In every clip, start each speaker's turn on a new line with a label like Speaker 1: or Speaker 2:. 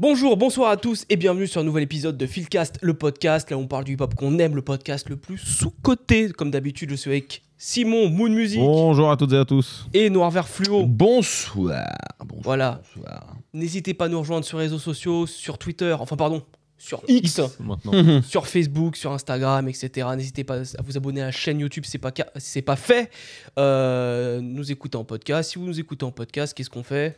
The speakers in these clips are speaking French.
Speaker 1: Bonjour, bonsoir à tous et bienvenue sur un nouvel épisode de Philcast, le podcast. Là, où on parle du hip-hop qu'on aime, le podcast le plus sous-coté. Comme d'habitude, je suis avec Simon, Moon Music
Speaker 2: Bonjour à toutes et à tous.
Speaker 1: et Noir Vert Fluo.
Speaker 3: Bonsoir. Bonjour.
Speaker 1: Voilà.
Speaker 3: Bonsoir.
Speaker 1: N'hésitez pas à nous rejoindre sur les réseaux sociaux, sur Twitter, enfin, pardon, sur X,
Speaker 2: X maintenant.
Speaker 1: sur Facebook, sur Instagram, etc. N'hésitez pas à vous abonner à la chaîne YouTube si c'est pas, ca- si c'est pas fait. Euh, nous écoutez en podcast. Si vous nous écoutez en podcast, qu'est-ce qu'on fait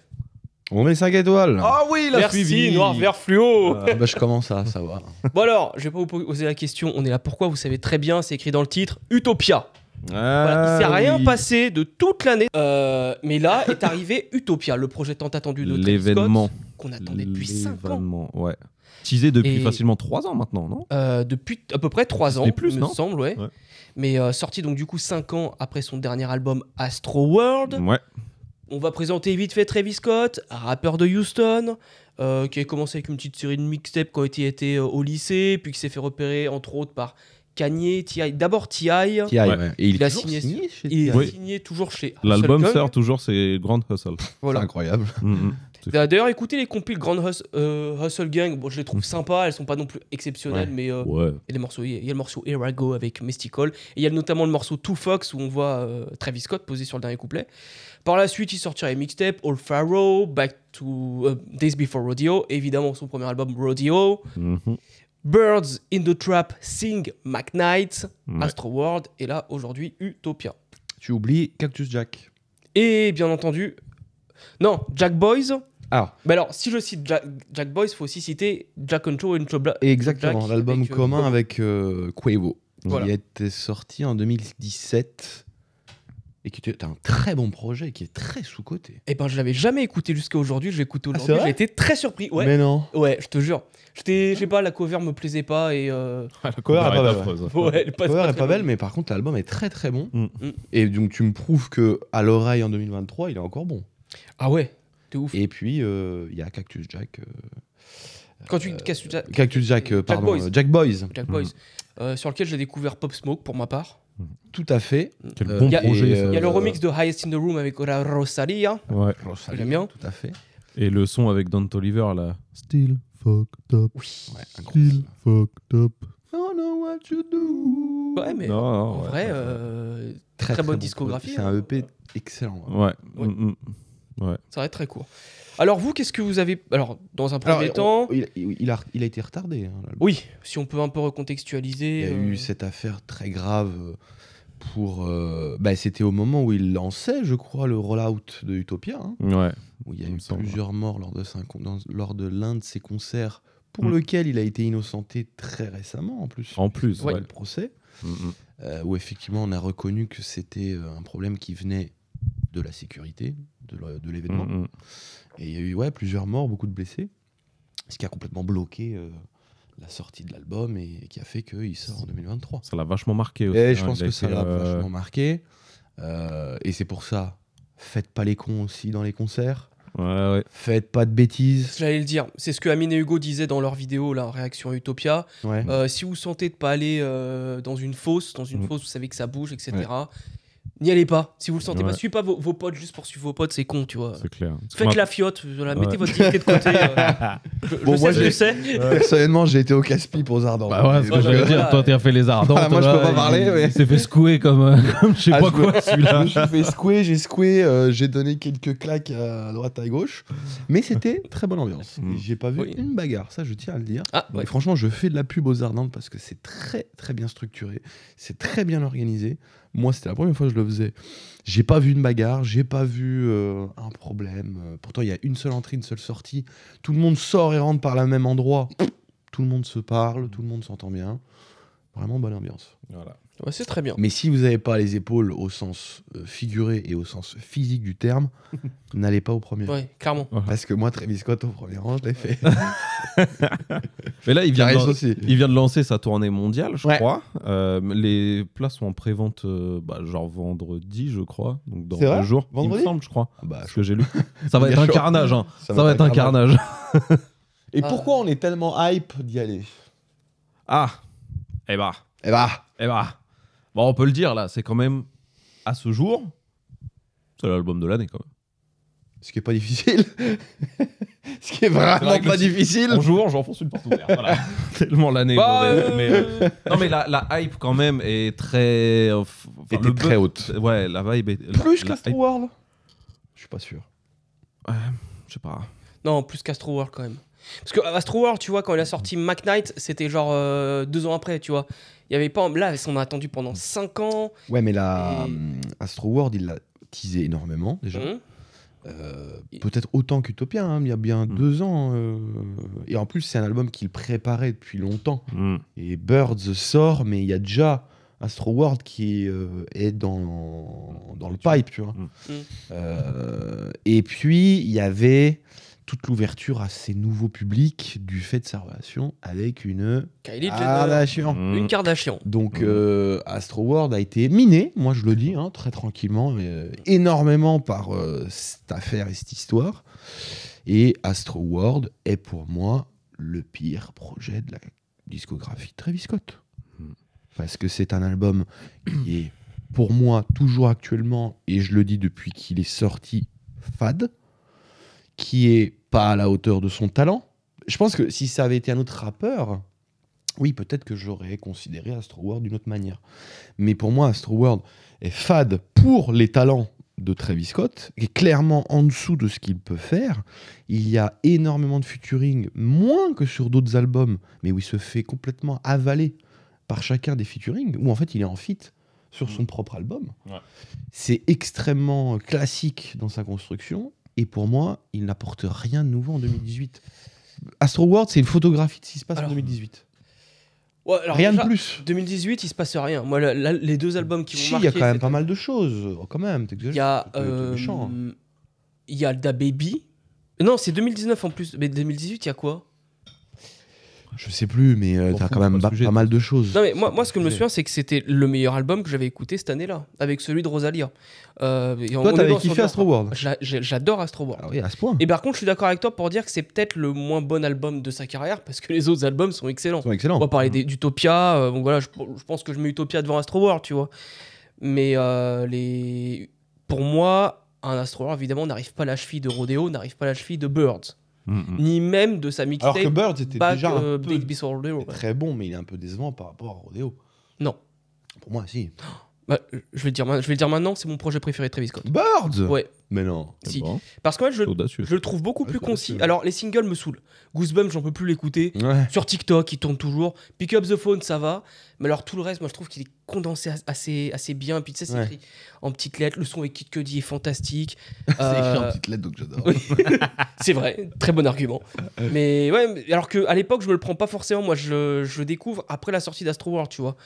Speaker 3: On met 5 étoiles.
Speaker 2: Ah oui, il a
Speaker 1: Merci,
Speaker 2: suivi.
Speaker 1: Noir Vert Fluo
Speaker 3: Ah
Speaker 2: Euh,
Speaker 3: bah, je commence à savoir.
Speaker 1: Bon alors, je vais pas vous poser la question, on est là pourquoi, vous savez très bien, c'est écrit dans le titre, Utopia. Voilà,
Speaker 2: ah
Speaker 1: il s'est Bah, rien passé de toute l'année. Euh, mais là est arrivé Utopia, le projet tant attendu de Travis
Speaker 2: L'événement.
Speaker 1: Scott, qu'on attendait depuis 5 ans.
Speaker 2: L'événement, ouais. Teasé depuis
Speaker 1: Et-
Speaker 2: facilement 3 ans maintenant, non
Speaker 1: Euh, depuis à peu près 3 ans,
Speaker 2: Mais plus,
Speaker 1: il me
Speaker 2: non
Speaker 1: semble, ouais.
Speaker 2: Ouais.
Speaker 1: Mais euh, sorti donc du coup 5 ans après son dernier album Astro World.
Speaker 2: Ouais.
Speaker 1: On va présenter vite fait Travis Scott, rappeur de Houston, euh, qui a commencé avec une petite série de mixtapes quand il était euh, au lycée, puis qui s'est fait repérer entre autres par Kanye, T.I. D'abord T.I.
Speaker 3: Qui arrive,
Speaker 2: Ouais.
Speaker 3: ouais. Et il,
Speaker 1: Il
Speaker 3: est
Speaker 1: a
Speaker 3: toujours
Speaker 1: signé-
Speaker 3: chez
Speaker 1: Il est
Speaker 3: Tiaï.
Speaker 2: Oui.
Speaker 1: signé toujours chez Hustle
Speaker 2: L'album
Speaker 1: Gang.
Speaker 2: sort toujours, c'est Grand Hustle.
Speaker 1: Voilà.
Speaker 3: C'est incroyable.
Speaker 2: Mhm.
Speaker 1: D'a- D'ailleurs, écoutez les compiles Grand Hus- euh, Hustle Gang, bon, je les trouve sympas, elles sont pas non plus exceptionnelles, mais euh,
Speaker 2: Mm. Ouais.
Speaker 1: il y a des morceaux- il y a- il y a le morceau Here I Go avec Mystical, et il y a notamment le morceau Two Fox où on voit euh, Travis Scott posé sur le dernier couplet. Par la suite, il sortira les mixtapes All Pharaoh, Back to euh, Days Before Rodeo, et évidemment son premier album Rodeo,
Speaker 2: Mhm.
Speaker 1: Birds in the Trap, Sing, McKnight,
Speaker 2: Ouais.
Speaker 1: Astro World, et là aujourd'hui Utopia.
Speaker 3: Tu oublies Cactus Jack.
Speaker 1: Et bien entendu, non, Jack Boys,
Speaker 3: Ah,
Speaker 1: Mais alors, si je cite Jack, Jack Boys, faut aussi citer Jack and Joe et Joe Bla-
Speaker 3: exactement.
Speaker 1: Jack
Speaker 3: L'album
Speaker 1: avec, euh,
Speaker 3: commun
Speaker 1: Bobo.
Speaker 3: avec euh, Quavo.
Speaker 1: Voilà.
Speaker 3: Qui a été sorti en 2017. Et qui était un très bon projet qui est très sous-coté.
Speaker 1: Eh ben, je l'avais jamais écouté jusqu'à aujourd'hui. Je l'ai écouté
Speaker 3: Ah, c'est
Speaker 1: aujourd'hui.
Speaker 3: vrai
Speaker 1: J'ai été très surpris. Ouais,
Speaker 3: Mais non.
Speaker 1: ouais, je te jure. J'étais, je sais pas, la cover me plaisait pas et euh,
Speaker 2: Ah, la
Speaker 3: cover est pas mal,
Speaker 2: affreuse.
Speaker 1: ouais, elle passe bah,
Speaker 3: Cover
Speaker 1: pas
Speaker 3: est
Speaker 1: très
Speaker 3: pas belle,
Speaker 1: bien.
Speaker 3: mais par contre, l'album est très très bon.
Speaker 2: Mm.
Speaker 1: Mm.
Speaker 3: Et donc, tu me prouves que à l'oreille en 2023, il est encore bon.
Speaker 1: Ah ouais, de ouf.
Speaker 3: Et puis, euh, il y a Cactus Jack. euh,
Speaker 1: Quand tu casses Jack,
Speaker 3: Cactus Jack, euh,
Speaker 1: Jack
Speaker 3: pardon,
Speaker 1: Boys.
Speaker 3: euh, Jack Boys,
Speaker 1: Jack Boys,
Speaker 3: Hmm.
Speaker 1: euh, sur lequel j'ai découvert Pop Smoke pour ma part.
Speaker 3: tout à fait.
Speaker 2: Quel
Speaker 3: Euh,
Speaker 2: bon
Speaker 1: y a-
Speaker 2: projet.
Speaker 3: et,
Speaker 2: ça.
Speaker 1: Il y a le
Speaker 3: Euh,
Speaker 1: remix de Highest in the Room avec la Rosalia.
Speaker 2: Ouais.
Speaker 3: Rosalie,
Speaker 1: J'aime bien.
Speaker 3: Tout à fait.
Speaker 2: Et le son avec Don Toliver là. Still fucked up.
Speaker 1: Oui.
Speaker 3: Ouais,
Speaker 2: Still
Speaker 3: incroyable.
Speaker 2: fucked up.
Speaker 3: I don't know what you do.
Speaker 1: Ouais, mais
Speaker 2: Non, non,
Speaker 1: en
Speaker 2: ouais.
Speaker 1: vrai, euh,
Speaker 3: Très,
Speaker 1: bonne
Speaker 3: bon
Speaker 1: discographie,
Speaker 3: projet.
Speaker 1: hein.
Speaker 3: C'est un EP excellent. hein.
Speaker 2: Ouais.
Speaker 1: Ouais.
Speaker 2: Mhm.
Speaker 1: ça va être très court. Alors vous, qu'est-ce que vous avez Alors, dans un premier
Speaker 3: Alors, euh,
Speaker 1: temps,
Speaker 3: on- il, il a, il a été retardé. hein, l'album.
Speaker 1: oui, si on peut un peu recontextualiser.
Speaker 3: Il y a
Speaker 1: euh,
Speaker 3: eu cette affaire très grave euh, pour. euh, bah, C'était au moment où il lançait, je crois, le rollout de Utopia. hein.
Speaker 2: mm. Ouais.
Speaker 3: où il y a
Speaker 2: Il
Speaker 3: eu
Speaker 2: me semble.
Speaker 3: plusieurs morts lors de, cinq- dans- lors de l'un de ses concerts, pour
Speaker 2: Mm.
Speaker 3: lequel il a été innocenté très récemment en plus.
Speaker 2: En plus,
Speaker 3: Ouais,
Speaker 2: ouais.
Speaker 3: le procès,
Speaker 2: Mhm.
Speaker 3: euh, où effectivement on a reconnu que c'était euh, un problème qui venait de la sécurité de le- de l'événement.
Speaker 2: Mhm.
Speaker 3: Et il y a eu ouais, plusieurs morts, beaucoup de blessés, ce qui a complètement bloqué euh, la sortie de l'album et, qui a fait qu'il sort en 2023.
Speaker 2: Ça l'a vachement marqué aussi.
Speaker 3: Et Eh, je
Speaker 2: hein,
Speaker 3: pense
Speaker 2: il a
Speaker 3: que ça
Speaker 2: été,
Speaker 3: l'a
Speaker 2: euh,
Speaker 3: vachement marqué. Euh, et c'est pour ça, faites pas les cons aussi dans les concerts,
Speaker 2: Ouais, ouais.
Speaker 3: faites pas de bêtises.
Speaker 1: J'allais le dire, c'est ce que Amine et Hugo disaient dans leur vidéo, la réaction à Utopia.
Speaker 3: Ouais.
Speaker 1: Euh, si vous sentez de pas aller euh, dans une fosse, dans une
Speaker 2: Mm.
Speaker 1: fosse, vous savez que ça bouge, etc.
Speaker 3: Ouais.
Speaker 1: N'y allez pas. Si vous le sentez pas,
Speaker 2: Ouais.
Speaker 1: suivez pas vos, vos potes juste pour suivre vos potes, c'est con, tu vois.
Speaker 2: C'est clair. Parce que
Speaker 1: Faites
Speaker 2: moi-
Speaker 1: la fiotte, voilà,
Speaker 2: Ouais.
Speaker 1: mettez votre dignité de côté. euh. Je, je
Speaker 3: Bon,
Speaker 1: sais
Speaker 3: moi,
Speaker 1: ce que
Speaker 3: j'ai-
Speaker 1: c'est.
Speaker 3: Euh, Personnellement, j'ai été au casse-pied pour euh, Zardan.
Speaker 2: Bah ouais, ce que
Speaker 1: Voilà,
Speaker 2: j'allais
Speaker 1: voilà.
Speaker 2: dire, toi t'as fait les ardents.
Speaker 3: Ah, moi,
Speaker 2: toi,
Speaker 3: je peux pas
Speaker 2: il-
Speaker 3: parler, mais-
Speaker 2: Il s'est fait secouer comme, euh, comme je sais
Speaker 3: Ah,
Speaker 2: pas
Speaker 3: je me-
Speaker 2: quoi celui-là.
Speaker 3: je me suis fait secouer, j'ai secoué, euh, j'ai donné quelques claques à droite à gauche. Mais c'était très bonne ambiance.
Speaker 2: Mm.
Speaker 3: Et J'ai pas vu
Speaker 1: Oui.
Speaker 3: une bagarre, ça je tiens à le dire.
Speaker 1: Ah,
Speaker 3: Et
Speaker 1: ouais.
Speaker 3: franchement, je fais de la pub aux Ardentes parce que c'est très très bien structuré, c'est très bien organisé. Moi, c'était la première fois que je le faisais. J'ai pas vu une bagarre, j'ai pas vu euh, un problème. Euh, Pourtant, il y a une seule entrée, une seule sortie. Tout le monde sort et rentre par le même endroit. Tout le monde se parle, tout le monde s'entend bien. Vraiment bonne ambiance.
Speaker 2: Voilà.
Speaker 1: Ouais, c'est très bien.
Speaker 3: Mais si vous n'avez pas les épaules au sens euh, figuré et au sens physique du terme, n'allez pas au premier.
Speaker 1: Ouais, clairement.
Speaker 3: Parce que moi, Travis Scott, au premier rang, je l'ai fait.
Speaker 2: Mais là, il vient, de,
Speaker 3: Harris
Speaker 2: lan-
Speaker 3: aussi.
Speaker 2: il vient de lancer sa tournée mondiale, je
Speaker 3: Ouais.
Speaker 2: crois. Euh, les places sont en pré-vente, euh, bah, genre vendredi, je crois. Donc dans
Speaker 3: C'est vrai
Speaker 2: deux jours. il
Speaker 3: Vendredi
Speaker 2: me semble, je crois.
Speaker 3: Ah bah,
Speaker 2: Ce que j'ai lu. Ça va
Speaker 3: Il y
Speaker 2: être
Speaker 3: a
Speaker 2: un
Speaker 3: chaud.
Speaker 2: carnage. hein. Ça, va être un carnage.
Speaker 3: Et
Speaker 1: Ah.
Speaker 3: pourquoi on est tellement hype d'y aller
Speaker 2: Ah Eh bah.
Speaker 3: Eh bah,
Speaker 2: Eh bah. Bon, on peut le dire là, c'est quand même à ce jour, c'est l'album de l'année quand même.
Speaker 3: Ce qui est pas difficile. Ce qui est vraiment
Speaker 2: vrai que
Speaker 3: pas
Speaker 2: le titre-
Speaker 3: difficile.
Speaker 2: En jouant, j'enfonce une porte ouverte. voilà. Tellement l'année. est
Speaker 1: Bah,
Speaker 2: mauvaise,
Speaker 1: euh,
Speaker 2: mais, euh, non, mais la, la hype quand même est très. euh, f- enfin,
Speaker 3: Était
Speaker 2: le
Speaker 3: très haute.
Speaker 2: buzz- Ouais, la vibe est.
Speaker 3: Plus
Speaker 2: la,
Speaker 3: Castro
Speaker 2: hype-
Speaker 3: World Je suis pas sûr.
Speaker 2: Je sais pas.
Speaker 1: Non, plus qu'Astro World quand même. Parce que euh, Astro World, tu vois, quand il a sorti McKnight, c'était genre euh, deux ans après, tu vois. Il y avait pas. Là, on a attendu pendant cinq ans.
Speaker 3: Ouais, mais
Speaker 1: Et-
Speaker 3: la hum, Astro World, il l'a teasé énormément déjà.
Speaker 2: Mmh.
Speaker 1: Hum.
Speaker 3: Euh,
Speaker 1: Il-
Speaker 3: Peut-être autant qu'Utopia, hein, il y a bien
Speaker 2: Mm.
Speaker 3: deux ans. euh, Et en plus, c'est un album qu'il préparait depuis longtemps. Et Birds sort, mais il y a déjà Astro World qui euh, est dans, dans le pipe, tu vois.
Speaker 2: Mm.
Speaker 1: Mm.
Speaker 3: Euh, et puis, il y avait toute l'ouverture à ces nouveaux publics du fait de sa relation avec une
Speaker 1: Kylie Jenner.
Speaker 3: Ah, Kardashian.
Speaker 1: Une Kardashian.
Speaker 3: Donc
Speaker 2: Mm.
Speaker 3: euh, Astro World a été miné, moi je le dis, hein, très tranquillement, euh, énormément par euh, cette affaire et cette histoire. Et Astro World est pour moi le pire projet de la discographie de Travis Scott.
Speaker 2: Mm.
Speaker 3: Parce que c'est un album qui est pour moi toujours actuellement, et je le dis depuis qu'il est sorti, fade, qui est pas à la hauteur de son talent. Je pense que si ça avait été un autre rappeur, oui, peut-être que j'aurais considéré Astro World d'une autre manière. Mais pour moi, Astro World est fade pour les talents de Travis Scott, et clairement en dessous de ce qu'il peut faire. Il y a énormément de featuring, moins que sur d'autres albums, mais où il se fait complètement avaler par chacun des featuring, où en fait il est en fit sur son propre album.
Speaker 2: Ouais.
Speaker 3: C'est extrêmement classique dans sa construction, et pour moi, il n'apporte rien de nouveau en 2018. Astro World, c'est une photographie de ce qui se passe
Speaker 1: Alors,
Speaker 3: en 2018.
Speaker 1: Ouais, alors
Speaker 3: Rien
Speaker 1: déjà,
Speaker 3: de plus.
Speaker 1: 2018, il se passe rien. Moi, la- la- les deux albums qui
Speaker 3: Si,
Speaker 1: m'ont
Speaker 3: il y
Speaker 1: marqué.
Speaker 3: a quand même
Speaker 1: c'est-
Speaker 3: pas mal de choses. Oh, quand même,
Speaker 1: Il y a. euh,
Speaker 3: hein.
Speaker 1: Il y a Da Baby. Non, c'est 2019 en plus. Mais 2018, il y a quoi
Speaker 3: Je sais plus, mais
Speaker 2: On
Speaker 3: euh, t'as
Speaker 2: fout,
Speaker 3: quand
Speaker 2: c'est pas
Speaker 3: même
Speaker 2: le
Speaker 3: ba-
Speaker 2: sujet,
Speaker 3: pas mal de choses.
Speaker 1: Non, mais moi, moi, ce que je me
Speaker 3: sujet.
Speaker 1: souviens, c'est que c'était le meilleur album que j'avais écouté cette année-là, avec celui de Rosalia. Euh, et on- on
Speaker 3: Toi,
Speaker 1: est
Speaker 3: t'avais
Speaker 1: dans ce
Speaker 3: kiffé
Speaker 1: genre.
Speaker 3: Astro World.
Speaker 1: J'a- j'a- J'adore Astro World.
Speaker 3: Ah oui, à ce point.
Speaker 1: Et par contre, je suis d'accord avec toi pour dire que c'est peut-être le moins bon album de sa carrière parce que les autres albums sont excellents.
Speaker 3: Ils sont excellents.
Speaker 1: On va parler des- d'Utopia. euh, bon, voilà, je, je pense que je mets Utopia devant Astro World, tu vois. Mais euh, les... pour moi, un Astro World, évidemment, n'arrive pas à la cheville de Rodeo, n'arrive pas à la cheville de Birds, ni même de sa
Speaker 3: Alors que
Speaker 1: mixtape
Speaker 3: Birds était
Speaker 1: Back,
Speaker 3: déjà un
Speaker 1: euh,
Speaker 3: peu
Speaker 1: Big Beast Rodeo. ouais.
Speaker 3: très bon, mais il est un peu décevant par rapport à Rodeo.
Speaker 1: Non.
Speaker 3: Pour moi, si.
Speaker 1: Bah, je, vais le dire, ma- je vais le dire maintenant, c'est mon projet préféré de Travis Scott.
Speaker 3: Birds
Speaker 1: Ouais.
Speaker 3: Mais non.
Speaker 1: Si. Parce que moi, je,
Speaker 2: audacieux.
Speaker 1: je le trouve beaucoup
Speaker 3: Ouais,
Speaker 1: plus
Speaker 3: c'est
Speaker 1: concis.
Speaker 3: audacieux.
Speaker 1: Alors, les singles me saoulent. Goosebumps, j'en peux plus l'écouter.
Speaker 3: Ouais.
Speaker 1: Sur TikTok, il tourne toujours. Pick up the phone, ça va. Mais alors tout le reste, moi je trouve qu'il est condensé as- assez, assez bien. Puis tu sais, c'est
Speaker 3: Ouais.
Speaker 1: écrit en petites lettres. Le son avec Kid Cudi est fantastique.
Speaker 3: C'est écrit en
Speaker 1: Euh,
Speaker 3: petite lettre, donc j'adore.
Speaker 1: oui. c'est vrai, très bon argument.
Speaker 3: Euh,
Speaker 1: Mais ouais, mais alors que à l'époque, je me le prends pas forcément. Moi, je, je le découvre après la sortie d'Astro World, tu vois.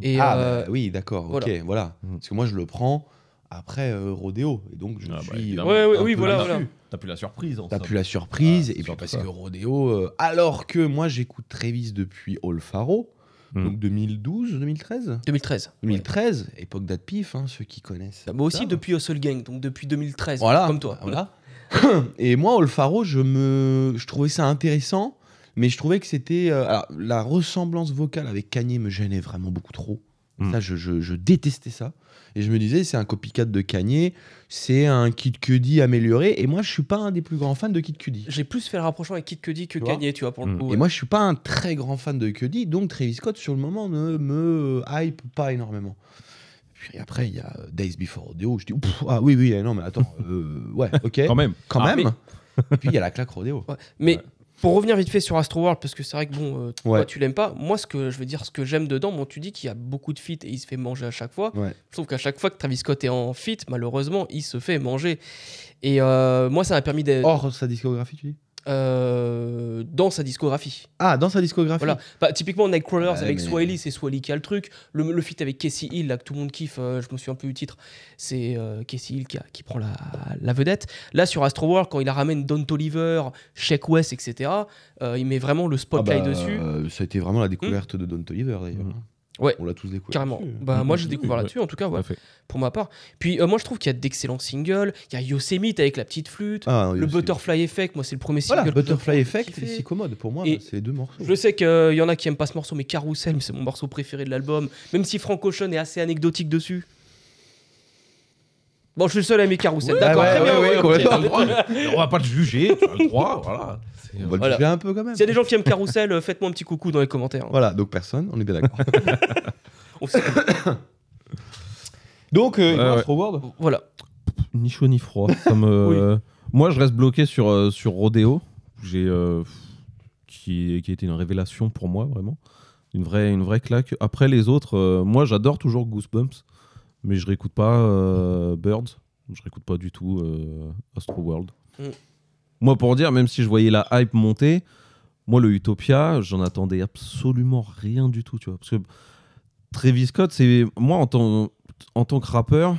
Speaker 1: Et
Speaker 3: ah,
Speaker 1: euh,
Speaker 3: bah, oui, d'accord. Ok,
Speaker 1: voilà.
Speaker 3: voilà.
Speaker 2: Mm.
Speaker 3: Parce que moi, je le prends après euh, Rodeo. Et donc, je
Speaker 2: Ah, bah,
Speaker 3: suis. euh,
Speaker 2: évidemment.
Speaker 1: ouais, ouais,
Speaker 3: un
Speaker 1: oui,
Speaker 3: peu
Speaker 1: voilà,
Speaker 3: déçu.
Speaker 1: voilà.
Speaker 2: T'as plus la surprise. hein, en
Speaker 3: T'as
Speaker 2: somme.
Speaker 3: plus la surprise,
Speaker 2: Ah,
Speaker 3: et puis
Speaker 2: surtout
Speaker 3: parce
Speaker 2: ça.
Speaker 3: que Rodeo, euh, alors que moi j'écoute Travis depuis All Faro,
Speaker 2: Hmm.
Speaker 3: donc 2012, 2013
Speaker 1: 2013.
Speaker 3: 2013, époque date pif, hein, ceux qui connaissent.
Speaker 2: Ah,
Speaker 1: Bah, Moi aussi
Speaker 3: Ça.
Speaker 1: depuis Hustle Gang, donc depuis 2013.
Speaker 3: Voilà,
Speaker 1: Comme toi.
Speaker 3: Voilà. et moi, All Faro, je, me... je trouvais ça intéressant, mais je trouvais que c'était. euh, alors, la ressemblance vocale avec Kanye me gênait vraiment beaucoup trop.
Speaker 2: Hmm.
Speaker 3: Ça, je, je- je détestais ça. Et je me disais, c'est un copycat de Kanye, c'est un Kid Cudi amélioré, et moi, je suis pas un des plus grands fans de Kid Cudi.
Speaker 1: J'ai plus fait le rapprochement avec Kid Cudi que
Speaker 3: Tu vois
Speaker 1: Kanye, tu vois, pour le
Speaker 2: Mm.
Speaker 1: coup.
Speaker 3: Et moi, je suis pas un très grand fan de Cudi, donc Travis Scott, sur le moment, ne me euh, hype pas énormément. Puis après, il y a euh, Days Before Rodeo, où je dis, Ouf, ah oui, oui, eh, non, mais attends, euh, ouais, ok,
Speaker 2: Quand
Speaker 3: quand,
Speaker 2: même.
Speaker 1: Ah,
Speaker 3: même. Et puis, il y a la claque Rodeo.
Speaker 1: Ouais. Mais
Speaker 2: Ouais.
Speaker 1: pour revenir vite fait sur Astro World, parce que c'est vrai que bon, euh, toi
Speaker 3: Ouais.
Speaker 1: tu l'aimes pas. Moi, ce que je veux dire, ce que j'aime dedans, bon, tu dis qu'il y a beaucoup de feats et il se fait manger à chaque fois.
Speaker 3: Ouais.
Speaker 1: Je trouve qu'à chaque fois que Travis Scott est en feat, malheureusement, il se fait manger. Et euh, moi, ça m'a permis d'être
Speaker 3: Hors sa discographie, tu dis
Speaker 1: euh, dans sa discographie.
Speaker 3: Ah, dans sa discographie
Speaker 1: Voilà. Bah, typiquement, Nightcrawlers
Speaker 3: Ouais,
Speaker 1: avec
Speaker 3: mais-
Speaker 1: Swahili, c'est Swahili qui a le truc. Le, le feat avec Casey Hill, là, que tout le monde kiffe, euh, je me souviens plus du titre, c'est euh, Casey Hill qui, a- qui prend la, la vedette. Là, sur Astro World, quand il la ramène Don Toliver, Shaq West, etc., euh, il met vraiment le
Speaker 3: Ah
Speaker 1: spotlight
Speaker 3: bah,
Speaker 1: dessus. Hmm.
Speaker 3: euh, ça a été vraiment la découverte de Don Toliver, d'ailleurs. hein.
Speaker 1: Ouais.
Speaker 3: On l'a tous découvert.
Speaker 1: Carrément.
Speaker 3: dessus.
Speaker 1: Bah, moi,
Speaker 2: Mhm.
Speaker 1: j'ai découvert
Speaker 2: Oui,
Speaker 1: là-dessus, en tout cas,
Speaker 2: Tout
Speaker 1: ouais,
Speaker 2: à fait.
Speaker 1: pour ma part. Puis, euh, moi, je trouve qu'il y a d'excellents singles. Il y a Yosemite avec la petite flûte.
Speaker 3: Ah, oui,
Speaker 1: le
Speaker 3: c'est-
Speaker 1: Butterfly Effect, moi, c'est le premier single.
Speaker 3: Voilà,
Speaker 1: que j'ai
Speaker 3: Butterfly Effect
Speaker 1: kiffé.
Speaker 3: et Psychomode, pour moi,
Speaker 1: Et-
Speaker 3: c'est les deux morceaux.
Speaker 1: Je sais qu'il y en a qui aiment pas ce morceau, mais Carousel, c'est mon morceau préféré de l'album. Même si Frank Ocean est assez anecdotique dessus. Bon, je suis le seul à aimer Carousel.
Speaker 2: Ouais,
Speaker 1: D'accord,
Speaker 3: ouais,
Speaker 1: très bien.
Speaker 3: ouais, ouais,
Speaker 1: ok.
Speaker 3: complètement.
Speaker 2: T'as le droit, on va pas te juger, tu as le droit, voilà. C'est-
Speaker 3: On va le
Speaker 1: Voilà.
Speaker 3: juger un peu quand même.
Speaker 1: S'il y a des gens qui aiment Carousel, euh, faites-moi un petit coucou dans les commentaires.
Speaker 3: Voilà, donc personne, on est bien d'accord.
Speaker 1: On sait- euh,
Speaker 3: donc, euh, il
Speaker 2: Ouais,
Speaker 3: me reste
Speaker 2: ouais.
Speaker 3: Reward
Speaker 1: voilà.
Speaker 2: ni chaud ni froid. Ça me- Moi, je reste bloqué sur, euh, sur Rodeo, j'ai, euh, qui, qui a été une révélation pour moi, vraiment. Une vraie, une vraie claque. Après les autres, euh, moi, j'adore toujours Goosebumps, mais je réécoute pas euh, Birds, je réécoute pas du tout euh, Astro World.
Speaker 1: Mm.
Speaker 2: Moi, pour dire, même si je voyais la hype monter, moi, le Utopia, j'en attendais absolument rien du tout, tu vois. Parce que Travis Scott, c'est. Moi, en tant, en tant que rappeur,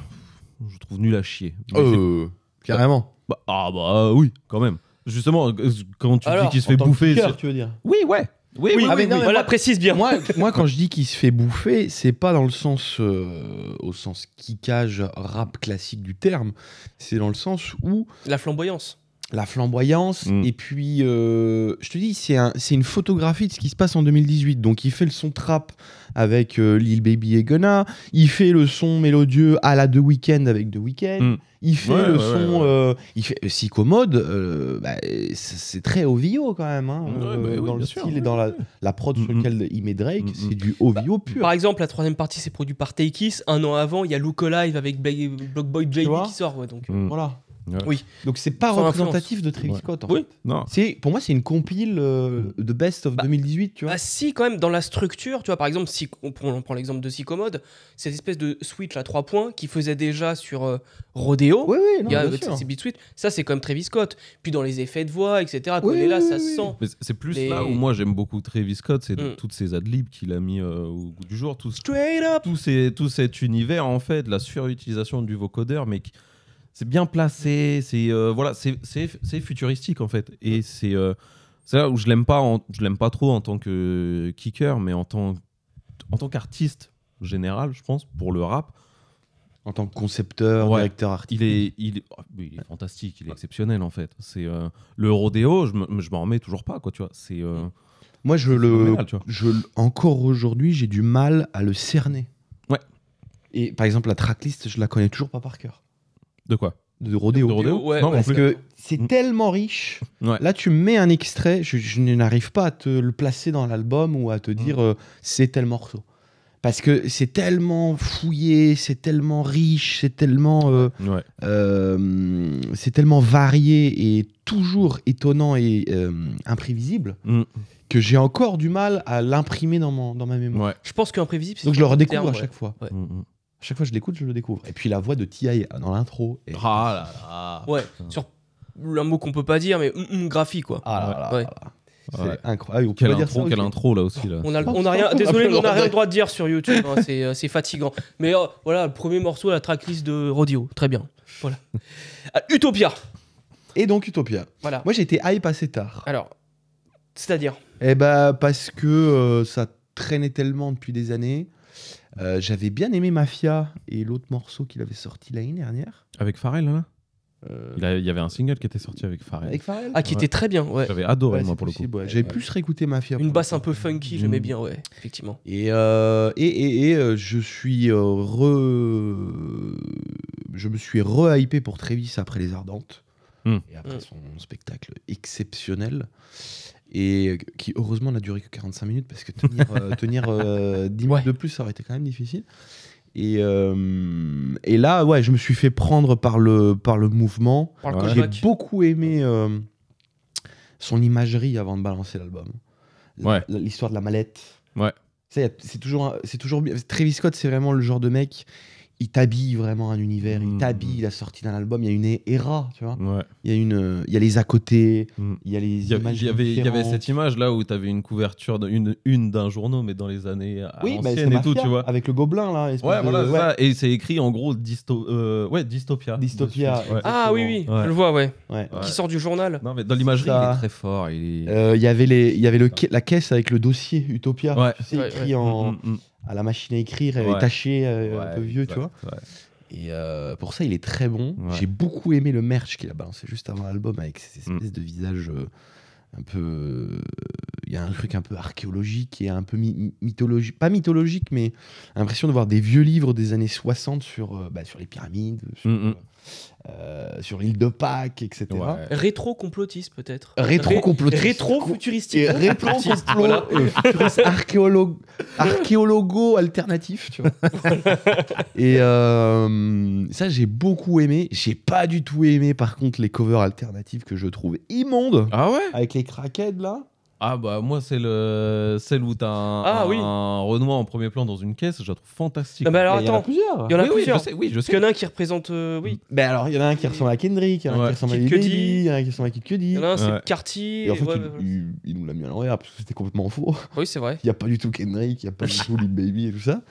Speaker 2: je le trouve nul à chier. Mais c'est
Speaker 3: Euh, Carrément.
Speaker 2: bah, ah bah oui, quand même. Justement, euh, quand tu dis
Speaker 1: Alors,
Speaker 2: qu'il se fait bouffer... c'est-
Speaker 3: tu veux dire
Speaker 2: Oui, ouais. Oui,
Speaker 3: Oui,
Speaker 2: oui,
Speaker 3: ah,
Speaker 2: oui,
Speaker 3: mais non,
Speaker 2: oui.
Speaker 3: mais
Speaker 1: Voilà,
Speaker 3: moi-
Speaker 1: précise bien.
Speaker 3: moi, moi, quand je dis qu'il se fait bouffer, c'est pas dans le sens, euh, au sens kickage rap classique du terme. C'est dans le sens où
Speaker 1: La flamboyance.
Speaker 3: la flamboyance
Speaker 2: Mm.
Speaker 3: et puis, euh, je te dis, c'est un- c'est une photographie de ce qui se passe en 2018. Donc, il fait le son trap avec euh, Lil Baby et Gunna. Il fait le son mélodieux à la The Weeknd avec The Weeknd.
Speaker 2: Mm.
Speaker 3: Il fait
Speaker 2: Ouais,
Speaker 3: le
Speaker 2: ouais,
Speaker 3: son,
Speaker 2: ouais, ouais.
Speaker 3: euh, il fait psychomode. euh, bah, c'est- c'est très OVO quand même, hein,
Speaker 2: Ouais,
Speaker 3: euh,
Speaker 2: bah oui,
Speaker 3: dans le
Speaker 2: bien sûr,
Speaker 3: style
Speaker 2: ouais,
Speaker 3: et dans la, la prod sur
Speaker 2: Mm,
Speaker 3: laquelle il met Drake.
Speaker 2: Mm, mm.
Speaker 3: C'est du OVO pur.
Speaker 1: Bah, Par exemple, la troisième partie, c'est produit par Takeis. Un an avant, il y a Look Alive avec Bla- Blockboy
Speaker 3: Tu
Speaker 1: JB
Speaker 3: vois
Speaker 1: qui sort. ouais, donc. euh,
Speaker 2: Mm.
Speaker 3: Voilà.
Speaker 2: Ouais.
Speaker 1: Oui.
Speaker 3: Donc c'est pas
Speaker 1: Sans
Speaker 3: représentatif de Travis
Speaker 2: Ouais. Mm.
Speaker 3: Scott. en
Speaker 1: Oui.
Speaker 3: fait.
Speaker 2: Non.
Speaker 3: C'est pour moi c'est une compile euh, de best of
Speaker 1: Bah,
Speaker 3: 2018, tu vois.
Speaker 1: Bah si, quand même, dans la structure, tu vois, par exemple, si on prend, on prend l'exemple de Psychomode, cette espèce de switch à trois points qui faisait déjà sur euh, Rodeo,
Speaker 3: oui oui, non,
Speaker 1: il y a
Speaker 3: bien
Speaker 1: euh,
Speaker 3: sûr.
Speaker 1: ces beat switch, ça c'est comme Travis Scott. Puis dans les effets de voix, etc.,
Speaker 3: Oui,
Speaker 1: là,
Speaker 3: oui,
Speaker 1: ça
Speaker 3: oui,
Speaker 1: se
Speaker 3: oui.
Speaker 1: sent.
Speaker 2: Mais Hmm. c'est- c'est plus
Speaker 1: Les-
Speaker 2: là où moi j'aime beaucoup Travis Scott, c'est
Speaker 1: Mm.
Speaker 2: toutes ces adlibs qu'il a mis euh, au goût du jour, tout, ce-
Speaker 1: Straight up
Speaker 2: tout, ces- tout cet univers en fait, la surutilisation du vocodeur, mais qui- c'est bien placé, c'est euh, voilà, c'est- c'est c'est futuristique en fait, et c'est euh, c'est là où je l'aime pas, en- je l'aime pas trop en tant que kicker, mais en tant en tant qu'artiste général, je pense pour le rap,
Speaker 3: En tant que concepteur,
Speaker 2: Ouais.
Speaker 3: directeur artiste.
Speaker 2: Il est, il, est, oh, mais il est fantastique, il est exceptionnel en fait. C'est euh, le rodéo, je me- je m'en remets toujours pas quoi, tu vois. C'est euh,
Speaker 3: Moi je le
Speaker 2: phénoménal, tu vois.
Speaker 3: je le- encore aujourd'hui, j'ai du mal à le cerner.
Speaker 2: Ouais.
Speaker 3: Et par exemple la tracklist, je la connais toujours pas par cœur
Speaker 2: de quoi
Speaker 3: de Rodeo.
Speaker 2: De rodéo
Speaker 1: ouais,
Speaker 2: Non,
Speaker 1: ouais,
Speaker 2: en
Speaker 3: Parce
Speaker 2: plus.
Speaker 3: que c'est
Speaker 2: Mm.
Speaker 3: tellement riche.
Speaker 2: Ouais.
Speaker 3: Là, tu mets un extrait, je, je n'arrive pas à te le placer dans l'album ou à te dire euh, c'est tel morceau. Parce que c'est tellement fouillé, c'est tellement riche, c'est tellement, euh,
Speaker 2: Ouais.
Speaker 3: euh, c'est tellement varié et toujours étonnant et euh, imprévisible
Speaker 2: Mm.
Speaker 3: que j'ai encore du mal à l'imprimer dans, mon- dans ma mémoire.
Speaker 2: Ouais.
Speaker 1: Je pense qu'imprévisible, c'est
Speaker 3: Donc je le
Speaker 1: sur
Speaker 3: redécouvre
Speaker 1: terme,
Speaker 3: à
Speaker 1: ouais.
Speaker 3: chaque fois.
Speaker 1: Ouais.
Speaker 2: Mm, mm.
Speaker 3: À chaque fois que je l'écoute, je le découvre. Et puis la voix de T.I. dans l'intro. est-
Speaker 2: Ah là là.
Speaker 1: Ouais, sur un mot qu'on peut pas dire, mais mm, mm, graphique quoi.
Speaker 3: Ah là là
Speaker 1: Ouais.
Speaker 3: là là. C'est
Speaker 2: Ouais.
Speaker 3: incroyable. Ah, On peut
Speaker 2: Quelle
Speaker 3: pas dire
Speaker 2: intro,
Speaker 3: ça,
Speaker 2: quelle
Speaker 3: ok.
Speaker 2: intro là aussi là.
Speaker 1: On a, on a rien, désolé, mais on n'a rien le droit de dire sur YouTube, hein, c'est euh, c'est fatigant. Mais euh, voilà, le premier morceau, la tracklist de Rodeo, très bien. Voilà. Ah, Utopia,
Speaker 3: Et donc Utopia.
Speaker 1: voilà.
Speaker 3: Moi j'ai été hype assez tard.
Speaker 1: Alors, c'est-à-dire,
Speaker 3: Eh bah parce que euh, ça traînait tellement depuis des années. Euh, J'avais bien aimé Mafia et l'autre morceau qu'il avait sorti l'année dernière.
Speaker 2: Avec Pharrell là
Speaker 3: Euh,
Speaker 2: il, a- il y avait un single qui était sorti avec Pharrell.
Speaker 3: Avec Pharrell
Speaker 1: ah, qui
Speaker 2: Ouais.
Speaker 1: était très bien, ouais.
Speaker 2: J'avais adoré
Speaker 3: Ouais,
Speaker 2: moi
Speaker 3: c'est
Speaker 2: pour
Speaker 3: possible, ouais.
Speaker 2: le coup.
Speaker 3: J'avais plus réécouté Mafia. pour
Speaker 1: Une
Speaker 3: le
Speaker 1: basse
Speaker 3: coup.
Speaker 1: un peu funky, j'aimais
Speaker 2: Mm.
Speaker 1: bien, ouais, effectivement.
Speaker 3: Et, euh, et, et, et, euh, je suis euh, re. Je me suis re-hypé pour Travis après Les Ardentes.
Speaker 2: Hmm.
Speaker 3: Et après
Speaker 1: Hmm.
Speaker 3: son spectacle exceptionnel. Et euh, qui, heureusement, n'a duré que 45 minutes parce que tenir, euh, tenir euh, 10
Speaker 1: Ouais.
Speaker 3: minutes de plus, ça aurait été quand même difficile. Et, euh, et là, ouais, je me suis fait prendre par le, par le mouvement.
Speaker 1: Par le
Speaker 2: Ouais.
Speaker 3: J'ai
Speaker 1: callback.
Speaker 3: beaucoup aimé euh, son imagerie avant de balancer l'album. La-
Speaker 2: Ouais.
Speaker 3: la- L'histoire de la mallette.
Speaker 2: Ouais.
Speaker 3: Ça, y a- C'est toujours, un- c'est toujours bien. Travis Scott, c'est vraiment le genre de mec. Il t'habille vraiment un univers. Il
Speaker 2: Mhm.
Speaker 3: t'habille la sortie d'un album. Il y a une era, tu vois.
Speaker 2: Ouais.
Speaker 3: Il y a une, euh, il y a les à côté.
Speaker 2: Mhm.
Speaker 3: Il y a les
Speaker 2: Il y, avait,
Speaker 3: images.
Speaker 2: il y avait- il y avait
Speaker 3: différentes.
Speaker 2: cette image là où t'avais une couverture, de- une, une d'un journaux, mais dans les années à
Speaker 3: Oui, bah, c'est
Speaker 2: l'ancienne et tout,
Speaker 3: Mafia,
Speaker 2: tu vois.
Speaker 3: Avec le gobelin là. espèce
Speaker 2: Ouais,
Speaker 3: de-
Speaker 2: voilà,
Speaker 3: ouais.
Speaker 2: ça. Et c'est écrit en gros dysto- euh, ouais, Dystopia.
Speaker 3: Dystopia, Ah,
Speaker 2: dessus, ouais.
Speaker 3: exact.
Speaker 1: Ah oui, oui,
Speaker 2: Ouais.
Speaker 1: je le vois, ouais.
Speaker 3: Ouais.
Speaker 2: Ouais.
Speaker 1: Qui sort du journal.
Speaker 2: Non, mais dans l'imagerie,
Speaker 3: Ça.
Speaker 2: il est très fort. Il est...
Speaker 3: Euh, il y avait les, il y avait le ca- la caisse avec le dossier Utopia.
Speaker 2: Ouais.
Speaker 3: Tu sais,
Speaker 1: Ouais, ouais.
Speaker 3: écrit en
Speaker 2: Mm, mm, mm.
Speaker 3: à la machine à écrire, euh,
Speaker 2: Ouais.
Speaker 3: taché, euh,
Speaker 2: Ouais,
Speaker 3: un peu vieux,
Speaker 2: exact,
Speaker 3: tu vois.
Speaker 2: ouais.
Speaker 3: Et euh, pour ça, il est très bon.
Speaker 2: Ouais. Mm.
Speaker 3: J'ai beaucoup aimé le merch qu'il a balancé juste avant l'album avec ces espèces de visages euh, un peu. Il il y a un truc un peu archéologique et un peu mi- mythologique, pas mythologique, mais l'impression de voir des vieux livres des années 60 sur, euh, bah, sur les pyramides, sur,
Speaker 2: Mhm.
Speaker 3: euh, sur l'île de Pâques, etc.
Speaker 2: Ouais.
Speaker 1: Rétro-complotiste, peut-être.
Speaker 3: Rétro-complotiste.
Speaker 1: Ré- Rétro-futuristique.
Speaker 3: Et rétro
Speaker 1: Voilà.
Speaker 3: euh, archéologue archéologo alternatif tu vois et euh, ça j'ai beaucoup aimé j'ai pas du tout aimé par contre les covers alternatives que je trouve immondes
Speaker 2: Ah ouais
Speaker 3: avec les craquettes là
Speaker 2: Ah bah moi c'est le celle où t'as un,
Speaker 1: Ah
Speaker 2: un-
Speaker 1: oui.
Speaker 2: un Renoir en premier plan dans une caisse, je la trouve fantastique.
Speaker 1: Non, mais alors
Speaker 3: Mais il y en a hein.
Speaker 1: attends,
Speaker 3: plusieurs
Speaker 1: il y en a
Speaker 2: oui, oui, je
Speaker 1: plusieurs.
Speaker 2: sais, oui, je
Speaker 1: Parce qu'il y
Speaker 2: sais.
Speaker 1: en a un qui représente. euh, oui.
Speaker 3: Ben alors il y en a un qui ressemble à Kendrick il y en a un
Speaker 2: Ouais.
Speaker 3: qui ressemble à
Speaker 1: Kid
Speaker 3: Lil
Speaker 1: Cudi.
Speaker 3: Baby il y en a un qui ressemble à Kid Cudi
Speaker 1: Il y en a un,
Speaker 2: Ouais.
Speaker 1: c'est Cartier.
Speaker 3: et en fait
Speaker 1: ouais,
Speaker 3: il,
Speaker 1: ouais, ouais.
Speaker 3: il- il nous l'a mis à l'envers parce que c'était complètement faux
Speaker 1: Oui, c'est vrai.
Speaker 3: il y a pas du tout Kendrick il y a pas du tout Lil Baby et tout ça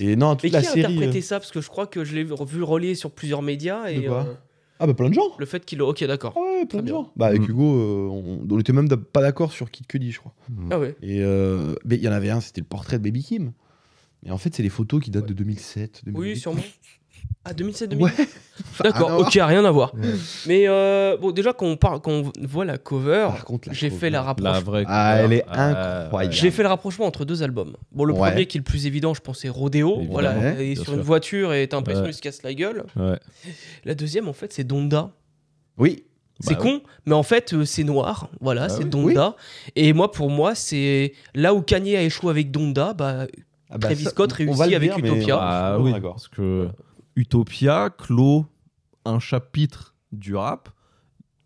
Speaker 3: et non
Speaker 1: Mais
Speaker 3: toute
Speaker 1: qui a
Speaker 3: la série
Speaker 1: interprété
Speaker 3: euh,
Speaker 1: ça Parce que je crois que je l'ai vu relier sur plusieurs médias. Et,
Speaker 3: De quoi
Speaker 1: euh,
Speaker 3: ah bah plein de gens
Speaker 1: le fait qu'il. Ok, d'accord.
Speaker 3: Ah ouais, plein
Speaker 1: Très
Speaker 3: de
Speaker 1: bien.
Speaker 3: gens. Bah, avec
Speaker 2: Mm.
Speaker 3: Hugo, euh, on, on était même d- pas d'accord sur Kid Cudi, je crois.
Speaker 1: Ah ouais.
Speaker 3: Et euh, mais il y en avait un, c'était le portrait de Baby Kim. Mais en fait, c'est les photos qui datent de 2007. 2008.
Speaker 1: Oui, sûrement. Ah, 2007
Speaker 3: Ouais.
Speaker 1: 2008
Speaker 3: Ah Ça a rien à
Speaker 1: D'accord,
Speaker 3: voir.
Speaker 1: ok, rien à voir.
Speaker 2: Ouais.
Speaker 1: Mais euh, bon, déjà, quand on, parle, quand on voit la cover,
Speaker 3: Par contre, la
Speaker 1: j'ai fait, la
Speaker 3: cover.
Speaker 1: rapproche-
Speaker 2: La vraie.
Speaker 3: Ah, elle est
Speaker 2: Ah,
Speaker 3: incroyable.
Speaker 1: j'ai fait le rapprochement entre deux albums. Bon, le
Speaker 3: Ouais.
Speaker 1: premier qui est le plus évident, je pense, c'est Rodeo.
Speaker 2: Évidemment,
Speaker 1: Voilà, il est
Speaker 2: bien
Speaker 1: sur
Speaker 2: sûr.
Speaker 1: une voiture et t'as l'impression
Speaker 2: Ouais.
Speaker 1: qu'il se casse la gueule.
Speaker 2: Ouais.
Speaker 1: La deuxième, en fait, c'est Donda.
Speaker 3: Oui.
Speaker 1: C'est
Speaker 2: Bah
Speaker 1: con, mais en fait, euh, c'est noir. Voilà,
Speaker 2: Bah
Speaker 1: c'est
Speaker 2: oui.
Speaker 1: Donda. Et moi, pour moi, c'est là où Kanye a échoué avec Donda. Bah,
Speaker 3: Ah bah,
Speaker 1: Travis
Speaker 3: ça,
Speaker 1: Scott
Speaker 3: on
Speaker 1: réussit
Speaker 3: va le
Speaker 1: avec
Speaker 3: mais-
Speaker 1: Utopia.
Speaker 2: Ah
Speaker 3: Bon,
Speaker 2: oui,
Speaker 3: d'accord.
Speaker 2: parce que Utopia clôt un chapitre du rap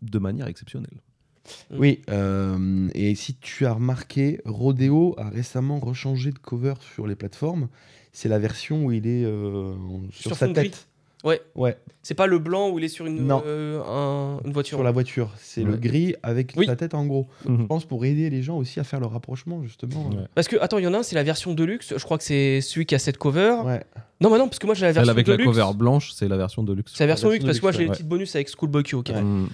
Speaker 2: de manière exceptionnelle.
Speaker 3: Oui, euh, et si tu as remarqué, Rodeo a récemment rechangé de cover sur les plateformes. C'est la version où il est euh, sur,
Speaker 1: Sur
Speaker 3: sa
Speaker 1: fond
Speaker 3: tête.
Speaker 1: gris. Ouais.
Speaker 3: Ouais,
Speaker 1: c'est pas le blanc où il est sur une,
Speaker 3: Non.
Speaker 1: euh, un- une voiture.
Speaker 3: sur la voiture. C'est le
Speaker 2: Ouais.
Speaker 3: gris avec
Speaker 1: Oui.
Speaker 3: sa tête en gros.
Speaker 2: Mhm.
Speaker 1: Mm-hmm.
Speaker 3: Je pense pour aider les gens aussi à faire le rapprochement, justement.
Speaker 2: Ouais.
Speaker 1: Parce que, attends, il y en a un, c'est la version Deluxe. Je crois que c'est celui qui a cette cover.
Speaker 3: Ouais.
Speaker 1: Non, bah non, parce que moi, j'ai la
Speaker 2: Celle
Speaker 1: version
Speaker 2: avec la
Speaker 1: Deluxe.
Speaker 2: cover blanche, c'est la version de luxe.
Speaker 1: C'est la version
Speaker 3: La
Speaker 1: Deluxe,
Speaker 3: version
Speaker 1: parce que moi,
Speaker 3: Deluxe,
Speaker 1: j'ai les
Speaker 2: ouais.
Speaker 1: petites bonus avec Schoolboy Q. ok.
Speaker 3: Ouais.
Speaker 2: Mm.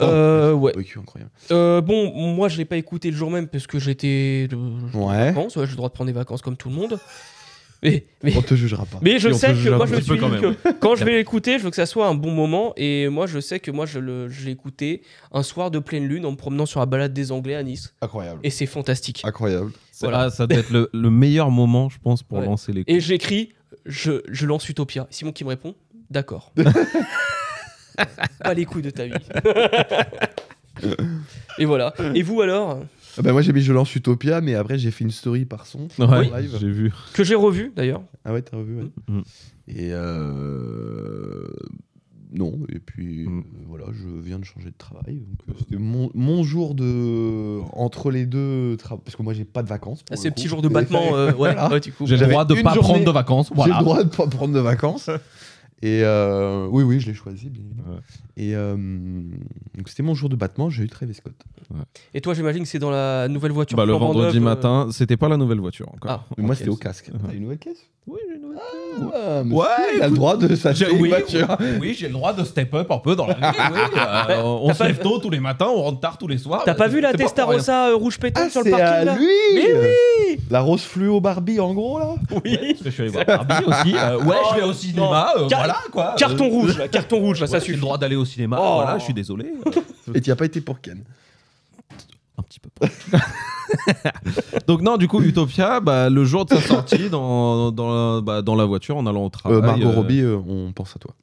Speaker 1: Euh, ouais.
Speaker 3: Ok, Bah incroyable.
Speaker 1: Euh, bon, moi, je l'ai pas écouté le jour même parce que j'étais de
Speaker 3: Ouais.
Speaker 1: vacances. Ouais, j'ai le droit de prendre des vacances comme tout le monde. Mais, mais,
Speaker 3: On te jugera pas.
Speaker 1: mais je
Speaker 2: Si, on
Speaker 1: sais
Speaker 2: peut
Speaker 1: que
Speaker 2: juger
Speaker 1: moi,
Speaker 2: un
Speaker 1: je me
Speaker 2: petit peu
Speaker 1: suis
Speaker 2: quand
Speaker 1: dit
Speaker 2: même.
Speaker 1: que quand je vais l'écouter, je veux que ça soit un bon moment. Et moi, je sais que moi, je le- je l'ai écouté un soir de pleine lune en me promenant sur la balade des Anglais à Nice.
Speaker 3: Incroyable.
Speaker 1: Et c'est fantastique.
Speaker 3: Incroyable.
Speaker 2: C'est-
Speaker 1: Voilà.
Speaker 2: ah, ça doit être le, le meilleur moment, je pense, pour
Speaker 1: Ouais.
Speaker 2: lancer les.
Speaker 1: Et j'écris, je, je lance Utopia. Simon qui me répond, d'accord. pas les couilles de ta vie. Et voilà. Et vous alors
Speaker 3: bah moi j'ai mis Je lance Utopia, mais après j'ai fait une story par son.
Speaker 2: Ouais,
Speaker 3: Oui.
Speaker 2: j'ai vu.
Speaker 1: Que j'ai revu d'ailleurs.
Speaker 3: Ah ouais, t'as revu, ouais.
Speaker 1: Mm.
Speaker 2: Mhm.
Speaker 3: Et euh... Non, et puis
Speaker 1: Mm.
Speaker 2: Mhm.
Speaker 3: euh, voilà, je viens de changer de travail. donc,
Speaker 1: Bah,
Speaker 3: euh, C'était mon, mon jour de. Entre les deux. tra- Parce que moi j'ai pas de vacances. pour
Speaker 1: Ah,
Speaker 3: le
Speaker 1: Ces
Speaker 3: coup.
Speaker 1: petits jours de battement. euh, ouais,
Speaker 3: Voilà.
Speaker 1: ouais, du coup.
Speaker 2: J'ai le
Speaker 3: J'avais
Speaker 2: droit de
Speaker 3: une
Speaker 2: pas
Speaker 3: journée-
Speaker 2: prendre de vacances.
Speaker 3: J'ai
Speaker 2: Voilà.
Speaker 3: le droit de pas prendre de vacances. Et euh, oui, oui, je l'ai choisi. bien évidemment.
Speaker 2: Ouais.
Speaker 3: Et euh, donc c'était mon jour de battement, j'ai eu Travis Scott.
Speaker 1: Et toi, j'imagine que c'est dans la nouvelle voiture.
Speaker 2: Bah, le
Speaker 1: flambant
Speaker 2: vendredi
Speaker 1: neuve, euh,
Speaker 2: matin, c'était pas la nouvelle voiture encore.
Speaker 1: Ah.
Speaker 3: Mais moi
Speaker 2: Ok.
Speaker 3: c'était au casque.
Speaker 2: Ouais.
Speaker 3: T'as une nouvelle caisse
Speaker 2: Oui, j'ai une nouvelle.
Speaker 3: Ouais, mais
Speaker 2: Ouais,
Speaker 3: si, il a le
Speaker 2: écoute,
Speaker 3: droit de
Speaker 2: J'ai-
Speaker 3: s'acheter une
Speaker 2: oui,
Speaker 3: voiture.
Speaker 2: oui, oui, j'ai le droit de step up un peu dans la vie. oui. Euh,
Speaker 1: Ouais,
Speaker 2: on
Speaker 1: t'as
Speaker 2: se
Speaker 1: pas-
Speaker 2: lève tôt tous les matins, on rentre tard tous les soirs.
Speaker 1: T'as pas vu la
Speaker 2: C'est pour rien.
Speaker 1: Testarossa euh, rouge pétante
Speaker 3: Ah,
Speaker 1: sur
Speaker 3: c'est
Speaker 1: le parking
Speaker 3: à
Speaker 1: là
Speaker 3: lui
Speaker 1: Mais oui
Speaker 3: La rose fluo Barbie en gros là
Speaker 1: Oui
Speaker 2: Parce que je suis allé voir Barbie aussi. euh, ouais, je vais au cinéma. euh,
Speaker 1: Oh, Car-
Speaker 2: voilà quoi.
Speaker 1: Carton
Speaker 2: Euh,
Speaker 1: rouge, là, carton rouge, là,
Speaker 2: ouais,
Speaker 1: ça
Speaker 2: J'ai
Speaker 1: suffit.
Speaker 2: le droit d'aller au cinéma.
Speaker 1: Oh.
Speaker 2: Voilà, je suis désolé. euh,
Speaker 3: Et t'y as pas été pour Ken.
Speaker 2: un petit peu. Donc non, du coup, Utopia, bah, le jour de sa sortie, dans, dans, la- bah, dans la voiture, en allant au travail.
Speaker 3: Euh, Margot
Speaker 2: euh,
Speaker 3: Robbie, euh, on pense à toi.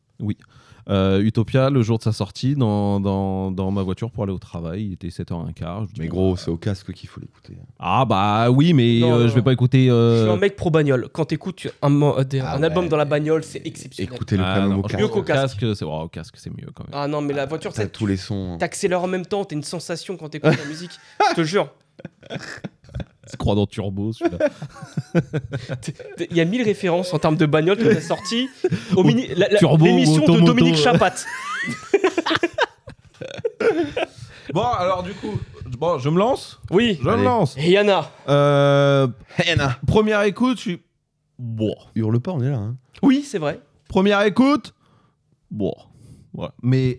Speaker 2: euh, Utopia, le jour de sa sortie, dans, dans, dans ma voiture pour aller au travail, il était 7h15. je dis,
Speaker 3: Mais
Speaker 2: bon,
Speaker 3: gros, c'est au casque qu'il faut l'écouter.
Speaker 2: Ah bah oui, mais
Speaker 1: Non,
Speaker 2: euh,
Speaker 1: non,
Speaker 2: je vais
Speaker 1: non.
Speaker 2: pas écouter...
Speaker 1: Je suis
Speaker 2: euh,
Speaker 1: un mec pro bagnole. Quand t'écoutes un, mo- euh, des-
Speaker 3: Ah
Speaker 1: un album
Speaker 3: ouais.
Speaker 1: dans la bagnole, c'est exceptionnel.
Speaker 3: Écoutez-le
Speaker 2: ah,
Speaker 3: quand même
Speaker 2: non,
Speaker 3: au
Speaker 2: je-
Speaker 3: casque.
Speaker 1: Mieux qu'au casque.
Speaker 2: c'est oh, au casque, c'est mieux quand même.
Speaker 1: Ah non, mais la voiture,
Speaker 3: T'as
Speaker 1: c'est
Speaker 3: tous les sons. hein.
Speaker 1: T'accélères en même temps, t'as une sensation quand t'écoutes la musique. Je te jure.
Speaker 2: C'est croix dans Turbo, celui-là.
Speaker 1: Il y a mille références en termes de bagnole que t'as sorti. Au
Speaker 2: Au
Speaker 1: mini, la- la-
Speaker 2: turbo,
Speaker 1: l'émission
Speaker 2: au
Speaker 1: de
Speaker 2: automoto,
Speaker 1: Dominique
Speaker 2: ouais.
Speaker 1: Chapat.
Speaker 2: bon, alors du coup, bon, je me lance
Speaker 1: Oui.
Speaker 2: Je
Speaker 3: Allez.
Speaker 2: me lance
Speaker 1: Et Yana.
Speaker 2: Euh,
Speaker 3: Hannah
Speaker 2: Première écoute, je suis... Bon.
Speaker 3: Hurle pas, on est là. hein.
Speaker 1: Oui, c'est vrai.
Speaker 2: Première écoute, bon, voilà. Mais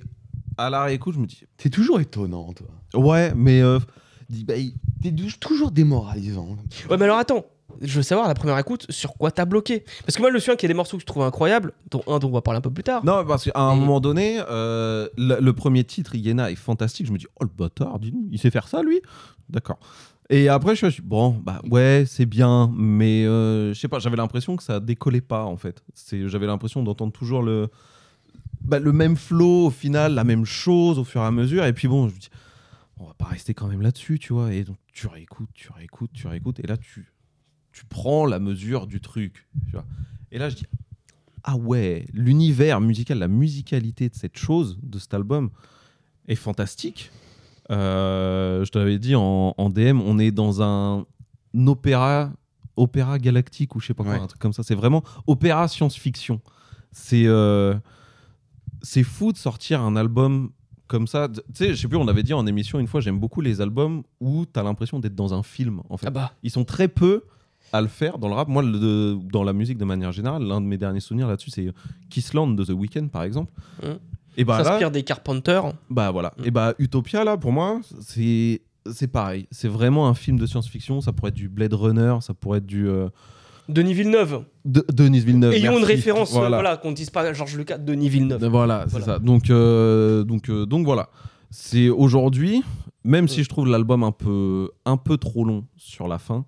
Speaker 2: à la réécoute, je me dis,
Speaker 3: T'es toujours étonnant, toi.
Speaker 2: ouais, mais euh, dis, bah,
Speaker 3: T'es dou- toujours démoralisant.
Speaker 1: Ouais, mais alors attends. je veux savoir à la première écoute sur quoi t'as bloqué. Parce que moi, je me souviens qu'il y a des morceaux que je trouve incroyables, dont un dont on va parler un peu plus tard.
Speaker 2: Non, parce qu'à un
Speaker 1: Et-
Speaker 2: moment donné, euh, le, le premier titre, Iéna, est fantastique. Je me dis, oh le bâtard, dis donc, il sait faire ça, lui D'accord. Et après, je suis bon, bah ouais, c'est bien, mais euh, je sais pas, j'avais l'impression que ça décollait pas, en fait. C'est- J'avais l'impression d'entendre toujours le, bah, le même flow, au final, la même chose au fur et à mesure. Et puis bon, je me dis, on va pas rester quand même là-dessus, tu vois. Et donc, tu réécoutes, tu réécoutes, tu réécoutes, et là, tu, tu prends la mesure du truc, tu vois. Et là, je dis, ah ouais, l'univers musical, la musicalité de cette chose, de cet album, est fantastique. Euh, je t'avais dit en, en DM, on est dans un opéra, opéra galactique ou je sais pas quoi,
Speaker 3: Ouais.
Speaker 2: un truc comme ça. C'est vraiment opéra science-fiction. C'est euh, c'est fou de sortir un album comme ça. Tu sais, je sais plus, on avait dit en émission une fois, j'aime beaucoup les albums où t'as l'impression d'être dans un film. En fait,
Speaker 1: Ah bah,
Speaker 2: ils sont très peu à le faire dans le rap. Moi, le- de- dans la musique de manière générale, l'un de mes derniers souvenirs là-dessus, c'est euh, Kissland de The Weeknd, par exemple.
Speaker 1: Mhm.
Speaker 2: Et bah là,
Speaker 1: s'inspire des Carpenters.
Speaker 2: bah voilà.
Speaker 1: Mm.
Speaker 2: Et bah Utopia là pour moi, c'est c'est pareil. C'est vraiment un film de science-fiction. Ça pourrait être du Blade Runner, ça pourrait être du euh,
Speaker 1: Denis Villeneuve.
Speaker 2: de- Denis Villeneuve.
Speaker 1: Ayons une
Speaker 2: Euh, merci.
Speaker 1: référence, euh, voilà, qu'on ne dise pas Georges Lucas, Denis Villeneuve.
Speaker 2: Voilà, c'est
Speaker 1: Voilà.
Speaker 2: ça. Donc euh, donc euh, donc voilà. C'est aujourd'hui, même si
Speaker 1: Mm.
Speaker 2: je trouve l'album un peu un peu trop long sur la fin.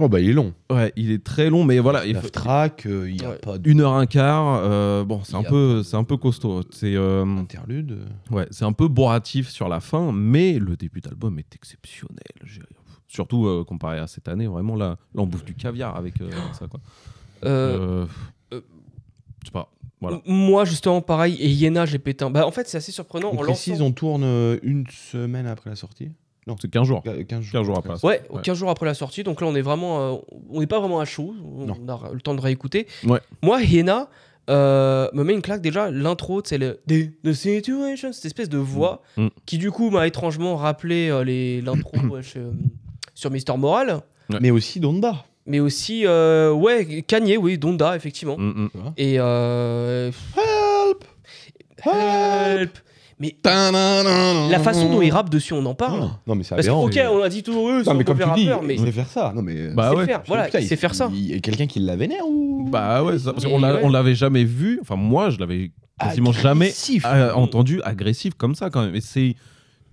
Speaker 3: Oh bah il est long.
Speaker 2: Ouais, il est très long, mais voilà. il faut-
Speaker 3: Laugh track, euh, il n'y a
Speaker 1: Ouais.
Speaker 3: pas
Speaker 2: une heure un quart, euh, bon, c'est
Speaker 3: Il
Speaker 2: un
Speaker 3: y a
Speaker 2: peu, c'est un peu costaud. C'est, euh,
Speaker 3: d'interlude. euh.
Speaker 2: ouais, c'est un peu bourratif sur la fin, mais le début d'album est exceptionnel. J'ai- Surtout euh, comparé à cette année, vraiment là, là on bouffe du caviar avec euh, ça quoi.
Speaker 1: Euh,
Speaker 2: Euh,
Speaker 1: euh,
Speaker 2: je sais pas. voilà.
Speaker 1: m- Moi, justement, pareil, et Yéna, j'ai pété un. Bah, en fait, c'est assez surprenant.
Speaker 3: On
Speaker 1: en
Speaker 3: précise,
Speaker 1: lançant-
Speaker 3: on tourne euh, une semaine après la sortie.
Speaker 2: C'est 15 jours.
Speaker 3: Euh, 15 jours,
Speaker 2: 15 jours après. la
Speaker 1: Ouais,
Speaker 2: sortie. Ouais.
Speaker 1: 15 jours après la sortie, donc là on est vraiment, euh, on n'est pas vraiment à chaud, on
Speaker 3: Non.
Speaker 1: a le temps de réécouter.
Speaker 2: Ouais.
Speaker 1: Moi, Hena euh, me met une claque déjà, l'intro, c'est le The- The Situation, cette espèce de voix
Speaker 2: Mm. Mm.
Speaker 1: qui du coup m'a étrangement rappelé euh, les- l'intro ouais, chez, euh, sur Mister Moral,
Speaker 2: Ouais.
Speaker 3: Mais aussi Donda.
Speaker 1: mais aussi, euh, ouais, Kanye, oui, Donda, effectivement.
Speaker 2: Mm, mm.
Speaker 1: Et. euh,
Speaker 3: Help
Speaker 1: help Mais la
Speaker 3: La
Speaker 1: Euh, façon dont il rappe dessus, on en parle.
Speaker 3: Non mais c'est
Speaker 1: Parce que,
Speaker 3: aberrant.
Speaker 1: ok, on a dit tout, euh, c'est
Speaker 3: Ah. Non
Speaker 1: un
Speaker 3: mais comme
Speaker 1: mauvais
Speaker 3: tu dis,
Speaker 1: rappeur, mais.
Speaker 3: il sait faire ça. Non mais. euh,
Speaker 2: Bah
Speaker 1: c'est
Speaker 2: ouais.
Speaker 1: faire, voilà,
Speaker 3: Putain,
Speaker 1: il sait faire ça.
Speaker 3: Il il y a quelqu'un qui la vénère ou
Speaker 2: Bah ouais, ça- parce qu'on
Speaker 1: Et
Speaker 2: l'a-
Speaker 1: ouais.
Speaker 2: on l'avait jamais vu. Enfin moi, je l'avais
Speaker 3: Ah,
Speaker 2: quasiment jamais
Speaker 3: Agressif.
Speaker 2: euh, entendu agressif comme ça quand même. Et c'est une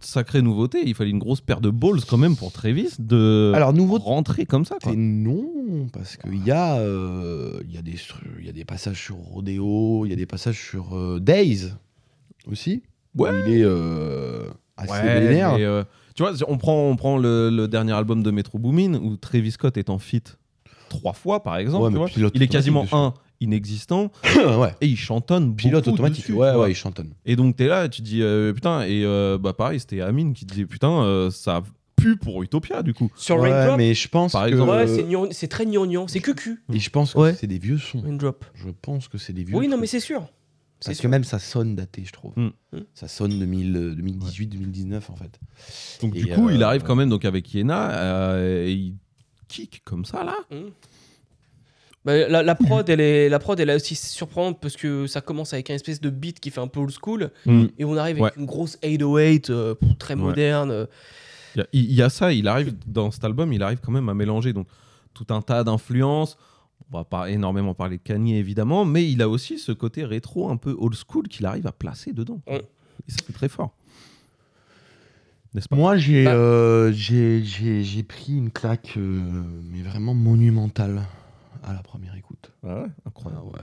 Speaker 2: sacrée nouveauté. Il fallait une grosse paire de balls quand même pour Travis de.
Speaker 3: Alors nouveau
Speaker 2: rentrer comme ça. Quoi.
Speaker 3: Et non, parce qu'il y, a, euh, il y, a des stru- il y a des passages sur Rodeo, il y a des passages sur euh, Days aussi. où
Speaker 2: Ouais.
Speaker 3: Il est euh, assez
Speaker 2: Ouais,
Speaker 3: vénère.
Speaker 2: mais, euh, tu vois, on prend, on prend le, le dernier album de Metro Boomin où Travis Scott est en fit trois fois par exemple.
Speaker 3: Ouais,
Speaker 2: tu
Speaker 3: mais
Speaker 2: vois.
Speaker 3: pilote
Speaker 2: il est
Speaker 3: automatique
Speaker 2: quasiment
Speaker 3: dessus.
Speaker 2: un inexistant
Speaker 3: ouais.
Speaker 2: et il chantonne
Speaker 3: Pilote
Speaker 2: beaucoup
Speaker 3: automatique.
Speaker 2: dessus,
Speaker 3: ouais,
Speaker 2: tu vois.
Speaker 3: ouais, il chantonne.
Speaker 2: Et donc t'es là, tu dis euh, putain et euh, bah pareil, c'était Amine qui disait putain euh, ça pue pour Utopia du coup.
Speaker 1: Sur
Speaker 3: Ouais,
Speaker 1: Raindrop,
Speaker 3: mais je pense
Speaker 2: Par
Speaker 3: que.
Speaker 2: exemple.
Speaker 1: ouais, c'est gnangnan- c'est très gnangnan, c'est cucu.
Speaker 3: Et je pense que
Speaker 1: Ouais.
Speaker 3: c'est des vieux sons.
Speaker 1: Raindrop.
Speaker 3: Je pense que c'est des vieux.
Speaker 1: Oui, non,
Speaker 3: trucs.
Speaker 1: mais c'est sûr. C'est
Speaker 3: Parce
Speaker 1: sûr.
Speaker 3: que même ça sonne daté, je trouve.
Speaker 2: Hmm.
Speaker 1: Hmm.
Speaker 3: Ça sonne 2000, euh, 2018, 2019 en fait.
Speaker 2: Donc
Speaker 3: Et,
Speaker 2: du coup
Speaker 3: euh,
Speaker 2: il arrive quand même donc avec Yena euh, et il kick comme ça là.
Speaker 1: Bah, la, la prod, elle est, la prod, elle est aussi surprenante parce que ça commence avec un espèce de beat qui fait un peu old school
Speaker 2: Mm.
Speaker 1: et on arrive
Speaker 2: Ouais.
Speaker 1: avec une grosse 808 euh, pff, très
Speaker 2: Ouais.
Speaker 1: moderne. euh.
Speaker 2: Il y a- Il y, a ça, il arrive dans cet album, il arrive quand même à mélanger donc tout un tas d'influences. On va pas énormément parler de Kanye évidemment, mais il a aussi ce côté rétro un peu old school qu'il arrive à placer dedans.
Speaker 1: Ouais.
Speaker 2: Et ça c'est très fort. N'est-ce pas
Speaker 3: Moi, j'ai
Speaker 1: Bah-
Speaker 3: euh, j'ai- j'ai- j'ai pris une claque, euh, mais vraiment monumentale à la première écoute.
Speaker 2: Incroyable.
Speaker 3: Ah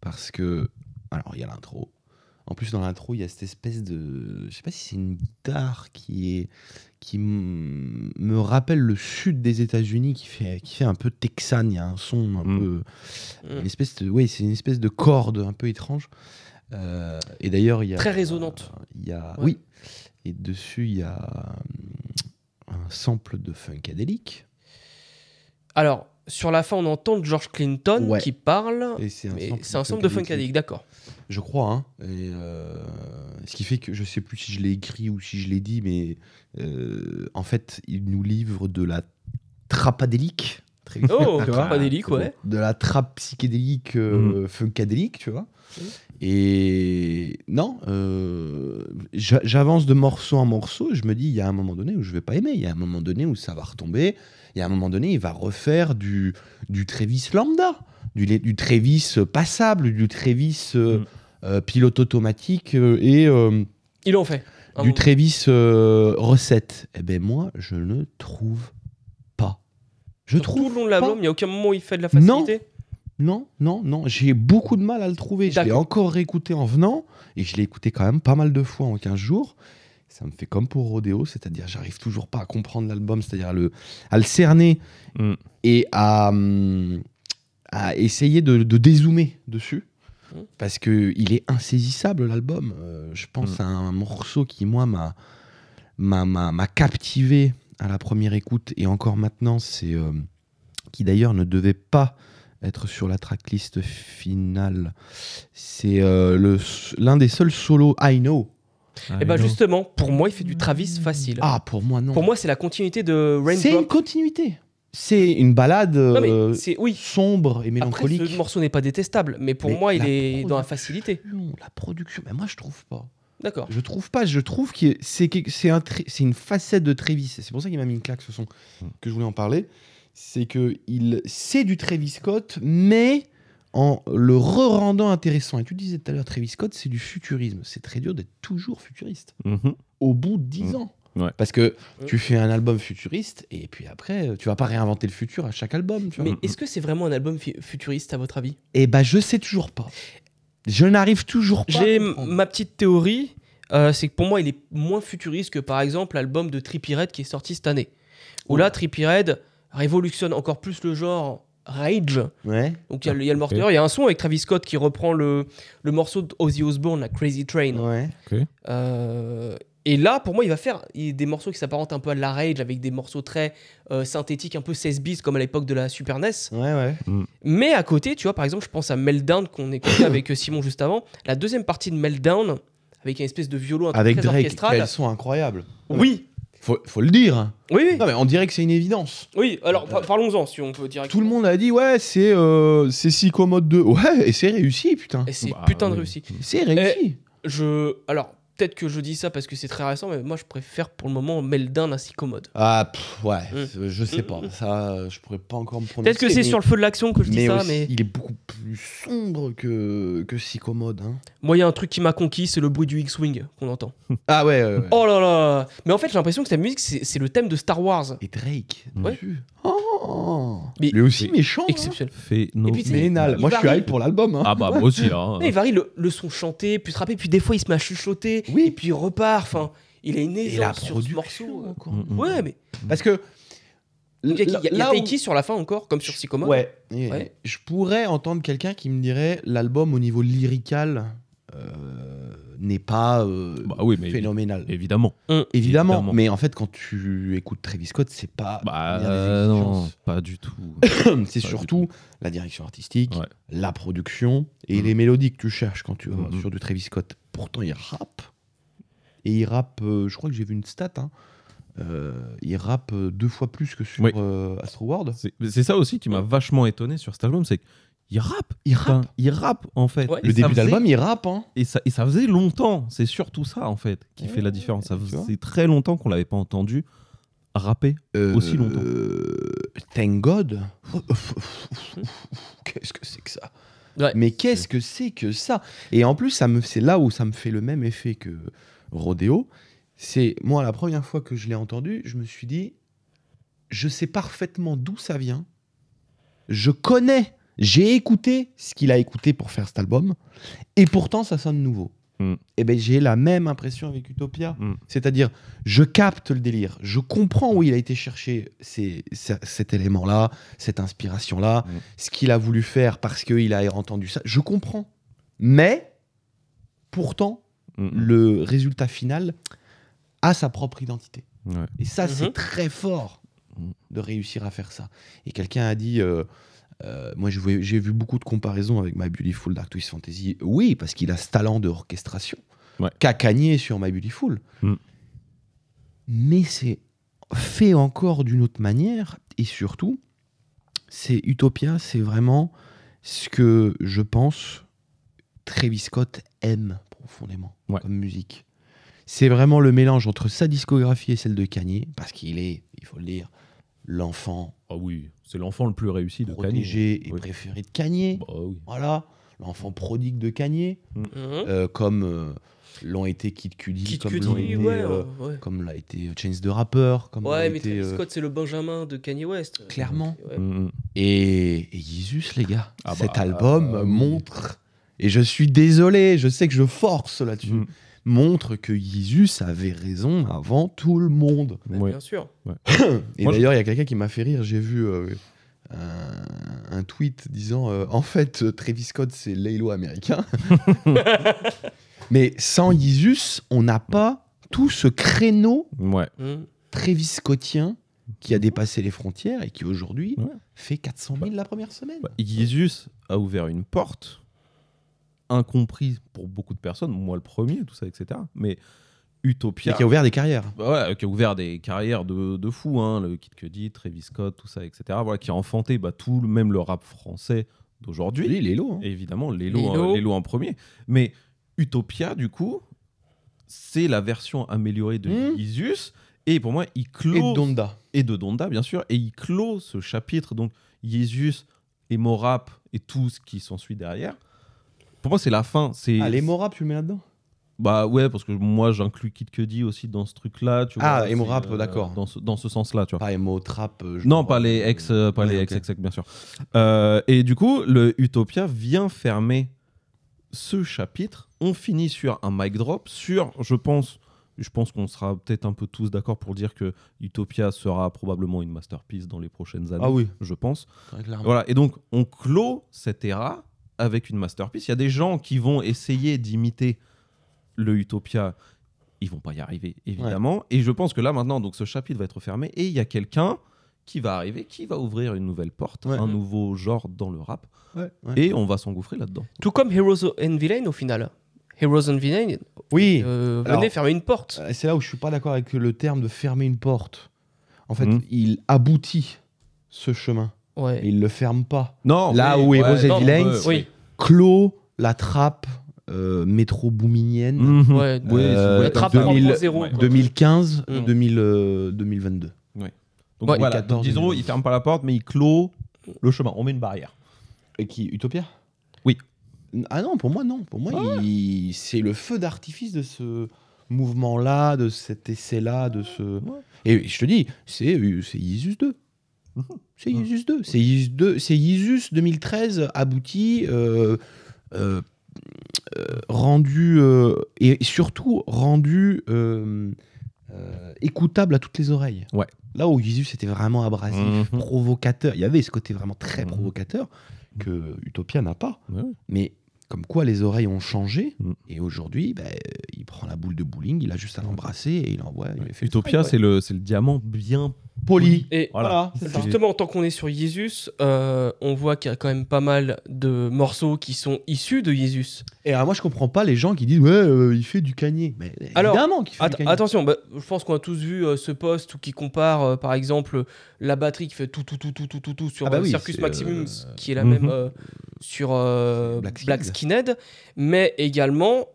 Speaker 3: Parce que, alors, il y a l'intro. En plus, dans l'intro, il y a cette espèce de. Je sais pas si c'est une guitare qui est qui m- me rappelle le sud des États-Unis, qui fait, qui fait un peu texane. Il y a un son un
Speaker 2: Mm.
Speaker 3: peu.
Speaker 1: Mm.
Speaker 3: Une espèce de, oui, c'est une espèce de corde un peu étrange. Euh, et d'ailleurs, il y a
Speaker 1: Très résonante.
Speaker 3: Il y a,
Speaker 1: Ouais.
Speaker 3: oui. Et dessus, il y a hum, un sample de funkadelic.
Speaker 1: Alors, sur la fin, on entend George Clinton
Speaker 3: Ouais.
Speaker 1: qui parle.
Speaker 3: Et c'est
Speaker 1: mais C'est un sample de Funkadelic, d'accord.
Speaker 3: Je crois. Hein. Et, euh, ce qui fait que je sais plus si je l'ai écrit ou si je l'ai dit, mais euh, en fait, il nous livre de la trapadélique. Très vite.
Speaker 1: Oh,
Speaker 3: Tu vois Ah,
Speaker 1: Funkadelic,
Speaker 3: C'est bon.
Speaker 1: ouais.
Speaker 3: De la trappe psychédélique, euh, funkadélique, tu vois.
Speaker 1: Mhm.
Speaker 3: Et non, euh, j'a- j'avance de morceau en morceau. Je me dis, il y a un moment donné où je vais pas aimer. Il y a un moment donné où ça va retomber. Il y a un moment donné, il va refaire du, du Trévis lambda, du, du Trévis passable, du Trévis
Speaker 1: Mhm.
Speaker 3: euh,
Speaker 2: Mm.
Speaker 3: euh, pilote automatique euh, et euh,
Speaker 1: Ils l'ont fait. Un
Speaker 3: du
Speaker 1: moment.
Speaker 3: Trévis euh, recette. Eh ben moi, je ne trouve pas. Je
Speaker 1: Sur Tout
Speaker 3: trouve
Speaker 1: le long de l'album, il n'y a aucun moment où il fait de la
Speaker 3: Non.
Speaker 1: facilité. Eh
Speaker 3: Non, non, non, j'ai beaucoup de mal à le trouver. Je l'ai
Speaker 1: D'accord.
Speaker 3: encore réécouté en venant, et je l'ai écouté quand même pas mal de fois en 15 jours. Ça me fait comme pour Rodeo, c'est-à-dire j'arrive toujours pas à comprendre l'album, c'est-à-dire à le, à le cerner
Speaker 2: Mm.
Speaker 3: et à, hum, à essayer de, de dézoomer dessus.
Speaker 1: Mm.
Speaker 3: Parce que il est insaisissable l'album. Euh, je pense
Speaker 1: Mm.
Speaker 3: à un morceau qui, moi, m'a- m'a m'a- m'a captivé à la première écoute et encore maintenant, c'est euh, qui d'ailleurs ne devait pas être sur la tracklist finale. C'est euh, le s- l'un des seuls solos I know. Eh
Speaker 1: Et
Speaker 3: ben,
Speaker 1: bah
Speaker 2: Ah, non.
Speaker 1: justement, pour moi, il fait du Travis facile.
Speaker 3: Ah, pour moi, non.
Speaker 1: Pour moi, c'est la continuité de
Speaker 3: c'est une
Speaker 1: Raindrop.
Speaker 3: continuité. C'est une balade
Speaker 1: Non, mais
Speaker 3: euh,
Speaker 1: c'est oui.
Speaker 3: sombre et
Speaker 1: Après,
Speaker 3: mélancolique.
Speaker 1: ce morceau n'est pas détestable, mais pour
Speaker 3: Mais
Speaker 1: moi, il
Speaker 3: la
Speaker 1: est
Speaker 3: production,
Speaker 1: dans la facilité.
Speaker 3: Hum, La production, mais moi je trouve pas.
Speaker 1: D'accord.
Speaker 3: Je trouve pas, je trouve que c'est que- c'est un tr- c'est une facette de Travis. C'est pour ça qu'il m'a mis une claque ce son
Speaker 2: Mm.
Speaker 3: que je voulais en parler. C'est que il c'est du Travis Scott, mais en le re-rendant intéressant. Et tu disais tout à l'heure, Travis Scott, c'est du futurisme. C'est très dur d'être toujours futuriste.
Speaker 2: Mhm.
Speaker 3: au bout de 10
Speaker 2: Mm.
Speaker 3: ans.
Speaker 2: Ouais.
Speaker 3: Parce que tu fais un album futuriste et puis après, euh, tu vas pas réinventer le futur à chaque album. Tu vois.
Speaker 1: Mais
Speaker 2: Mhm.
Speaker 1: est-ce que c'est vraiment un album fi- futuriste à votre avis
Speaker 3: Et bah, je sais toujours pas. Je n'arrive toujours pas.
Speaker 1: J'ai
Speaker 3: à
Speaker 1: m-
Speaker 3: comprendre.
Speaker 1: ma petite théorie, euh, c'est que pour moi, il est moins futuriste que par exemple l'album de Trippie Red qui est sorti cette année. Où là, Trippie Red révolutionne encore plus le genre Rage.
Speaker 3: Ouais.
Speaker 1: Donc il y, a le- il y a le
Speaker 2: Ok.
Speaker 1: morceau, il y a un son avec Travis Scott qui reprend le, le morceau d'Ozzy Osbourne, la Crazy Train.
Speaker 3: Ouais.
Speaker 1: Euh, et là, pour moi, il va faire il y a des morceaux qui s'apparentent un peu à de la Rage, avec des morceaux très euh, synthétiques, un peu 16 bits, comme à l'époque de la Super NES.
Speaker 3: Ouais, ouais.
Speaker 1: Mais à côté, tu vois, par exemple, je pense à Meltdown, qu'on écoutait avec euh, Simon juste avant. La deuxième partie de Meltdown, avec une espèce de violon un truc
Speaker 3: Avec
Speaker 1: très
Speaker 3: Drake,
Speaker 1: orchestral.
Speaker 3: elles sont incroyables.
Speaker 1: Oui,
Speaker 3: Faut, faut le dire. hein.
Speaker 1: oui, oui.
Speaker 3: Non, mais on dirait que c'est une évidence.
Speaker 1: oui. Alors, par- parlons-en, si on peut dire.
Speaker 3: Tout le monde a dit, ouais, c'est euh, c'est Psycho Mode 2. Ouais, et c'est réussi, putain.
Speaker 1: Et Eh. c'est
Speaker 2: Bah,
Speaker 1: putain de
Speaker 2: oui.
Speaker 1: réussi.
Speaker 3: C'est réussi.
Speaker 1: Je... Alors, peut-être que je dis ça parce que c'est très récent, mais moi, je préfère pour le moment Meltdown ainsi commode.
Speaker 3: Ah, pff, ouais,
Speaker 1: Mm.
Speaker 3: c'est- je sais
Speaker 1: Mm,
Speaker 3: pas.
Speaker 1: mm.
Speaker 3: Ça, euh, je pourrais pas encore me prononcer.
Speaker 1: Peut-être que c'est
Speaker 3: mais-
Speaker 1: sur le feu de l'action que je dis
Speaker 3: mais
Speaker 1: ça,
Speaker 3: aussi,
Speaker 1: mais...
Speaker 3: il est beaucoup plus sombre que, que Psycho Mode. Hein.
Speaker 1: Moi, il y a un truc qui m'a conquis, c'est le bruit du X-Wing qu'on entend.
Speaker 3: Ah ouais, ouais, ouais.
Speaker 1: Oh là là Mais en fait, j'ai l'impression que cette musique, c'est c'est le thème de Star Wars.
Speaker 3: Et Drake,
Speaker 2: Mm.
Speaker 3: dessus. Oh
Speaker 1: Mais-
Speaker 3: Il est aussi méchant. hein.
Speaker 1: Exceptionnel.
Speaker 2: Phénoménal.
Speaker 1: Et puis, c'est-
Speaker 3: Ménal.
Speaker 1: il
Speaker 3: Moi, je suis
Speaker 1: varie.
Speaker 3: hype pour l'album. hein.
Speaker 2: Ah bah moi aussi là. hein.
Speaker 1: Mais il varie le, le son chanté, puis se rapper, puis des fois, il se met à chuchoter,
Speaker 3: Oui.
Speaker 1: et puis il repart. Enfin, il a une
Speaker 3: Et la
Speaker 1: aisance sur ce
Speaker 3: production.
Speaker 1: morceau. euh.
Speaker 3: encore.
Speaker 2: Mhm.
Speaker 1: Ouais, mais
Speaker 3: Parce que.
Speaker 1: il y a, il y a- il y a
Speaker 3: là où-
Speaker 1: Taiki sur la fin encore, comme sur Sycomore.
Speaker 3: Ouais. Et-
Speaker 1: Ouais.
Speaker 3: Je pourrais entendre quelqu'un qui me dirait l'album au niveau lyrical euh, n'est pas euh,
Speaker 2: Bah oui, mais-
Speaker 3: phénoménal.
Speaker 2: Évidemment.
Speaker 3: Évidemment,
Speaker 2: évidemment.
Speaker 3: mais en fait, quand tu écoutes Travis Scott, c'est pas.
Speaker 2: Bah
Speaker 3: il y a des
Speaker 2: euh, non,
Speaker 3: exigences.
Speaker 2: pas du tout.
Speaker 3: c'est
Speaker 2: Pas du
Speaker 3: surtout la direction artistique,
Speaker 2: Ouais.
Speaker 3: la production et
Speaker 2: Mhm.
Speaker 3: les mélodies que tu cherches quand tu vas
Speaker 2: Mhm.
Speaker 3: sur du Travis Scott. Pourtant, il rappe. Et il rappe, euh, je crois que j'ai vu une stat, hein. Euh, il rappe euh, deux fois plus que sur
Speaker 2: Oui.
Speaker 3: euh, Astro World.
Speaker 2: C'est- mais C'est ça aussi qui m'a vachement étonné sur cet album, c'est qu'il rappe.
Speaker 3: Il rappe.
Speaker 2: Enfin, il rappe en fait.
Speaker 1: Ouais.
Speaker 2: Et
Speaker 3: Le
Speaker 2: ça
Speaker 3: début
Speaker 2: faisait-
Speaker 3: d'album, il rappe. Hein.
Speaker 2: Et ça, et ça faisait longtemps, c'est surtout ça en fait qui
Speaker 3: Ouais,
Speaker 2: fait la différence. Ça
Speaker 3: tu vois.
Speaker 2: faisait très longtemps qu'on l'avait pas entendu rapper. Aussi longtemps.
Speaker 3: Euh, Thank God. Qu'est-ce que c'est que ça
Speaker 1: Ouais.
Speaker 3: Mais qu'est-ce que c'est que ça Et en plus, ça me, c'est là où ça me fait le même effet que Rodeo. C'est moi la première fois que je l'ai entendu, je me suis dit, je sais parfaitement d'où ça vient. Je connais, j'ai écouté ce qu'il a écouté pour faire cet album, et pourtant ça sonne nouveau.
Speaker 2: Mm.
Speaker 3: Et ben j'ai la même impression avec Utopia,
Speaker 2: Mm.
Speaker 3: c'est-à-dire je capte le délire, je comprends où il a été chercher ces- ce- cet élément-là, cette inspiration-là,
Speaker 2: Mm.
Speaker 3: ce qu'il a voulu faire parce qu'il a entendu ça, je comprends. Mais pourtant,
Speaker 2: Mm.
Speaker 3: le résultat final a sa propre identité.
Speaker 2: Ouais.
Speaker 3: Et ça,
Speaker 1: Mhm.
Speaker 3: c'est très fort
Speaker 2: Mhm.
Speaker 3: de réussir à faire ça. Et quelqu'un a dit, euh, euh, moi je voyais- j'ai vu beaucoup de comparaisons avec My Beautiful Dark Twist Fantasy. Oui, parce qu'il a ce talent de orchestration
Speaker 2: Ouais.
Speaker 3: qu'a Kanye sur My Beautiful.
Speaker 2: Mhm.
Speaker 3: Mais c'est fait encore d'une autre manière. Et surtout, c'est Utopia, c'est vraiment ce que je pense Travis Scott aime profondément
Speaker 2: Ouais.
Speaker 3: comme musique. C'est vraiment le mélange entre sa discographie et celle de Kanye, parce qu'il est, il faut le dire, l'enfant
Speaker 2: Ah oui, c'est l'enfant le plus réussi de Kanye.
Speaker 3: protégé et
Speaker 2: Oui.
Speaker 3: préféré de Kanye.
Speaker 2: Bah oui.
Speaker 3: Voilà, l'enfant prodigue de Kanye,
Speaker 1: Mhm.
Speaker 3: euh, comme euh, l'ont été Kid Cudi,
Speaker 1: Kid
Speaker 3: comme
Speaker 1: Cudi,
Speaker 3: l'ont été,
Speaker 1: ouais,
Speaker 3: euh,
Speaker 1: ouais.
Speaker 3: comme l'a été Chains the Rapper, comme l'a
Speaker 1: Ouais, mais
Speaker 3: été,
Speaker 1: Travis
Speaker 3: euh,
Speaker 1: Scott, c'est le Benjamin de Kanye West.
Speaker 3: clairement.
Speaker 1: Ouais. bah,
Speaker 2: Mm, mm.
Speaker 3: Et, et Jesus, les gars,
Speaker 2: Ah
Speaker 3: cet
Speaker 2: bah,
Speaker 3: album
Speaker 2: euh, oui.
Speaker 3: montre, et je suis désolé, je sais que je force là-dessus,
Speaker 2: Mm.
Speaker 3: montre que Jesus avait raison avant tout le monde.
Speaker 1: Bah,
Speaker 2: Ouais.
Speaker 1: Bien sûr.
Speaker 3: Et
Speaker 2: Moi, je-
Speaker 3: d'ailleurs, il y a quelqu'un qui m'a fait rire, j'ai vu euh, un, un tweet disant euh, En fait, euh, Travis Scott, c'est Laylo américain. Mais sans Jesus, on n'a pas tout ce créneau
Speaker 2: Ouais.
Speaker 1: Mhm.
Speaker 3: Travis Scottien qui a dépassé les frontières et qui aujourd'hui
Speaker 2: Ouais.
Speaker 3: fait 400 000 la première semaine.
Speaker 2: Bah, Jesus a ouvert une porte incomprise pour beaucoup de personnes, moi le premier, tout ça, etc. Mais
Speaker 3: Et
Speaker 2: Utopia,
Speaker 3: qui a ouvert des carrières.
Speaker 2: Bah ouais, qui a ouvert des carrières de, de fou, hein, le Kid Cudi, Travis Scott, tout ça, etc. Voilà, qui a enfanté bah, tout, le- même le rap français d'aujourd'hui.
Speaker 3: Lui, il est lourd, hein.
Speaker 2: Et évidemment, Lélo,
Speaker 1: Lelo.
Speaker 2: en, Lélo en premier. Mais Utopia, du coup, c'est la version améliorée de
Speaker 3: Hmm.
Speaker 2: Isus. Et pour moi, il clôt.
Speaker 3: Et Donda.
Speaker 2: et de Donda, bien sûr. Et il clôt ce chapitre. Donc, Isus, Emo Rap et tout ce qui s'ensuit derrière. Pour moi, c'est la fin. C'est
Speaker 3: Ah, les Morap, tu le mets là-dedans
Speaker 2: bah ouais, parce que moi j'inclus Kid Cudi aussi dans ce truc-là. tu
Speaker 3: Ah,
Speaker 2: vois,
Speaker 3: emo
Speaker 2: c'est, euh,
Speaker 3: rap, d'accord.
Speaker 2: Dans ce, dans ce sens-là, tu vois.
Speaker 3: Pas Emo Trap. euh, je
Speaker 2: non,
Speaker 3: crois.
Speaker 2: pas les ex, euh, pas
Speaker 3: Ouais,
Speaker 2: les
Speaker 3: ok.
Speaker 2: ex, ex, ex, bien sûr. Euh, et du coup, le Utopia vient fermer ce chapitre. On finit sur un mic drop, sur, je pense, je pense qu'on sera peut-être un peu tous d'accord pour dire que Utopia sera probablement une masterpiece dans les prochaines années.
Speaker 3: Ah oui,
Speaker 2: Je pense.
Speaker 3: très clairement.
Speaker 2: Voilà, et donc on clôt cette era avec une masterpiece. Il y a des gens qui vont essayer d'imiter le Utopia. Ils vont pas y arriver, évidemment. Et je pense que là, maintenant, donc ce chapitre va être fermé et il y a quelqu'un qui va arriver, qui va ouvrir une nouvelle porte,
Speaker 3: Ouais.
Speaker 2: un nouveau genre dans le rap.
Speaker 3: Ouais, ouais.
Speaker 2: Et on va s'engouffrer là-dedans.
Speaker 1: Tout comme Heroes and Villain au final. Heroes and Villain
Speaker 3: Oui,
Speaker 1: euh, venait
Speaker 3: Alors-
Speaker 1: fermer une porte.
Speaker 3: Euh, C'est là où je suis pas d'accord avec le terme de fermer une porte. En fait,
Speaker 2: Mhm.
Speaker 3: il aboutit ce chemin.
Speaker 1: Ouais.
Speaker 3: euh, Il le ferme pas.
Speaker 2: Non,
Speaker 3: Là où Heroes and
Speaker 1: non,
Speaker 3: Villains
Speaker 2: euh,
Speaker 1: Oui,
Speaker 3: clôt la trappe euh, métro bouminienne
Speaker 2: Mhm.
Speaker 1: ouais.
Speaker 2: Oui,
Speaker 3: Euh,
Speaker 2: c'est- ouais,
Speaker 1: La trappe
Speaker 2: comme ça.
Speaker 1: 2000,
Speaker 3: 2000,
Speaker 1: 3.0,
Speaker 2: Hmm.
Speaker 1: quoi.
Speaker 3: 2015
Speaker 1: Mhm.
Speaker 3: 2000, euh, 2022.
Speaker 2: Donc
Speaker 1: Ouais.
Speaker 2: voilà,
Speaker 3: 14,
Speaker 2: disons,
Speaker 3: 2011.
Speaker 2: il ferme pas la porte, mais il clôt le chemin. On met une barrière.
Speaker 3: Et qui Utopia
Speaker 2: Oui.
Speaker 3: Ah non, pour moi non. Pour moi, il- c'est le feu d'artifice de ce mouvement-là, de cet essai-là, de ce.
Speaker 2: Ouais.
Speaker 3: Et je te dis, c'est euh, c'est Isus 2.
Speaker 2: Mhm.
Speaker 3: C'est
Speaker 2: Mhm.
Speaker 3: Isus 2. C'est Isus 2. C'est Isus 2013 abouti, euh, euh, euh, rendu euh, et surtout rendu euh, euh, écoutable à toutes les oreilles.
Speaker 2: Ouais.
Speaker 3: Là où Isus était vraiment abrasif
Speaker 2: Mhm.
Speaker 3: provocateur. Il y avait ce côté vraiment très
Speaker 1: Mmh.
Speaker 2: Mhm.
Speaker 3: provocateur que Utopia n'a pas.
Speaker 2: Ouais.
Speaker 3: Mais comme quoi les oreilles ont changé.
Speaker 1: Mmh.
Speaker 2: Mhm.
Speaker 3: Et aujourd'hui, bah, euh, il prend la boule de bowling, il a juste à l'embrasser et il envoie. Il fait
Speaker 2: Utopia, c'est le, c'est le diamant bien
Speaker 3: poli.
Speaker 1: Et
Speaker 2: Voilà.
Speaker 3: Voilà, c'est ça.
Speaker 1: Justement, tant qu'on est sur Jesus, euh, on voit qu'il y a quand même pas mal de morceaux qui sont issus de Jesus.
Speaker 3: Et alors, moi, je comprends pas les gens qui disent Ouais, euh, il fait du canier. Mais
Speaker 1: Alors,
Speaker 3: évidemment qu'il fait du
Speaker 1: Att-
Speaker 3: canier.
Speaker 1: attention, bah, je pense qu'on a tous vu euh, ce post où qui compare, euh, par exemple, la batterie qui fait tout, tout, tout, tout, tout, tout, tout sur
Speaker 3: Ah bah
Speaker 1: euh,
Speaker 3: oui,
Speaker 1: Circus
Speaker 3: c'est,
Speaker 1: Maximum,
Speaker 3: euh,
Speaker 1: qui est la
Speaker 2: mhm.
Speaker 1: même euh, sur euh,
Speaker 3: Black Skinhead.
Speaker 1: Black Skinhead, mais également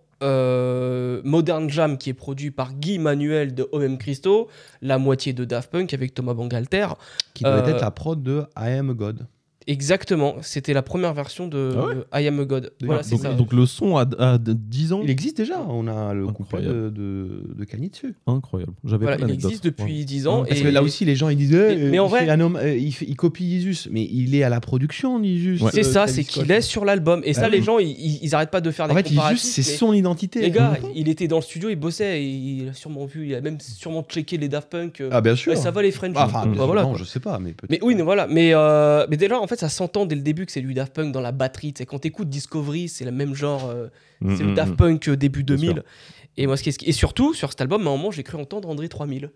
Speaker 1: euh, Modern Jam, qui est produit par Guy Manuel de O.M. Christo, la moitié de Daft Punk avec Thomas Bangalter.
Speaker 3: Qui doit
Speaker 1: euh,
Speaker 3: être la prod de I Am a God.
Speaker 1: Exactement, c'était la première version de
Speaker 2: Ah ouais
Speaker 1: euh, I Am a God. Voilà, c'est
Speaker 2: donc,
Speaker 1: ça.
Speaker 2: donc le son a, a 10 ans.
Speaker 3: Il existe déjà. On a le couplet de,
Speaker 2: Incroyable.
Speaker 3: de, de Kanye dessus.
Speaker 2: Incroyable. J'avais
Speaker 1: Voilà,
Speaker 2: pas
Speaker 1: il
Speaker 2: l'anecdote.
Speaker 1: existe depuis
Speaker 2: Ouais.
Speaker 1: 10 ans.
Speaker 3: Parce
Speaker 1: et
Speaker 3: que là aussi, les gens ils disent Eh,
Speaker 1: Mais-
Speaker 3: euh,
Speaker 1: mais en
Speaker 3: il, fait
Speaker 1: vrai-
Speaker 3: un homme, euh, il, fait- il copie Isus, mais il est à la production Isus.
Speaker 2: Ouais.
Speaker 1: C'est
Speaker 3: euh,
Speaker 1: ça,
Speaker 3: Travis
Speaker 1: c'est
Speaker 3: Scott. Ah
Speaker 1: qu'il est sur l'album. Et ça,
Speaker 2: Ouais.
Speaker 1: les gens, ils- ils ils arrêtent pas de faire des
Speaker 3: En fait, Isus,
Speaker 1: comparatifs.
Speaker 3: c'est
Speaker 1: mais-
Speaker 3: son identité.
Speaker 1: Les gars,
Speaker 3: Mhm.
Speaker 1: il était dans le studio, il bossait, et il a sûrement vu, il a même sûrement checké les Daft Punk. euh,
Speaker 3: Ah, bien sûr.
Speaker 1: ouais, ça va les French.
Speaker 3: Ah, Enfin,
Speaker 1: Bah,
Speaker 3: bien sûr,
Speaker 1: voilà,
Speaker 3: non,
Speaker 1: quoi.
Speaker 3: je sais pas, mais peut-être.
Speaker 1: Mais oui, mais voilà. Mais, euh, mais déjà, en fait, ça s'entend dès le début que c'est du Daft Punk dans la batterie. Tu sais, quand t'écoutes Discovery, c'est le même genre. euh,
Speaker 2: Mm,
Speaker 1: c'est
Speaker 2: mm,
Speaker 1: le Daft
Speaker 2: mm.
Speaker 1: Punk euh, début
Speaker 2: Bien
Speaker 1: 2000. Et, moi, ce qui est- et surtout, sur cet album, à un moment, j'ai cru entendre André 3000.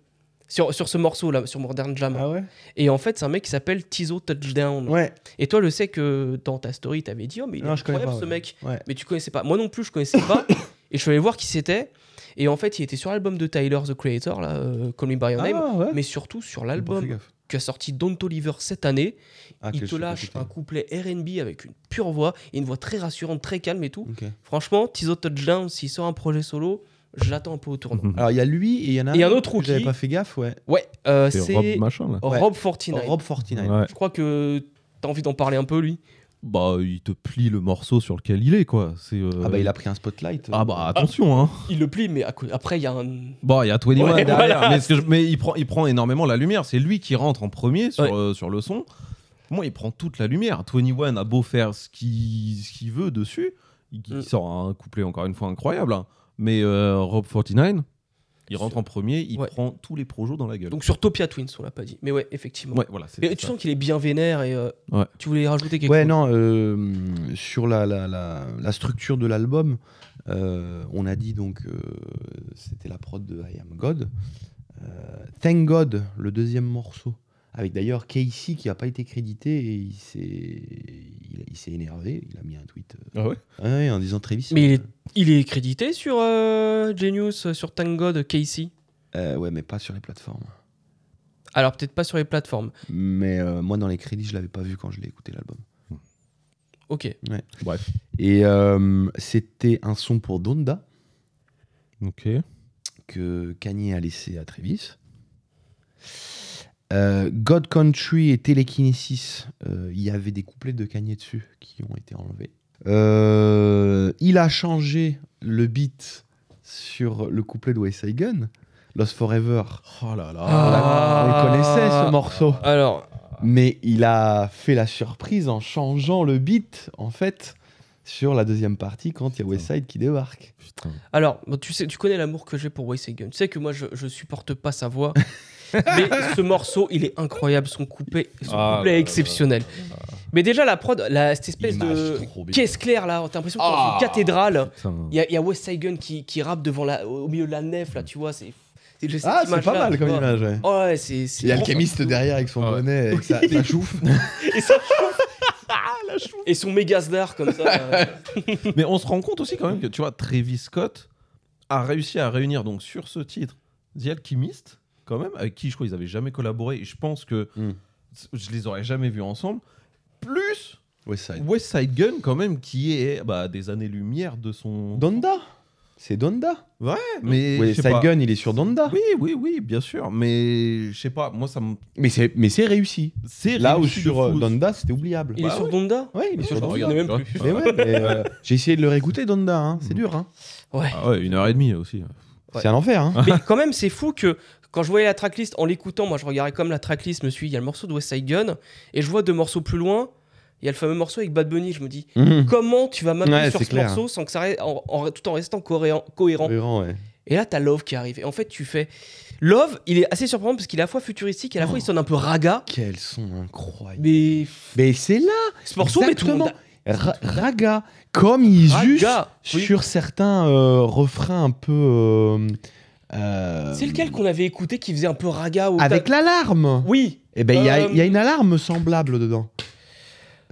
Speaker 1: Sur, sur ce morceau-là, sur Modern Jam.
Speaker 3: Ah ouais
Speaker 1: Et en fait, c'est un mec qui s'appelle Tizo Touchdown.
Speaker 3: Ouais,
Speaker 1: Et toi, le sais que dans ta story, t'avais dit Oh, mais il
Speaker 3: Non,
Speaker 1: est
Speaker 3: je connais
Speaker 1: incroyable
Speaker 3: pas,
Speaker 1: ce
Speaker 3: ouais.
Speaker 1: mec.
Speaker 3: ouais.
Speaker 1: Mais tu connaissais pas. Moi non plus, je connaissais pas. et je suis allé voir qui c'était. Et en fait, il était sur l'album de Tyler the Creator, là, euh, Call Me By Your Name.
Speaker 3: Ah, ouais.
Speaker 1: Mais surtout sur
Speaker 3: J'ai pas fait
Speaker 1: l'album
Speaker 3: gaffe.
Speaker 1: tu as sorti Don Toliver cette année.
Speaker 3: Ah, que
Speaker 1: il te
Speaker 3: je-
Speaker 1: lâche
Speaker 3: écoutez.
Speaker 1: un couplet RB avec une pure voix et une voix très rassurante, très calme et tout.
Speaker 3: Ok.
Speaker 1: Franchement, Tizo Touchdown, s'il sort un projet solo, je l'attends un peu au
Speaker 2: mm,
Speaker 1: tournant.
Speaker 3: Alors il y a lui et il y en a
Speaker 1: Et un autre
Speaker 3: que
Speaker 1: rookie.
Speaker 3: J'avais pas fait gaffe, ouais.
Speaker 1: Ouais, euh,
Speaker 2: C'est Rob
Speaker 1: c'est
Speaker 2: machin là.
Speaker 3: ouais.
Speaker 1: Rob 49.
Speaker 3: Rob 49.
Speaker 2: Ouais.
Speaker 1: Je crois que t'as envie d'en parler un peu, lui.
Speaker 2: Bah, il te plie le morceau sur lequel il est quoi. C'est. euh,
Speaker 3: Ah bah il a pris un spotlight.
Speaker 2: Ah bah attention hein.
Speaker 1: Il le plie, mais à co- après, il y a un.
Speaker 2: Bon, il y a 21
Speaker 1: Ouais,
Speaker 2: derrière,
Speaker 1: voilà.
Speaker 2: mais, ce que je- mais il, prend, il prend énormément la lumière. C'est lui qui rentre en premier sur,
Speaker 1: Ouais.
Speaker 2: euh, sur le son. Moi, il prend toute la lumière. 21 a beau faire ce qu'il ce qu'il veut dessus. Il, il
Speaker 1: Mm.
Speaker 2: sort un couplet, encore une fois, incroyable. hein. Mais euh, Rob 49, il rentre en premier, il
Speaker 1: Ouais.
Speaker 2: prend tous les projets dans la gueule.
Speaker 1: Donc sur Topia Twins, on l'a pas dit. Mais ouais, effectivement.
Speaker 2: ouais, voilà, c'est
Speaker 1: Et tu
Speaker 2: ça.
Speaker 1: sens qu'il est bien vénère et euh,
Speaker 2: Ouais.
Speaker 1: tu voulais rajouter quelque
Speaker 3: Ouais,
Speaker 1: chose.
Speaker 3: non, euh, sur la, la, la, la structure de l'album, euh, on a dit donc, euh, c'était la prod de I Am God. Euh, Thank God, le deuxième morceau, avec d'ailleurs Casey qui n'a pas été crédité et il s'est, il, il s'est énervé, il a mis un tweet euh,
Speaker 2: Ah ouais
Speaker 3: ah ouais, en disant Travis.
Speaker 1: Mais il est, il est crédité sur euh, Genius, euh, sur Tango de Casey.
Speaker 3: euh, ouais, mais pas sur les plateformes.
Speaker 1: Alors peut-être pas sur les plateformes.
Speaker 3: Mais euh, moi, dans les crédits, je l'avais pas vu quand je l'ai écouté l'album.
Speaker 1: Ok.
Speaker 3: Et euh, c'était un son pour Donda
Speaker 2: Ok.
Speaker 3: que Kanye a laissé à Travis. Euh, God Country et Telekinesis, euh, il y avait des couplets de Kanye dessus qui ont été enlevés. Euh, il a changé le beat sur le couplet de West Side Gun, Lost Forever.
Speaker 2: Oh là là.
Speaker 1: Ah.
Speaker 3: On le connaissait ce morceau.
Speaker 1: Alors,
Speaker 3: Mais il a fait la surprise en changeant le beat, en fait, sur la deuxième partie quand il y a Westside qui débarque.
Speaker 2: Putain.
Speaker 1: alors, bon, tu sais, tu connais l'amour que j'ai pour Waste Gun. Tu sais que moi, je, je supporte pas sa voix. mais ce morceau, il est incroyable. Son coupé, son
Speaker 2: Ah,
Speaker 1: couplet
Speaker 2: là,
Speaker 1: est
Speaker 2: là,
Speaker 1: exceptionnel. Mais déjà, la prod, la, cette espèce de caisse claire là, t'as l'impression que t'es
Speaker 2: Ah.
Speaker 1: dans une cathédrale.
Speaker 2: Putain.
Speaker 1: Il y, a- il y a West Side Gun qui, qui rappe devant la, au milieu de la nef, là, tu vois. C'est, c'est, j'ai cette
Speaker 3: Ah, c'est pas
Speaker 1: image-là,
Speaker 3: mal
Speaker 1: tu
Speaker 3: comme
Speaker 1: vois.
Speaker 3: image, ouais.
Speaker 1: Oh, ouais, c'est, c'est-
Speaker 3: Il y a le chemiste derrière avec son
Speaker 2: Ah ouais.
Speaker 3: bonnet, avec sa, sa chouffe.
Speaker 1: Et ça- Et son méga sdar comme ça. euh,
Speaker 2: Mais on se rend compte aussi quand même que tu vois Travis Scott a réussi à réunir donc sur ce titre The Alchemist quand même avec qui je crois ils avaient jamais collaboré et je pense que
Speaker 3: Hmm.
Speaker 2: je les aurais jamais vus ensemble plus
Speaker 3: Westside.
Speaker 2: West Side Gun quand même qui est bah, des années lumière de son
Speaker 3: Donda C'est Donda
Speaker 2: mais je sais
Speaker 3: Westside
Speaker 2: pas.
Speaker 3: Gun, il est sur Donda.
Speaker 2: oui oui oui bien sûr mais je sais pas moi ça me
Speaker 3: Mais c'est mais c'est réussi.
Speaker 2: c'est
Speaker 3: Là où
Speaker 2: réussi de
Speaker 3: sur euh,
Speaker 2: fou.
Speaker 3: Donda, c'était oubliable.
Speaker 1: Il est
Speaker 2: Bah
Speaker 1: sur
Speaker 2: ouais.
Speaker 1: Donda
Speaker 3: Ouais, il est sur
Speaker 2: Bah,
Speaker 3: Donda.
Speaker 1: regarde.
Speaker 2: regarde,
Speaker 1: même
Speaker 2: tu vois.
Speaker 1: plus.
Speaker 3: Mais ouais, mais, euh, j'ai essayé de le réécouter, Donda, hein. c'est
Speaker 2: Mm.
Speaker 3: dur. Hein.
Speaker 1: Ouais.
Speaker 2: Ah ouais, une heure et demie aussi
Speaker 1: Ouais.
Speaker 3: C'est un enfer. Hein.
Speaker 1: Mais quand même, c'est fou que quand je voyais la tracklist, en l'écoutant, moi je regardais comme la tracklist, je me suis dit, il y a le morceau de West Side Gun, et je vois deux morceaux plus loin, il y a le fameux morceau avec Bad Bunny, je me dis, comment tu vas m'appeler
Speaker 3: Ouais,
Speaker 1: sur
Speaker 3: c'est
Speaker 1: ce
Speaker 3: clair.
Speaker 1: morceau sans que ça reste- en- en- tout en restant cohérent, cohérent.
Speaker 3: Cohérent, ouais.
Speaker 1: Et là, t'as Love qui arrive. Et en fait, tu fais. Love, il est assez surprenant parce qu'il est à la fois futuristique et à
Speaker 3: Oh.
Speaker 1: la fois il sonne un peu raga.
Speaker 3: Quels sont incroyables.
Speaker 1: Mais
Speaker 3: Mais c'est là
Speaker 1: ce morceau, mais tout le monde.
Speaker 3: Ra- raga, comme ils usent
Speaker 1: Raga, oui.
Speaker 3: sur certains euh, refrains un peu. euh, euh,
Speaker 1: C'est lequel qu'on avait écouté qui faisait un peu raga ou
Speaker 3: Avec l'alarme
Speaker 1: Oui.
Speaker 3: Eh ben, il y a-
Speaker 1: Euh,
Speaker 3: il y, a une alarme semblable dedans.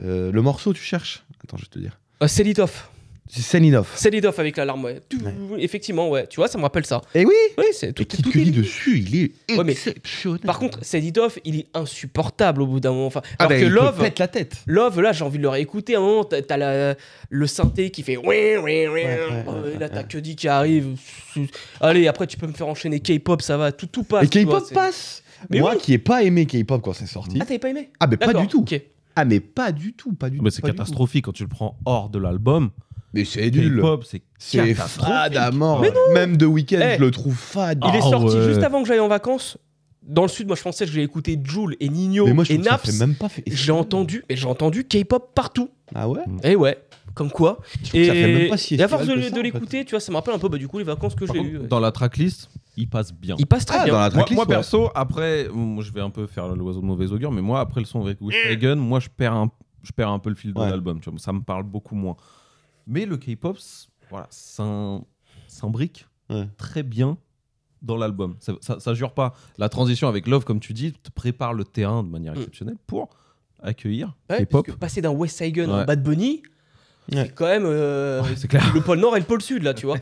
Speaker 3: Euh, le morceau, tu cherches Attends, je vais te dire.
Speaker 1: Euh, Sell It Off.
Speaker 3: C'est Selinov.
Speaker 1: Sell It Off avec l'alarme, ouais. Tout- Effectivement, ouais. Tu vois, ça me rappelle ça.
Speaker 3: Eh oui
Speaker 1: Oui, c'est tout.
Speaker 3: Et Kid
Speaker 1: tout est
Speaker 3: Cudi
Speaker 1: lié.
Speaker 3: dessus, il est
Speaker 1: Ouais, mais-
Speaker 3: exceptionnel.
Speaker 1: Par contre, Seditov, il est insupportable au bout d'un moment. Enfin,
Speaker 3: Ah
Speaker 1: alors
Speaker 3: ben,
Speaker 1: que
Speaker 3: il te
Speaker 1: Love,
Speaker 3: pète la tête.
Speaker 1: Love, là, j'ai envie de le réécouter. À un moment, t'as t'as la- le synthé qui fait. Ouais, ouais, ouais.
Speaker 3: ouais,
Speaker 1: Euh,
Speaker 3: ouais,
Speaker 1: là, t'as que dit qui arrive. Allez, après, tu peux me faire enchaîner K-pop, ça va. Tout, tout passe.
Speaker 3: Et
Speaker 1: tu vois,
Speaker 3: K-pop
Speaker 1: c'est-
Speaker 3: passe
Speaker 1: Mais
Speaker 3: Moi
Speaker 1: oui.
Speaker 3: qui ai pas aimé K-pop quand c'est sorti.
Speaker 1: Ah, t'avais pas aimé
Speaker 3: Ah, mais pas
Speaker 1: D'accord,
Speaker 3: du tout.
Speaker 1: ok.
Speaker 3: Ah, mais pas du tout, pas du tout.
Speaker 2: Ah, mais c'est
Speaker 3: pas du tout.
Speaker 2: catastrophique quand tu le prends hors de l'album
Speaker 3: Mais c'est nul.
Speaker 2: K-pop c'est
Speaker 3: C'est
Speaker 2: catastrophique.
Speaker 3: fade à mort.
Speaker 2: Mais
Speaker 3: Même de week-end,
Speaker 1: Eh.
Speaker 3: je le trouve fade.
Speaker 1: Il est
Speaker 2: Ah
Speaker 1: sorti
Speaker 2: ouais.
Speaker 1: juste avant que j'aille en vacances. Dans le sud, moi, je pensais que j'ai écouté Joule et Nino
Speaker 3: mais moi, je
Speaker 1: et
Speaker 3: trouve que ça
Speaker 1: Naps.
Speaker 3: fait même pas fait.
Speaker 1: J'ai entendu, mais j'ai entendu K-pop partout.
Speaker 3: Ah ouais
Speaker 1: Et ouais, comme quoi.
Speaker 3: que ça fait même pas si
Speaker 1: et à force de,
Speaker 3: estival que
Speaker 1: de
Speaker 3: ça, en
Speaker 1: l'écouter, tu vois, ça me rappelle un peu bah, du coup les vacances que
Speaker 2: Par
Speaker 1: j'ai
Speaker 2: contre,
Speaker 1: eues. ouais.
Speaker 2: dans la tracklist il passe bien
Speaker 1: Il passe très
Speaker 3: Ah,
Speaker 1: bien.
Speaker 3: dans la
Speaker 2: Moi,
Speaker 3: tracklist,
Speaker 2: moi,
Speaker 3: ouais.
Speaker 2: perso, après, moi, je vais un peu faire l'oiseau de mauvais augure, mais moi, après le son avec Wish Dragon, moi, je perds un, je perds un peu le fil de
Speaker 3: Ouais.
Speaker 2: l'album. tu vois, Ça me parle beaucoup moins. Mais le K-pop, c'est- voilà, s'im- s'imbrique
Speaker 3: Ouais.
Speaker 2: très bien dans l'album. Ça, ça, ça jure pas. La transition avec Love, comme tu dis, te prépare le terrain de manière
Speaker 1: Mm.
Speaker 2: exceptionnelle pour accueillir
Speaker 1: Ouais, parce
Speaker 2: K-pop.
Speaker 1: que passer d'un West Side Gun à un
Speaker 2: Ouais.
Speaker 1: Bad Bunny,
Speaker 3: Ouais.
Speaker 1: c'est quand même euh,
Speaker 2: C'est clair.
Speaker 1: le pôle Nord et le pôle Sud, là, tu vois.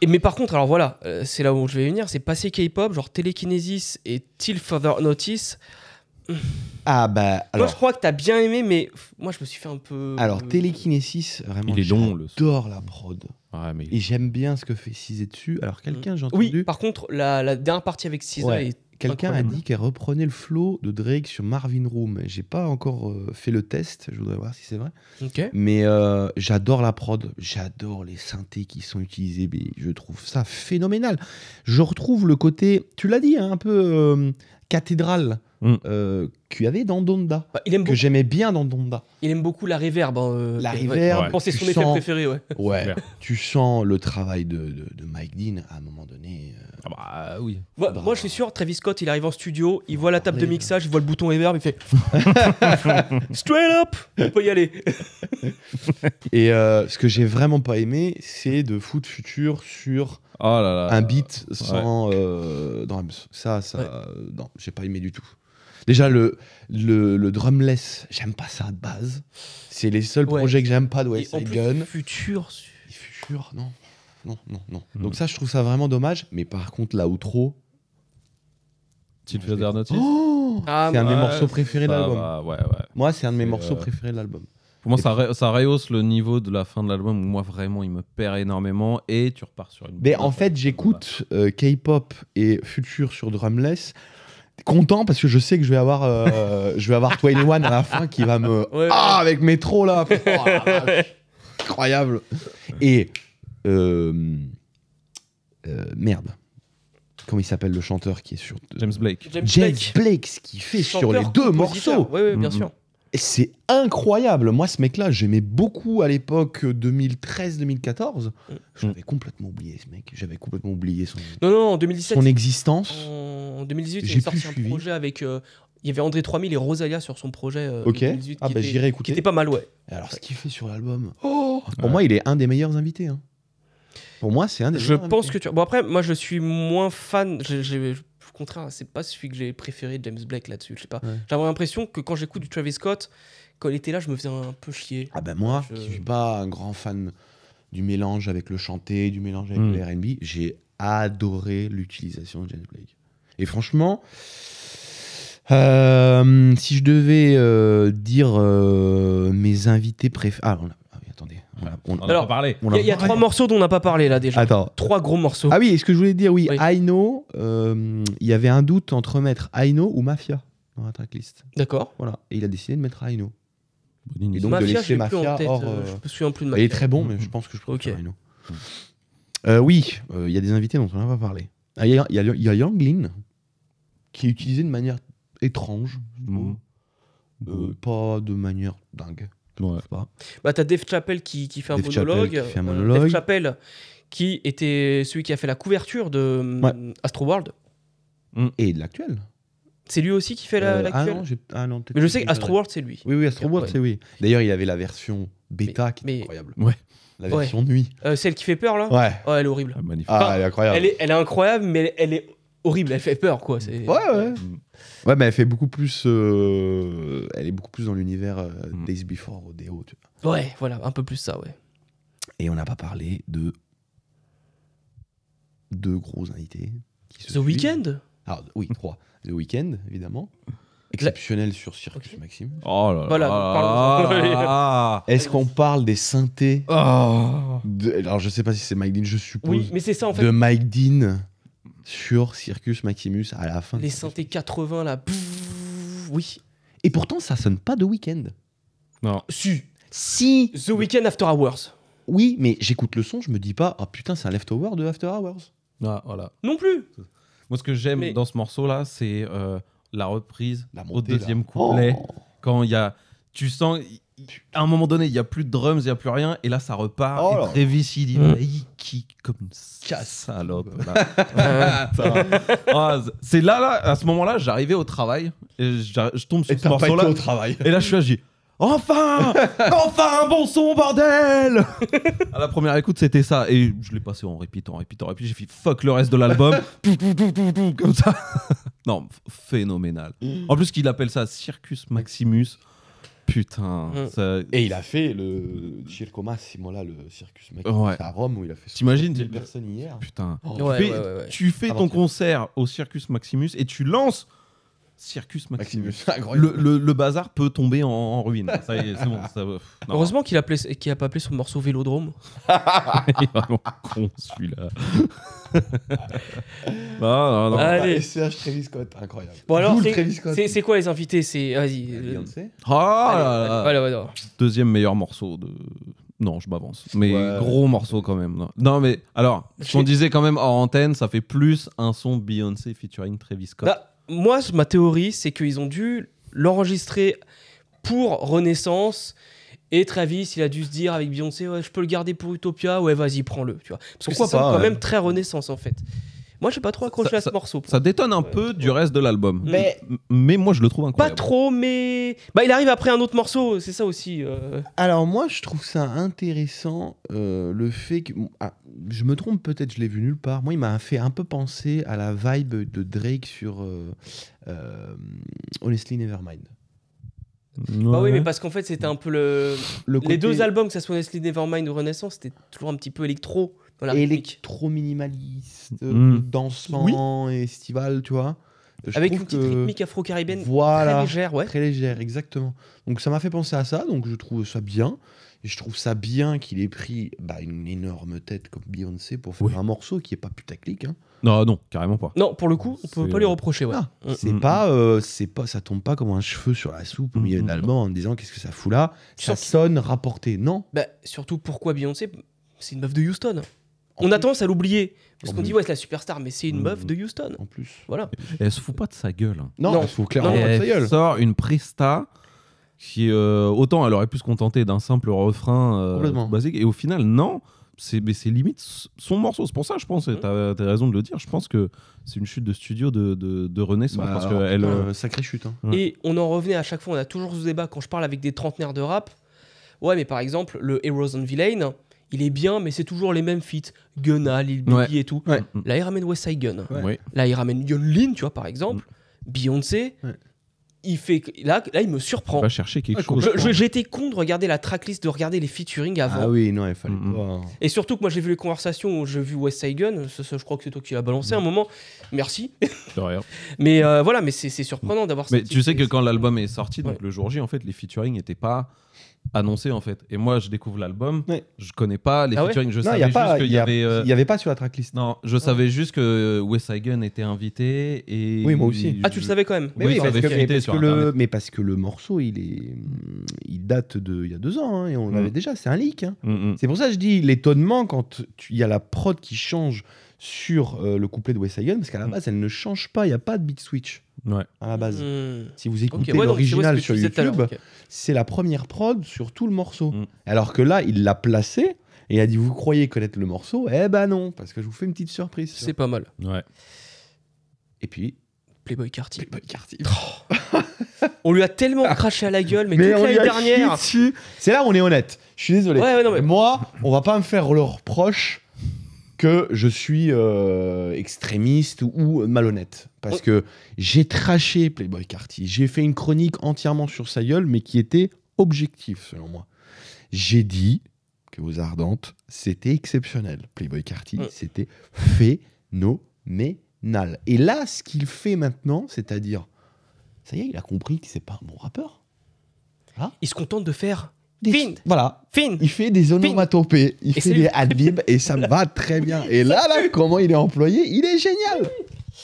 Speaker 1: Et, mais par contre, alors voilà, euh, c'est là où je vais y venir, c'est passer K-pop, genre Telekinesis et Till Further Notice.
Speaker 3: Ah bah
Speaker 1: Moi,
Speaker 3: alors.
Speaker 1: je crois que t'as bien aimé, mais pff, moi, je me suis fait un peu.
Speaker 3: alors Telekinesis, vraiment.
Speaker 2: Il est long, le-
Speaker 3: J'adore la prod.
Speaker 2: Ouais, mais
Speaker 3: Et j'aime bien ce que fait Cizé dessus. Alors quelqu'un, j'ai entendu.
Speaker 1: Mm. Oui, par contre, la, la dernière partie avec Cisa
Speaker 3: Ouais.
Speaker 1: est.
Speaker 3: Quelqu'un a
Speaker 1: Incroyable.
Speaker 3: dit qu'elle reprenait le flow de Drake sur Marvin Room. J'ai pas encore euh, fait le test, je voudrais voir si c'est vrai.
Speaker 1: Ok.
Speaker 3: Mais euh, j'adore la prod, j'adore les synthés qui sont utilisés, mais je trouve ça phénoménal. Je retrouve le côté, tu l'as dit, hein, un peu euh, cathédrale
Speaker 2: Mm.
Speaker 3: euh, qu'il y avait dans Donda,
Speaker 1: Bah, il, aime
Speaker 3: que
Speaker 1: beaucoup,
Speaker 3: j'aimais bien dans Donda.
Speaker 1: il aime beaucoup la reverb. hein, euh,
Speaker 3: La
Speaker 1: ouais.
Speaker 3: reverb,
Speaker 1: Je pense que c'est son
Speaker 3: tu
Speaker 1: effet
Speaker 3: sens-
Speaker 1: préféré, ouais.
Speaker 3: Ouais,
Speaker 2: clair.
Speaker 3: tu sens le travail de, de- de Mike Dean à un moment donné. euh,
Speaker 2: Ah bah oui.
Speaker 1: Moi,
Speaker 3: Bravo.
Speaker 1: moi, je suis sûr, Travis Scott, il arrive en studio, il voit la table de
Speaker 3: Parler,
Speaker 1: mixage, il voit le bouton reverb, il fait. Straight up On peut y aller.
Speaker 3: Et euh, ce que j'ai vraiment pas aimé, c'est de foutre futur sur
Speaker 2: Oh
Speaker 1: Euh,
Speaker 2: là là.
Speaker 3: un beat sans euh, drums. Ça, ça,
Speaker 1: Ouais.
Speaker 3: euh, non, j'ai pas aimé du tout. Déjà, le, le, le drumless, j'aime pas ça de base. C'est les seuls
Speaker 1: Ouais.
Speaker 3: projets que j'aime pas de West
Speaker 1: Et en
Speaker 3: Side
Speaker 1: plus,
Speaker 3: Gun.
Speaker 1: futur.
Speaker 3: Il fut sûr, non. Non, non, non.
Speaker 1: Hmm.
Speaker 2: Mm.
Speaker 3: Donc ça, je trouve ça vraiment dommage. Mais par contre, la outro...
Speaker 2: Till
Speaker 3: Moi, je l'ai
Speaker 2: Further
Speaker 3: pas.
Speaker 2: Notice.
Speaker 3: Oh
Speaker 1: Ah, bah,
Speaker 3: c'est un de mes
Speaker 2: ouais,
Speaker 3: morceaux préférés de
Speaker 2: Ça
Speaker 3: l'album.
Speaker 2: va, ouais, ouais.
Speaker 3: Moi, c'est un de mes
Speaker 2: C'est,
Speaker 3: morceaux
Speaker 2: euh,
Speaker 3: préférés de l'album.
Speaker 2: Pour moi,
Speaker 3: Et
Speaker 2: ça, re- ça rehausse le niveau de la fin de l'album où moi, vraiment, il me perd énormément et tu repars sur une.
Speaker 3: Mais
Speaker 2: bonne
Speaker 3: en fait,
Speaker 2: note.
Speaker 3: j'écoute euh, K-pop et Future sur Drumless, content parce que je sais que je vais avoir, euh, je vais avoir 21 à la fin qui va me.
Speaker 1: Ouais.
Speaker 3: Ah, avec métro là Oh, la vache. Incroyable Et. euh, euh, merde. Comment il s'appelle le chanteur qui est sur.
Speaker 2: James Blake.
Speaker 1: James
Speaker 3: James
Speaker 1: Blake.
Speaker 3: Blake, ce qu'il fait sur
Speaker 1: chanteur,
Speaker 3: les deux
Speaker 1: compositeur.
Speaker 3: morceaux
Speaker 1: Oui, oui, bien
Speaker 2: Mhm.
Speaker 1: sûr.
Speaker 3: Et C'est incroyable. Moi, ce mec-là, j'aimais beaucoup à l'époque euh, 2013-2014.
Speaker 1: Mm.
Speaker 3: J'avais complètement oublié ce mec. J'avais complètement oublié son,
Speaker 1: Non, non, en 2017.
Speaker 3: son existence.
Speaker 1: En 2018, il
Speaker 3: J'ai
Speaker 1: a sorti
Speaker 3: plus
Speaker 1: un
Speaker 3: suivi.
Speaker 1: projet avec. euh, il y avait André 3000 et Rosalia sur son projet euh,
Speaker 3: Ok.
Speaker 1: de 2018
Speaker 3: Ah
Speaker 1: qui,
Speaker 3: bah
Speaker 1: était,
Speaker 3: j'irai
Speaker 1: qui
Speaker 3: écouter.
Speaker 1: était pas mal, ouais. Oh
Speaker 3: Alors ce qu'il fait sur l'album. Pour
Speaker 2: Ouais.
Speaker 3: moi, il est un des meilleurs invités. hein. Pour moi, c'est un des.
Speaker 1: Je
Speaker 3: meilleurs
Speaker 1: pense que
Speaker 3: invités.
Speaker 1: tu. Bon, après, moi, je suis moins fan. j'ai- j'ai- Au contraire, c'est pas celui que j'ai préféré, James Blake, là-dessus. Je sais pas.
Speaker 3: Ouais.
Speaker 1: J'avais l'impression que quand j'écoute du Travis Scott, quand il était là, je me faisais un peu chier.
Speaker 3: Ah ben moi,
Speaker 1: Je-
Speaker 3: qui suis pas un grand fan du mélange avec le chanté, du mélange avec
Speaker 2: Mm.
Speaker 3: le R&B, j'ai adoré l'utilisation de James Blake. Et franchement, euh, si je devais euh, dire euh, mes invités préférés, ah, on a- ah oui, attendez, on a- on a-
Speaker 2: On
Speaker 1: Alors-
Speaker 2: Alors, parlé.
Speaker 3: on
Speaker 1: Il y a, il y a
Speaker 3: parlé.
Speaker 1: trois morceaux dont on n'a pas parlé, là, déjà.
Speaker 3: Attends,
Speaker 1: Trois gros morceaux.
Speaker 3: Ah oui, est-ce que je voulais dire, oui,
Speaker 1: Oui.
Speaker 3: Aino, euh, il y avait un doute entre mettre Aino ou Mafia dans la tracklist.
Speaker 1: D'accord.
Speaker 3: Voilà, et il a décidé de mettre Aino.
Speaker 2: Bonne initiative.
Speaker 3: donc, de
Speaker 1: Mafia,
Speaker 3: laisser
Speaker 1: je l'ai plus en
Speaker 3: Mafia
Speaker 1: tête.
Speaker 3: hors,
Speaker 1: euh,
Speaker 3: euh,
Speaker 1: Je me souviens plus de
Speaker 3: Il
Speaker 1: Mafia.
Speaker 3: est très bon, mais je pense que je préfère
Speaker 1: Ok.
Speaker 3: Aino. Euh, oui, euh, il y a des invités dont on n'a pas parlé. Ah, Il y a, il y a- il y a Yanglin, qui est utilisé de manière étrange, je trouve.
Speaker 2: Mhm.
Speaker 3: Euh, pas de manière dingue.
Speaker 2: Ouais.
Speaker 3: je sais pas.
Speaker 1: Bah, t'as Dave Chappelle qui, qui fait un
Speaker 3: Dave Chappelle
Speaker 1: monologue.
Speaker 3: qui fait un
Speaker 1: euh,
Speaker 3: monologue.
Speaker 1: Dave Chappelle qui était celui qui a fait la couverture de euh, Astro World.
Speaker 3: Et de l'actuel.
Speaker 1: C'est lui aussi qui fait la-
Speaker 3: Euh, ah
Speaker 1: l'actuel.
Speaker 3: non, j'ai- ah non, peut-être
Speaker 1: mais je
Speaker 3: que
Speaker 1: sais
Speaker 3: j'ai
Speaker 1: que Astro
Speaker 3: raison.
Speaker 1: World, c'est lui.
Speaker 3: Oui, oui, Astro World,
Speaker 1: Ouais.
Speaker 3: c'est oui. D'ailleurs, il avait la version bêta qui
Speaker 1: mais-
Speaker 3: est incroyable.
Speaker 2: Ouais.
Speaker 3: La
Speaker 1: Ouais.
Speaker 3: version nuit.
Speaker 1: Euh, celle qui fait peur, là
Speaker 3: Ouais.
Speaker 1: Oh, elle est horrible.
Speaker 2: Ah, magnifique.
Speaker 3: Ah,
Speaker 1: Enfin,
Speaker 3: elle est incroyable.
Speaker 1: Elle est, elle est incroyable, mais elle est horrible. Elle fait peur, quoi. C'est...
Speaker 3: Ouais, ouais.
Speaker 2: Mm.
Speaker 3: Ouais, mais elle fait beaucoup plus. euh, Elle est beaucoup plus dans l'univers euh,
Speaker 2: Mm.
Speaker 3: Days Before Rodeo. tu vois.
Speaker 1: Ouais, voilà, un peu plus ça, ouais.
Speaker 3: Et on n'a pas parlé de. Deux gros invités. qui se
Speaker 1: The
Speaker 3: suivent.
Speaker 1: Weeknd
Speaker 3: Ah, Oui, trois. The Weeknd, évidemment. Exceptionnel sur Circus
Speaker 1: Ok.
Speaker 3: Maxime.
Speaker 2: Oh là là.
Speaker 1: Voilà, parlons-en.
Speaker 2: Ah.
Speaker 3: Est-ce qu'on parle des synthés
Speaker 1: Oh.
Speaker 2: Ah.
Speaker 3: de- Alors, je sais pas si c'est Mike Dean, je suppose.
Speaker 1: Oui, mais c'est ça, en fait.
Speaker 3: De Mike Dean sur Circus Maximus à la fin. de
Speaker 1: Les
Speaker 3: Circus
Speaker 1: synthés 80, là. Pfff, Oui.
Speaker 3: Et pourtant, ça sonne pas de week-end.
Speaker 2: Non.
Speaker 1: Si.
Speaker 3: Si
Speaker 1: The Weeknd After Hours.
Speaker 3: Oui, mais j'écoute le son, je me dis pas, ah putain, c'est un leftover de After Hours.
Speaker 2: Ah, voilà.
Speaker 1: Non plus.
Speaker 2: Moi, ce que j'aime
Speaker 1: Mais-
Speaker 2: dans ce morceau-là, c'est euh, la reprise
Speaker 3: La
Speaker 2: au
Speaker 3: montée, là.
Speaker 2: deuxième couplet.
Speaker 3: Oh.
Speaker 2: Quand il y a. Tu sens. il- il- À un moment donné, il n'y a plus de drums, il n'y a plus rien, et là ça repart.
Speaker 3: Oh
Speaker 2: et
Speaker 3: là.
Speaker 2: Travis, il,
Speaker 1: Mm.
Speaker 2: il kick comme une
Speaker 3: Casse.
Speaker 2: salope. là. Ça va. Ah, z- c'est là, là, à ce moment-là, j'arrivais au travail, et j'a- je tombe sur
Speaker 3: Et
Speaker 2: ce
Speaker 3: t'as pas été
Speaker 2: morceau-là,
Speaker 3: au travail.
Speaker 2: et là je suis là, je dis Enfin Enfin un bon son, bordel À la première écoute, c'était ça, et je l'ai passé en répétant, en répétant, en répétant, j'ai fait fuck le reste de l'album, Tout, tout, tout, tout, tout, comme ça. non, ph- phénoménal. En plus, qu'il appelle ça Circus Maximus. Putain.
Speaker 1: Mm.
Speaker 2: ça-
Speaker 3: Et il a fait le Circo Massimo, là, le circus mec,
Speaker 2: Ouais.
Speaker 3: à Rome où il a fait
Speaker 2: T'imagines,
Speaker 3: 70 000
Speaker 2: t'es-
Speaker 3: personnes hier.
Speaker 2: Putain.
Speaker 3: Oh,
Speaker 1: Ouais,
Speaker 2: tu fais,
Speaker 1: ouais, ouais, ouais.
Speaker 2: tu fais ton
Speaker 3: Avant-hier.
Speaker 2: concert au Circus Maximus et tu lances Circus Maximus.
Speaker 3: Maximus,
Speaker 1: Oh,
Speaker 2: Le,
Speaker 3: incroyable.
Speaker 2: le- le bazar peut tomber en, en ruine. Ça y est, c'est bon. Ça, non.
Speaker 1: Heureusement qu'il a, appelé- qu'il a pas appelé son morceau Vélodrome.
Speaker 2: Il est vraiment con celui-là. Ah, non, non.
Speaker 1: Ah. Allez.
Speaker 3: Allez. SCH Travis Scott, incroyable.
Speaker 1: Bon alors,
Speaker 3: D'où le
Speaker 1: c'est-
Speaker 3: Travis Scott.
Speaker 1: c'est c'est quoi les invités C'est vas-y.
Speaker 3: Euh,
Speaker 1: euh,
Speaker 3: Beyoncé.
Speaker 2: Ah
Speaker 1: allez,
Speaker 2: là là.
Speaker 1: allez, ouais, ouais, ouais.
Speaker 2: Deuxième meilleur morceau de. Non, je m'avance. Mais
Speaker 3: Ouais.
Speaker 2: gros morceau quand même. Non, Non, mais alors, ce qu'on
Speaker 1: J'ai-
Speaker 2: disait quand même hors antenne, ça fait plus un son Beyoncé featuring Travis Scott.
Speaker 1: Bah, moi, c- ma théorie, c'est qu'ils ont dû l'enregistrer pour Renaissance. Et Travis, il a dû se dire avec Beyoncé, ouais, je peux le garder pour Utopia, ouais, vas-y, prends-le. Tu vois. Parce que
Speaker 2: Pourquoi
Speaker 1: ça sonne
Speaker 2: pas,
Speaker 1: quand
Speaker 2: ouais.
Speaker 1: même très Renaissance en fait. Moi, j'ai pas trop accroché
Speaker 2: Ça-
Speaker 1: à ce morceau.
Speaker 2: Ça détonne un peu du reste de l'album.
Speaker 1: Mais-
Speaker 2: M- mais moi, je le trouve
Speaker 1: Pas
Speaker 2: incroyable.
Speaker 1: trop, mais. Bah, il arrive après un autre morceau, c'est ça aussi. euh.
Speaker 3: Alors moi, je trouve ça intéressant euh, le fait que... Ah, je me trompe peut-être, je l'ai vu nulle part. Moi, il m'a fait un peu penser à la vibe de Drake sur euh, euh, Honestly Nevermind.
Speaker 1: Bah oui,
Speaker 2: Ouais.
Speaker 1: mais parce qu'en fait, c'était un peu le.
Speaker 3: Le
Speaker 1: Les
Speaker 3: côté
Speaker 1: deux albums, que ça soit Leslie Nevermind ou Renaissance, c'était toujours un petit peu électro dans la rythmique.
Speaker 3: électro-minimaliste,
Speaker 2: Mm.
Speaker 3: dansant et estival, tu vois. Je
Speaker 1: Avec
Speaker 3: trouve
Speaker 1: une petite
Speaker 3: que-
Speaker 1: rythmique afro-caribéenne très
Speaker 3: Voilà.
Speaker 1: légère, ouais.
Speaker 3: Très légère, exactement. Donc ça m'a fait penser à ça, donc je trouve ça bien. Et je trouve ça bien qu'il ait pris bah, une énorme tête comme Beyoncé pour faire
Speaker 2: Oui.
Speaker 3: un morceau qui est pas putaclic. hein.
Speaker 2: Non, non, carrément pas.
Speaker 1: Non, pour le coup, on peut
Speaker 2: C'est-
Speaker 1: pas lui reprocher, ouais.
Speaker 3: Ah,
Speaker 1: Mm.
Speaker 3: c'est
Speaker 2: Mm.
Speaker 3: pas, euh, c'est pas, ça tombe pas comme un cheveu sur la soupe au milieu
Speaker 2: Mm.
Speaker 3: de l'allemand en disant qu'est-ce que ça fout là. Ça
Speaker 1: Surtout-
Speaker 3: sonne rapporté, non
Speaker 1: Bah, surtout pourquoi Beyoncé C'est une meuf de Houston.
Speaker 3: En
Speaker 1: on a
Speaker 3: plus-
Speaker 1: tendance à l'oublier. Parce
Speaker 3: En
Speaker 1: qu'on dit,
Speaker 3: plus.
Speaker 1: ouais, c'est la superstar, mais c'est une
Speaker 2: Mm.
Speaker 1: meuf de Houston.
Speaker 3: En plus.
Speaker 1: Voilà.
Speaker 2: Elle se fout pas de sa gueule. hein.
Speaker 3: Non,
Speaker 1: Non.
Speaker 3: il faut clairement
Speaker 1: Non,
Speaker 3: pas de
Speaker 2: elle
Speaker 3: sa Ah gueule.
Speaker 2: sort une presta qui, euh, autant elle aurait pu se contenter d'un simple refrain euh,
Speaker 3: Complètement.
Speaker 2: tout basique, et au final, non, c'est mais c'est limite s- son morceau. C'est pour ça, je pense, et
Speaker 3: Mmh.
Speaker 1: Mhm.
Speaker 2: t'as t'as raison de le dire, je pense que c'est une chute de studio de, de, de Renaissance.
Speaker 3: Bah,
Speaker 2: parce que
Speaker 3: alors,
Speaker 2: elle,
Speaker 3: putain,
Speaker 2: euh,
Speaker 3: euh, sacrée chute. hein.
Speaker 2: Ouais.
Speaker 1: Et on en revenait à chaque fois, on a toujours ce débat quand je parle avec des trentenaires de rap. Ouais, mais par exemple, le Heroes and Villain, il est bien, mais c'est toujours les mêmes feats. Gunna, Lil Baby
Speaker 2: Ouais.
Speaker 1: et tout.
Speaker 3: Ouais.
Speaker 2: Mm,
Speaker 1: Là, il ramène West Side Gun.
Speaker 3: Ouais. Mm.
Speaker 2: ouais.
Speaker 1: Là, il ramène Yonlin, tu vois, par exemple. Beyoncé.
Speaker 3: Ouais. Bah,
Speaker 1: Il fait... que- là, là, il me surprend.
Speaker 2: va chercher quelque
Speaker 3: Ouais,
Speaker 2: chose.
Speaker 1: Je- je- J'étais con de regarder la tracklist, de regarder les featuring avant.
Speaker 3: Ah oui, non, il fallait
Speaker 2: Mm, mm.
Speaker 3: pas.
Speaker 1: Et surtout que moi j'ai vu les conversations où j'ai vu West Side Gun, ça, ça, je crois que c'est toi qui l'as balancé à un
Speaker 3: Mm.
Speaker 1: moment, merci.
Speaker 2: De rien.
Speaker 1: Mais euh, voilà, mais c'est c'est surprenant d'avoir
Speaker 2: Mais
Speaker 1: ce
Speaker 2: tu
Speaker 1: type
Speaker 2: sais
Speaker 1: de-
Speaker 2: que quand l'album est sorti, donc
Speaker 1: Ouais.
Speaker 2: le jour J, en fait, les featuring n'étaient pas annoncés en fait. Et moi, je découvre l'album,
Speaker 3: Ouais.
Speaker 2: je connais pas les
Speaker 1: Ah ouais
Speaker 2: featuring, je
Speaker 3: Non, il
Speaker 2: savais
Speaker 3: n'y a pas,
Speaker 2: juste qu'il y,
Speaker 3: y a-
Speaker 2: avait. euh,
Speaker 3: y avait pas sur la tracklist.
Speaker 2: Non, je savais juste que euh, Wes Hagen était invité et.
Speaker 3: Oui, moi aussi.
Speaker 1: Ah, tu le savais quand même
Speaker 2: Oui, ça avait
Speaker 3: que,
Speaker 2: fuité
Speaker 3: parce
Speaker 2: sur
Speaker 3: que le,
Speaker 2: Internet.
Speaker 3: mais parce que le morceau, il, est, il date de il y a deux ans, hein, et on
Speaker 2: Mm.
Speaker 3: l'avait déjà, c'est un leak. hein.
Speaker 2: Mm, mm.
Speaker 3: C'est pour ça que je dis l'étonnement quand tu- il y a la prod qui change sur euh, le couplet de Wes Hagen, parce qu'à la
Speaker 2: Mm.
Speaker 3: base, elle ne change pas, il n'y a pas de big switch
Speaker 2: Ouais.
Speaker 3: à la base.
Speaker 1: Hmm.
Speaker 3: Si vous
Speaker 1: Ok,
Speaker 3: écoutez
Speaker 1: ouais, donc, je vois ce
Speaker 3: l'original
Speaker 1: que tu
Speaker 3: sur
Speaker 1: disais tout à l'heure,
Speaker 3: YouTube,
Speaker 1: ok.
Speaker 3: c'est la première prod sur tout le morceau.
Speaker 2: Mm.
Speaker 3: Alors que là, il l'a placé et il a dit Vous croyez connaître le morceau Eh ben non, parce que je vous fais une petite surprise.
Speaker 1: C'est pas mal.
Speaker 2: Ouais.
Speaker 3: Et puis,
Speaker 1: Playboy Carty.
Speaker 3: Playboy Carty.
Speaker 1: On lui a tellement craché à la gueule, mais, toute
Speaker 3: on
Speaker 1: l'année
Speaker 3: lui a
Speaker 1: dernière.
Speaker 3: chié dessus. C'est là où on est honnête. Je suis désolé.
Speaker 1: Ouais, ouais, non, mais-
Speaker 3: Moi, on va pas me faire le reproche que je suis euh, extrémiste ou malhonnête. Parce
Speaker 1: On-
Speaker 3: que j'ai traché Playboy Carty. J'ai fait une chronique entièrement sur sa gueule, mais qui était objective, selon moi. J'ai dit que aux Ardentes, c'était exceptionnel. Playboy Carty,
Speaker 1: Ouais.
Speaker 3: c'était phénoménal. Et là, ce qu'il fait maintenant, c'est-à-dire, ça y est, il a compris que c'est pas un bon rappeur.
Speaker 1: Il se contente de faire
Speaker 3: Des-
Speaker 1: Vind.
Speaker 3: Voilà,
Speaker 1: Fin.
Speaker 3: il fait des onomatopées, il
Speaker 1: Et
Speaker 3: fait
Speaker 1: c'est-
Speaker 3: des adlibs et ça me va très bien. Et là, là, comment il est employé, il est génial.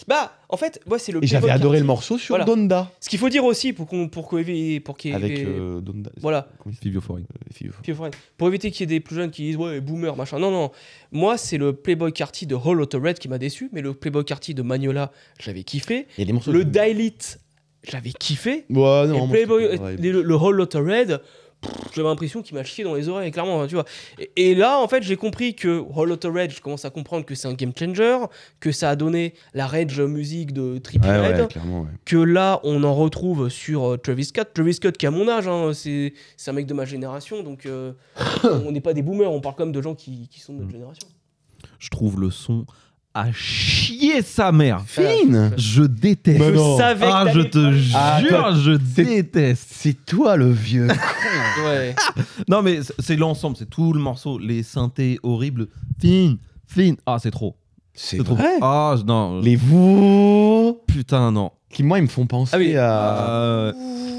Speaker 1: Bah, en fait, ouais, c'est le.
Speaker 3: Et j'avais
Speaker 1: Playboy
Speaker 3: adoré
Speaker 1: Carty.
Speaker 3: le morceau sur
Speaker 1: Voilà.
Speaker 3: Donda.
Speaker 1: Ce qu'il faut dire aussi pour qu'on pour qu'évi- pour qu'il y ait-
Speaker 3: Avec euh, Donda.
Speaker 1: Voilà.
Speaker 3: Comment il s'appelle
Speaker 2: Fivio Foreign.
Speaker 3: Euh, Fio.
Speaker 1: Puis, ouais, Pour éviter qu'il y ait des plus jeunes qui disent ouais, boomer, machin. Non, non. Moi, c'est le Playboy Carty de Hall Auto Red qui m'a déçu, mais le Playboy Carty de Magnola, j'avais kiffé.
Speaker 3: Il y a des morceaux.
Speaker 1: Le
Speaker 3: de-
Speaker 1: Dilith, j'avais kiffé.
Speaker 3: Ouais,
Speaker 1: Et
Speaker 3: Ah non, moi,
Speaker 1: Playboy- euh,
Speaker 3: c'était pas vrai.
Speaker 1: le, le Hall Auto Red, pff, j'avais l'impression qu'il m'a chié dans les oreilles, clairement. hein, Tu vois. Et, et là, en fait, j'ai compris que Hall Auto Red, je commence à comprendre que c'est un game changer, que ça a donné la rage musique de Triple
Speaker 3: Ouais,
Speaker 1: Red
Speaker 3: ouais, clairement, ouais.
Speaker 1: que là on en retrouve sur euh, Travis Scott. Travis Scott qui a mon âge, hein, c'est c'est un mec de ma génération, donc euh, on n'est pas des boomers, on parle quand même de gens qui, qui sont de notre génération.
Speaker 2: Je trouve le son à chier sa mère.
Speaker 3: Fine
Speaker 2: Je déteste.
Speaker 3: Ah, Bah non.
Speaker 1: savais que
Speaker 2: ah,
Speaker 1: t'allais
Speaker 2: je
Speaker 1: le
Speaker 2: te jure,
Speaker 1: faire.
Speaker 3: Ah,
Speaker 2: je
Speaker 3: c'est-
Speaker 2: déteste.
Speaker 3: C'est toi le vieux.
Speaker 1: Ouais.
Speaker 2: Non, mais c'est- c'est l'ensemble, c'est tout le morceau. Les synthés horribles. Fine, fine. Ah, c'est trop.
Speaker 3: C'est
Speaker 2: C'est trop. Ah, je- non.
Speaker 3: Les vous
Speaker 2: Putain, non.
Speaker 3: qui moi ils me font penser
Speaker 1: Ah oui.
Speaker 3: à
Speaker 2: Euh,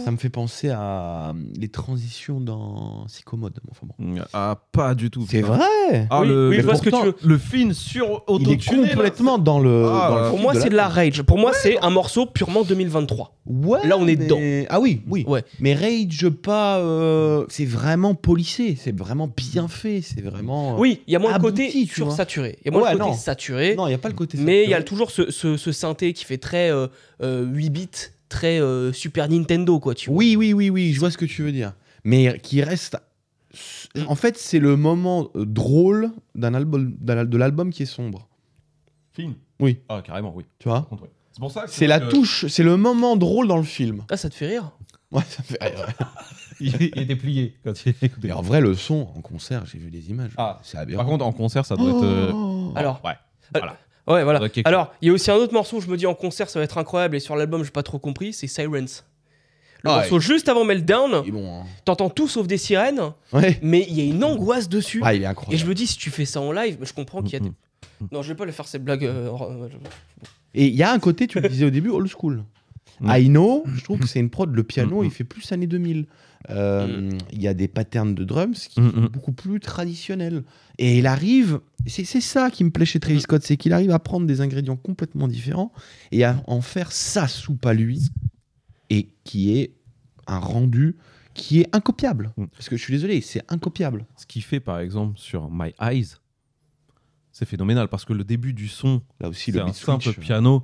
Speaker 3: ça me fait penser à euh, les transitions dans Psychomode. mais Enfin bon.
Speaker 2: ah, pas du tout.
Speaker 3: C'est
Speaker 2: putain.
Speaker 3: vrai.
Speaker 2: Ah,
Speaker 1: Oui,
Speaker 2: le,
Speaker 1: oui, je
Speaker 2: mais
Speaker 1: vois ce que tu
Speaker 2: pourtant, le film sur
Speaker 3: Il est
Speaker 2: autotuné. là,
Speaker 3: complètement dans le.
Speaker 2: Ah,
Speaker 3: dans le
Speaker 2: euh,
Speaker 1: Pour
Speaker 3: film
Speaker 1: moi,
Speaker 3: de
Speaker 1: c'est de la rage. Pour moi, c'est un morceau purement 2023.
Speaker 3: Ouais,
Speaker 1: Là, on est
Speaker 3: mais-
Speaker 1: dedans.
Speaker 3: Ah oui, oui.
Speaker 1: Ouais.
Speaker 3: Mais rage pas. euh, C'est vraiment polissé. C'est vraiment bien fait. C'est vraiment. euh,
Speaker 1: Oui, il y a moins le
Speaker 3: abouti,
Speaker 1: côté
Speaker 3: tu vois.
Speaker 1: sursaturé. Il y a moins
Speaker 3: Ouais,
Speaker 1: le côté
Speaker 3: non.
Speaker 1: saturé.
Speaker 3: Non, il y a pas le côté.
Speaker 1: mais il y a
Speaker 3: saturé.
Speaker 1: toujours ce, ce- ce synthé qui fait très euh, euh, 8 bits, très euh, Super Nintendo, quoi. Tu vois.
Speaker 3: Oui, oui, oui, oui. Je vois ce que tu veux dire. Mais qui reste. En fait, c'est le moment euh, drôle d'un album, d'un al- de l'album qui est sombre.
Speaker 2: Film.
Speaker 3: Oui.
Speaker 2: Ah, carrément, oui.
Speaker 3: Tu vois.
Speaker 2: C'est pour ça que
Speaker 3: C'est la touche. C'est le moment drôle dans le film.
Speaker 1: Ah, ça te fait rire
Speaker 3: Ouais, ça fait rire.
Speaker 2: Il est il est déplié quand il est écouté.
Speaker 3: Mais en vrai, le son en concert, j'ai vu des images.
Speaker 2: Ah.
Speaker 3: c'est aberrant.
Speaker 2: Par contre, en concert, ça doit être. euh,
Speaker 3: Oh.
Speaker 1: Alors,
Speaker 2: Ouais. Voilà.
Speaker 1: ouais, voilà.
Speaker 2: Ça doit être quelque
Speaker 1: Alors, il y a aussi un autre morceau où je me dis en concert, ça va être incroyable, et sur l'album, j'ai pas trop compris, c'est Sirens. Le
Speaker 3: Ah,
Speaker 1: morceau juste avant Meltdown,
Speaker 3: Il est bon. hein.
Speaker 1: t'entends tout sauf des sirènes,
Speaker 3: Ouais.
Speaker 1: mais il y a une angoisse dessus.
Speaker 3: Ah, il est
Speaker 1: Et je
Speaker 3: incroyable.
Speaker 1: me dis, si tu fais ça en live, je comprends
Speaker 2: Mm,
Speaker 1: qu'il y a des. Non, je vais pas le faire cette blague. euh, euh,
Speaker 3: Et il y a un côté, tu le disais au début, old school.
Speaker 2: Mm.
Speaker 3: Aino, je trouve que c'est une prod, le piano,
Speaker 2: Mm,
Speaker 3: il fait plus années 2000. Euh, Il y a des patterns de drums qui
Speaker 2: Mm, mm.
Speaker 3: sont beaucoup plus traditionnels. Et il arrive, c'est c'est ça qui me plaît chez Travis Scott, c'est qu'il arrive à prendre des ingrédients complètement différents et à en faire sa soupe à lui, et qui est un rendu qui est incopiable.
Speaker 2: Mm.
Speaker 3: Parce que je suis désolé, c'est incopiable.
Speaker 2: Ce qu'il fait, par exemple, sur My Eyes, c'est phénoménal parce que le début du son,
Speaker 3: Là
Speaker 2: c'est
Speaker 3: aussi, le
Speaker 2: un
Speaker 3: beat
Speaker 2: simple
Speaker 3: switch.
Speaker 2: piano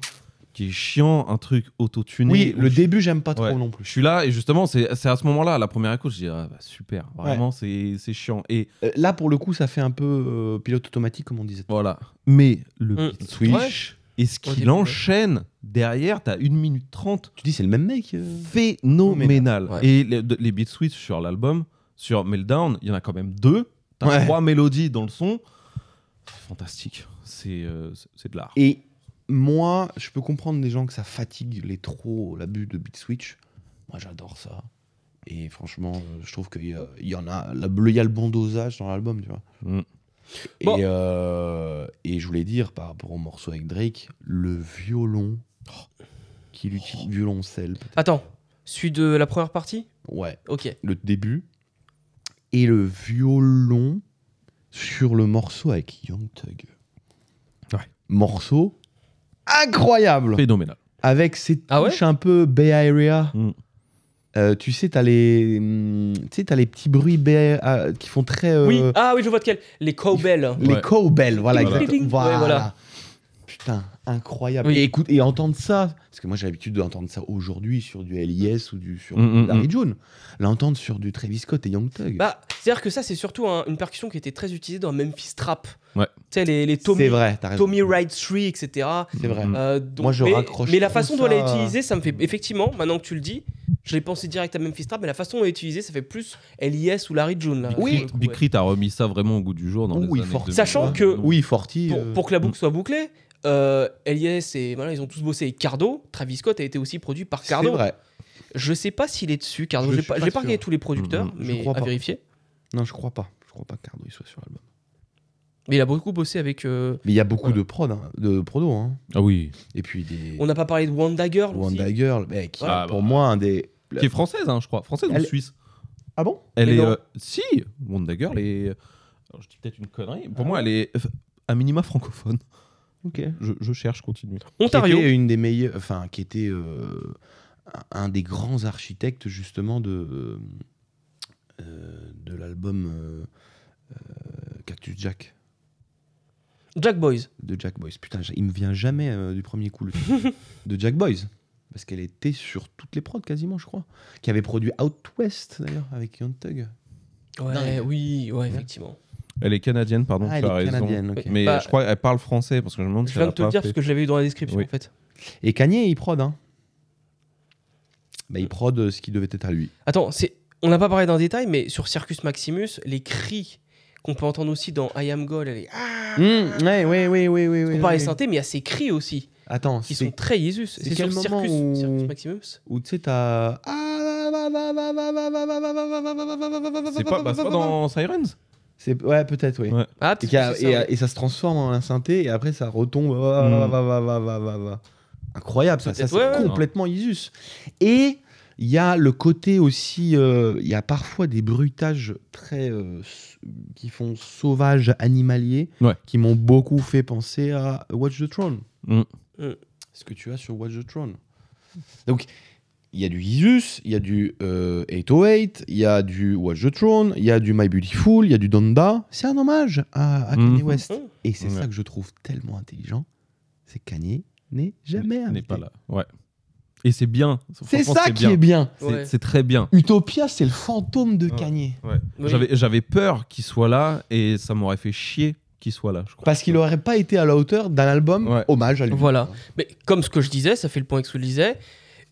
Speaker 2: qui est chiant, un truc autotuné.
Speaker 3: Oui,
Speaker 2: où
Speaker 3: le
Speaker 2: je-
Speaker 3: début, j'aime pas trop
Speaker 2: Ouais.
Speaker 3: non
Speaker 2: Je
Speaker 3: plus.
Speaker 2: suis là et justement, c'est c'est à ce moment-là, à la première écoute, je dis ah, bah, super, vraiment, c'est- c'est chiant. Et
Speaker 3: Euh, Là, pour le coup, ça fait un peu euh, pilote automatique, comme on disait.
Speaker 2: voilà. Mais le
Speaker 1: Mm.
Speaker 2: beat switch
Speaker 1: Ouais.
Speaker 2: et ce
Speaker 1: Au
Speaker 2: qu'il
Speaker 1: début, ouais.
Speaker 2: enchaîne derrière, t'as 1 minute 30
Speaker 3: Tu dis, c'est le même mec euh
Speaker 2: phénoménal.
Speaker 1: Ouais.
Speaker 2: Et les, de- les beat switch sur l'album, sur Meltdown, il y en a quand même deux. T'as
Speaker 3: Ouais.
Speaker 2: trois mélodies dans le son. C'est fantastique. C'est euh, c'est- c'est de l'art.
Speaker 3: Et moi, je peux comprendre des gens que ça fatigue les trop, l'abus de beat switch. Moi, j'adore ça. Et franchement, euh, je trouve qu'il y, a- il y en a, la- le- il y a le bon dosage dans l'album, tu vois.
Speaker 2: Mm.
Speaker 3: Et,
Speaker 1: Bon.
Speaker 3: euh, et je voulais dire, par rapport au morceau avec Drake, le violon qu'il utilise, violoncelle, peut-être.
Speaker 1: Attends, celui de la première partie
Speaker 3: ouais,
Speaker 1: Ok.
Speaker 3: le début, et le violon sur le morceau avec Young Thug.
Speaker 2: Ouais.
Speaker 3: Morceau incroyable
Speaker 2: Phénoménal.
Speaker 3: avec ces touches
Speaker 1: Ah ouais
Speaker 3: un peu Bay Area.
Speaker 2: Mm.
Speaker 3: Euh, tu sais, t'as les, hum, tu sais, t'as les petits bruits Bay- ah, qui font très euh,
Speaker 1: Oui, ah oui, je vois de quel. Les cowbells.
Speaker 3: les
Speaker 2: Ouais.
Speaker 3: cowbells, voilà,
Speaker 2: Ding, ding,
Speaker 3: exactement.
Speaker 1: ding.
Speaker 3: Voilà.
Speaker 1: Ouais, voilà.
Speaker 3: Putain, incroyable.
Speaker 1: Oui.
Speaker 3: Et écoute, et entendre ça, parce que moi j'ai l'habitude d'entendre ça aujourd'hui sur du LIS ou du sur
Speaker 2: Mm, mm,
Speaker 3: Larry
Speaker 2: mm.
Speaker 3: June. L'entendre sur du Travis Scott et Young Thug.
Speaker 1: Bah, c'est-à-dire que ça, c'est surtout un- une percussion qui était très utilisée dans Memphis Trap.
Speaker 2: Ouais.
Speaker 1: Tu sais, les, les
Speaker 3: c'est
Speaker 1: Tommy,
Speaker 3: vrai, t'as raison.
Speaker 1: Tommy Ride 3, etc.
Speaker 3: C'est vrai.
Speaker 2: Mm.
Speaker 1: Euh, donc-
Speaker 3: Moi, je
Speaker 1: mais,
Speaker 3: raccroche
Speaker 1: mais la
Speaker 3: trop
Speaker 1: façon dont elle est
Speaker 3: ça.
Speaker 1: utilisée, ça me fait. Effectivement, maintenant que tu le dis, je l'ai pensé direct à Memphis Trap, mais la façon dont elle est utilisée, ça fait plus LIS ou Larry June. là,
Speaker 3: Oui.
Speaker 1: pour le coup,
Speaker 2: Big
Speaker 1: ouais.
Speaker 2: Crit a remis ça vraiment au goût du jour dans les
Speaker 3: Oui,
Speaker 2: années
Speaker 3: fort.
Speaker 2: 2000.
Speaker 1: Sachant que-
Speaker 3: Oui, Forti.
Speaker 1: pour,
Speaker 3: euh,
Speaker 1: pour que la boucle soit bouclée, euh, LIS et voilà, ils ont tous bossé avec Cardo. Travis Scott a été aussi produit par
Speaker 3: c'est
Speaker 1: Cardo.
Speaker 3: vrai.
Speaker 1: Je sais pas s'il est dessus, Cardo.
Speaker 3: Je
Speaker 1: J'ai
Speaker 3: suis
Speaker 1: pas,
Speaker 3: pas
Speaker 1: j'ai pas
Speaker 3: sûr. Mm,
Speaker 1: regardé tous les producteurs,
Speaker 3: Je
Speaker 1: mais
Speaker 3: crois
Speaker 1: à
Speaker 3: pas.
Speaker 1: vérifier.
Speaker 3: Non, je crois pas. Je crois pas que Cardo il soit sur l'album.
Speaker 1: Mais il a beaucoup bossé avec. euh,
Speaker 3: Mais il y a beaucoup
Speaker 1: Voilà.
Speaker 3: de prod, hein, de prodos. Hein.
Speaker 2: Ah oui.
Speaker 3: Et puis des
Speaker 1: On n'a pas parlé de Wanda Girl aussi.
Speaker 3: Wanda Girl, mec, qui est
Speaker 2: Ah,
Speaker 3: pour
Speaker 2: bah.
Speaker 3: moi un des.
Speaker 2: Qui est française, hein, je crois. Française
Speaker 3: Elle-
Speaker 2: ou suisse
Speaker 3: Ah bon
Speaker 2: Elle
Speaker 1: Mais
Speaker 2: est.
Speaker 1: non.
Speaker 2: euh, Si Wonder Girl est. Alors, je dis peut-être une connerie. Pour moi, elle est euh, à minima francophone.
Speaker 3: Ok.
Speaker 2: Je, je cherche, continue.
Speaker 1: Ontario.
Speaker 3: Qui était une des meilleures, enfin qui était euh, un un des grands architectes justement de euh, de l'album euh, euh, Cactus Jack
Speaker 1: Jack Boys.
Speaker 3: de Jack Boys. Putain, j- il me vient jamais euh, du premier coup le titre. de Jack Boys. Parce qu'elle était sur toutes les prods quasiment, je crois. Qui avait produit Out West d'ailleurs avec Young Thug.
Speaker 1: Ouais,
Speaker 3: Dingue.
Speaker 1: Eh oui, ouais, effectivement.
Speaker 3: Mm.
Speaker 2: Elle est canadienne, pardon.
Speaker 3: Ah, elle
Speaker 2: tu as
Speaker 3: est
Speaker 2: raison.
Speaker 3: canadienne. ok.
Speaker 2: Mais euh,
Speaker 1: Bah,
Speaker 2: je crois qu'elle parle français parce que je me demande
Speaker 1: Je
Speaker 2: si elle
Speaker 1: viens
Speaker 2: a
Speaker 1: de te
Speaker 2: pas
Speaker 1: le dire
Speaker 2: fait-
Speaker 1: parce que je l'avais vu dans la description
Speaker 2: Oui.
Speaker 1: en fait.
Speaker 3: Et Kanye, il prod, hein. Bah, il prod euh, ce qui devait être à lui.
Speaker 1: Attends, c'est on n'a pas parlé d'un détail, mais sur Circus Maximus, les cris qu'on peut entendre aussi dans I Am Gold. Elle est... ah,
Speaker 3: Mmh, ouais, ouais, ouais, ouais, ouais,
Speaker 1: on
Speaker 3: ouais,
Speaker 1: parle des
Speaker 3: ouais.
Speaker 1: synthés, mais il y a ces cris aussi,
Speaker 3: Attends,
Speaker 1: qui
Speaker 3: c'est-
Speaker 1: sont très Jésus. C'est sur
Speaker 3: quel moment
Speaker 1: Circus,
Speaker 3: où-
Speaker 1: Circus Maximus.
Speaker 3: Ou tu sais, t'as.
Speaker 2: C'est pas, bah, c'est pas dans Sirens
Speaker 3: C'est- Ouais, peut-être, oui.
Speaker 2: Ouais.
Speaker 1: Ah,
Speaker 3: Et,
Speaker 1: peut-être
Speaker 3: qu'il y a-
Speaker 1: que c'est ça,
Speaker 3: et- et ça se transforme en un synthé et après ça retombe. oh, Incroyable, ça, ça
Speaker 1: Peut-être,
Speaker 3: c'est
Speaker 1: ouais, ouais.
Speaker 3: complètement Isus. Et il y a le côté aussi, euh, il y a parfois des bruitages très euh, s- qui font sauvage animalier,
Speaker 2: Ouais.
Speaker 3: qui m'ont beaucoup fait penser à Watch the Throne.
Speaker 2: Mm.
Speaker 1: Mm.
Speaker 3: Ce que tu as sur Watch the Throne. Donc il y a du Isus, il y a du euh, 808, il y a du Watch the Throne, il y a du My Beautiful, il y a du Donda. C'est un hommage à, à Kanye
Speaker 2: Mhm.
Speaker 3: West.
Speaker 1: Mhm.
Speaker 3: Et c'est
Speaker 2: Ouais.
Speaker 3: ça que je trouve tellement intelligent, c'est que Kanye n'est jamais
Speaker 2: N'est
Speaker 3: invité.
Speaker 2: pas là. Ouais. Et c'est bien.
Speaker 3: Ah, C'est
Speaker 2: Franchement,
Speaker 3: ça qui est bien.
Speaker 2: C'est-
Speaker 1: Ouais.
Speaker 2: C'est très bien.
Speaker 3: Utopia, c'est le fantôme de
Speaker 2: Ouais.
Speaker 3: Kanye.
Speaker 1: Oui.
Speaker 2: J'avais- J'avais peur qu'il soit là et ça m'aurait fait chier qu'il soit là, je crois.
Speaker 3: Parce qu'il n'aurait pas été à la hauteur d'un album
Speaker 2: Ouais.
Speaker 3: hommage à lui.
Speaker 1: Voilà. Mais comme ce que je disais, ça fait le point avec ce que je disais.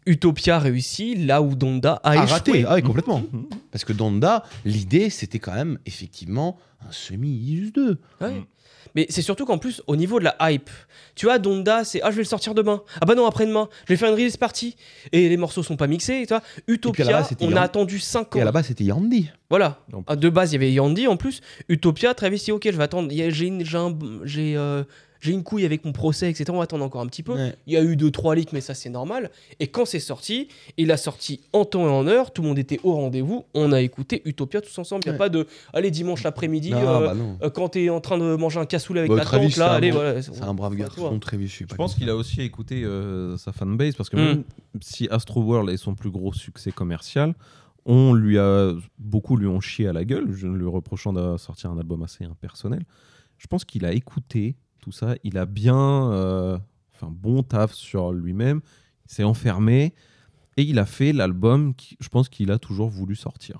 Speaker 1: Utopia réussit là où Donda a,
Speaker 3: A
Speaker 1: échoué.
Speaker 3: raté, ah oui, complètement.
Speaker 2: Mhm.
Speaker 3: Parce que Donda, l'idée, c'était quand même effectivement un semi-Isus 2.
Speaker 1: Ouais.
Speaker 2: Mm.
Speaker 1: Mais c'est surtout qu'en plus, au niveau de la hype, tu vois, Donda, c'est ah, je vais le sortir demain, ah bah non, après-demain, je vais faire une release party, et les morceaux sont pas mixés, et toi,
Speaker 3: à la
Speaker 1: Utopia,
Speaker 3: base, c'était
Speaker 1: on a
Speaker 3: Yann.
Speaker 1: attendu 5
Speaker 3: Et à
Speaker 1: ans.
Speaker 3: la base, c'était Yandy.
Speaker 1: Voilà.
Speaker 2: En
Speaker 1: Ah, de base, il y avait Yandy en plus. Utopia, Travis dit, ok, je vais attendre, Il y a- j'ai une, j'ai un- j'ai, euh, j'ai une couille avec mon procès, etc. On va attendre encore un petit peu.
Speaker 3: Ouais.
Speaker 1: Il y a eu 2-3 leaks, mais ça c'est normal. Et quand c'est sorti, il a sorti en temps et en heure, tout le monde était au rendez-vous, on a écouté Utopia tous ensemble. Il n'y a
Speaker 3: Ouais.
Speaker 1: pas de allez dimanche l'après-midi,
Speaker 3: Non,
Speaker 1: euh,
Speaker 3: bah non.
Speaker 1: euh, quand t'es en train de manger un cassoulet avec
Speaker 3: Bah,
Speaker 1: ta
Speaker 3: Travis,
Speaker 1: tante, là,
Speaker 3: c'est un
Speaker 1: allez,
Speaker 3: bon-
Speaker 1: voilà.
Speaker 3: C'est un brave
Speaker 1: Faut
Speaker 3: garçon,
Speaker 1: toi.
Speaker 3: Travis. Je, suis pas
Speaker 2: Je pense
Speaker 3: comme
Speaker 2: qu'il
Speaker 3: ça.
Speaker 2: a aussi écouté euh, sa fanbase parce que
Speaker 1: Mm.
Speaker 2: même si Astro World est son plus gros succès commercial, on lui a beaucoup lui ont chié à la gueule, je lui reprochant de sortir un album assez impersonnel. Je pense qu'il a écouté tout ça, il a bien, euh, enfin bon taf sur lui-même, il s'est enfermé et il a fait l'album. qui- Je pense qu'il a toujours voulu sortir.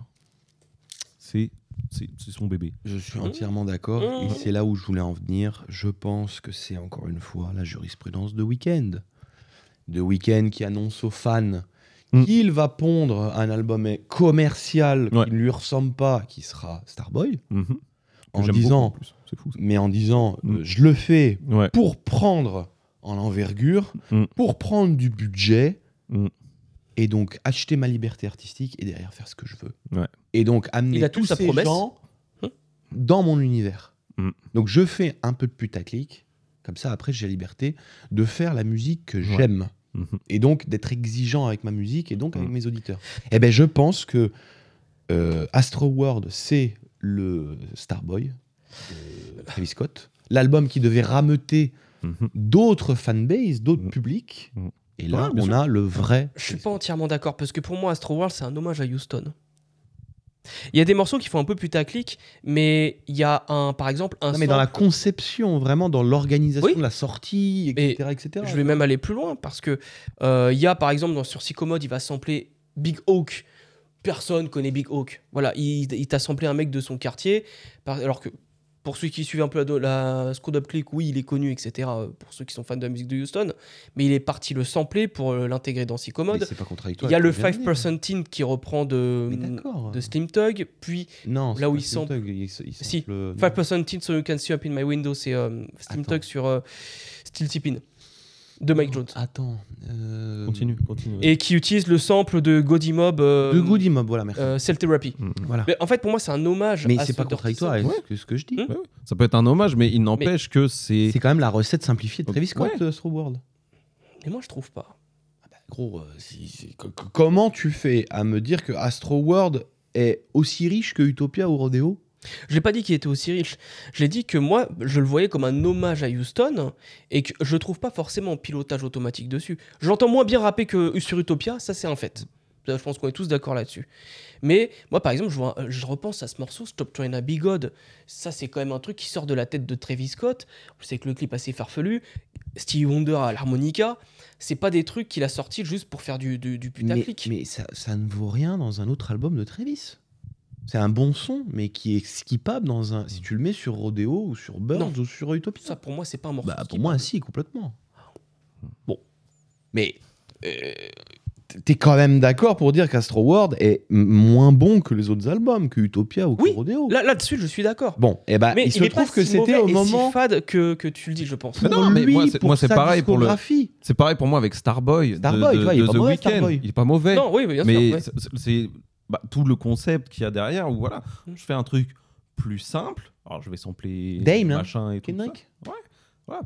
Speaker 2: C'est c'est c'est son bébé.
Speaker 3: Je suis
Speaker 1: Mmh.
Speaker 3: entièrement d'accord.
Speaker 1: Mmh.
Speaker 3: Et c'est là où je voulais en venir. Je pense que c'est encore une fois la jurisprudence de Weekend. De Weekend qui annonce aux fans
Speaker 2: Mmh.
Speaker 3: qu'il va pondre un album commercial
Speaker 2: Ouais.
Speaker 3: qui ne lui ressemble pas, qui sera Starboy,
Speaker 2: Mhm. Que
Speaker 3: en
Speaker 2: j'aime
Speaker 3: disant,
Speaker 2: beaucoup en plus. c'est fou. ça.
Speaker 3: mais en disant, euh,
Speaker 2: Mmh.
Speaker 3: je le fais
Speaker 2: Ouais.
Speaker 3: pour prendre en envergure,
Speaker 2: Mm.
Speaker 3: pour prendre du budget,
Speaker 2: Mm.
Speaker 3: et donc acheter ma liberté artistique et derrière faire ce que je veux.
Speaker 2: Ouais.
Speaker 3: Et donc amener
Speaker 1: Il a tout
Speaker 3: tous
Speaker 1: sa
Speaker 3: ces
Speaker 1: promesse.
Speaker 3: gens
Speaker 1: Mm.
Speaker 3: dans mon univers.
Speaker 2: Mm.
Speaker 3: Donc je fais un peu de putaclic, comme ça après j'ai la liberté de faire la musique que
Speaker 2: Ouais.
Speaker 3: j'aime.
Speaker 2: Mhm.
Speaker 3: Et donc d'être exigeant avec ma musique et donc avec
Speaker 2: Mm.
Speaker 3: mes auditeurs. Eh ben je pense que euh, Astro World, c'est le Starboy de Travis Scott. L'album qui devait rameuter
Speaker 2: Mhm.
Speaker 3: d'autres fanbases, d'autres
Speaker 2: Mm.
Speaker 3: publics.
Speaker 2: Mm.
Speaker 3: Et là,
Speaker 2: Ouais, bien
Speaker 3: on a le vrai.
Speaker 1: Je suis pas entièrement d'accord, parce que pour moi, Astro World, c'est un hommage à Houston. Il y a des morceaux qui font un peu putaclic, mais il y a un, par exemple, un.
Speaker 3: Non, mais dans la
Speaker 1: sample-
Speaker 3: conception, vraiment, dans l'organisation
Speaker 1: Oui.
Speaker 3: de la sortie,
Speaker 1: Mais
Speaker 3: etc. etc.
Speaker 1: Je vais même aller plus loin parce que euh, il y a par exemple dans, sur Psychomode, il va sampler Big Hawk. Personne connaît Big Hawk. Voilà, il, il t'a samplé un mec de son quartier. par- alors que pour ceux qui suivent un peu la, la Screwed Up Click, oui, il est connu, etc. euh, Pour ceux qui sont fans de la musique de Houston, mais il est parti le sampler pour euh, l'intégrer dans
Speaker 3: Mais
Speaker 1: Psychomode.
Speaker 3: c'est pas
Speaker 1: Il
Speaker 3: contradictoire.
Speaker 1: y a le
Speaker 3: avec ce
Speaker 1: 5%
Speaker 3: que je viens de dire.
Speaker 1: Team qui reprend
Speaker 3: hein.
Speaker 1: de,
Speaker 3: Mais
Speaker 1: mm,
Speaker 3: d'accord. Ah,
Speaker 1: de Slim Tug, puis
Speaker 3: Non,
Speaker 1: là
Speaker 3: c'est
Speaker 1: où
Speaker 3: pas
Speaker 1: ils
Speaker 3: Snoop
Speaker 1: sont-
Speaker 3: Dogg, ils sont.
Speaker 1: Si,
Speaker 3: 5%.
Speaker 1: 5% Team So You Can See Up in My Window, c'est euh, Slim
Speaker 3: Attends.
Speaker 1: Tug sur euh, Steel Tippin de Mike Jones.
Speaker 3: Attends. euh,
Speaker 2: Continue, continue.
Speaker 1: et qui utilise le sample de Godimob euh,
Speaker 3: De Goody Mob, voilà, merci.
Speaker 1: euh, Cell Therapy.
Speaker 2: Mhm.
Speaker 3: Voilà.
Speaker 1: Mais en fait, pour moi, c'est un hommage.
Speaker 3: Mais
Speaker 1: à
Speaker 3: c'est
Speaker 1: ce
Speaker 3: pas
Speaker 1: Dirty
Speaker 3: contradictoire
Speaker 1: South.
Speaker 3: avec ce que- ce que je dis.
Speaker 1: Hmm.
Speaker 2: Ça peut être un hommage, mais il n'empêche que c'est.
Speaker 3: C'est quand même la recette simplifiée de Travis Scott,
Speaker 2: Ouais.
Speaker 3: euh, Astro World.
Speaker 1: Mais moi, je trouve pas.
Speaker 3: Gros, euh, si- si- co- co- comment tu fais à me dire que Astro World est aussi riche que Utopia ou Rodeo
Speaker 1: Je l'ai pas dit qu'il était aussi riche. J'ai dit que moi, je le voyais comme un hommage à Houston et que je trouve pas forcément pilotage automatique dessus. Je l'entends moins bien rapper que sur Utopia, ça c'est un fait. Ça, Je pense qu'on est tous d'accord là-dessus. Mais moi, par exemple, je, vois- euh, je repense à ce morceau, Stop Trying to Be God. Ça, c'est quand même un truc qui sort de la tête de Travis Scott. C'est que le clip assez farfelu. Stevie Wonder à l'harmonica. C'est pas des trucs qu'il a sortis juste pour faire du, du, du
Speaker 3: mais,
Speaker 1: putaclic.
Speaker 3: mais ça, ça ne vaut rien dans un autre album de Travis. C'est un bon son, mais qui est skippable dans un.
Speaker 2: Mm.
Speaker 3: Si tu le mets sur Rodeo ou sur Burns
Speaker 1: Non.
Speaker 3: ou sur Utopia.
Speaker 1: Ça, pour moi, c'est pas un morceau.
Speaker 3: Bah,
Speaker 1: qui-
Speaker 2: Mm.
Speaker 3: pour moi, si, complètement. Bon. Mais. euh, t'es quand même d'accord pour dire qu'Astro World est m- moins bon que les autres albums, que Utopia ou que
Speaker 1: Oui,
Speaker 3: Rodeo.
Speaker 1: Là- Là-dessus, je suis d'accord.
Speaker 3: Bon, et ben,
Speaker 1: Mais
Speaker 3: il se
Speaker 1: est
Speaker 3: trouve
Speaker 1: pas
Speaker 3: que
Speaker 1: si
Speaker 3: c'était
Speaker 1: mauvais
Speaker 3: au
Speaker 1: et
Speaker 3: moment
Speaker 1: si fade que, que tu le dis, je pense.
Speaker 2: Mais
Speaker 3: pour
Speaker 2: non, mais
Speaker 3: lui,
Speaker 2: moi, c'est-
Speaker 3: pour
Speaker 2: moi, c'est
Speaker 3: sa
Speaker 2: pareil pour le-
Speaker 3: discographie.
Speaker 2: C'est pareil pour moi avec Starboy. de-
Speaker 3: Starboy,
Speaker 2: de,
Speaker 3: tu vois, il est
Speaker 2: de
Speaker 3: pas
Speaker 2: The
Speaker 3: mauvais,
Speaker 2: Weeknd.
Speaker 3: Starboy.
Speaker 2: Il est pas mauvais.
Speaker 1: Non, oui, bien sûr.
Speaker 2: mais
Speaker 1: ouais.
Speaker 2: c'est- c'est- c'est bah, tout le concept qu'il y a derrière où voilà,
Speaker 3: Mm.
Speaker 2: je fais un truc plus simple. Alors je vais sampler
Speaker 3: Dame, hein,
Speaker 2: machin et tout. ça.
Speaker 3: Kendrick
Speaker 2: Ouais, voilà.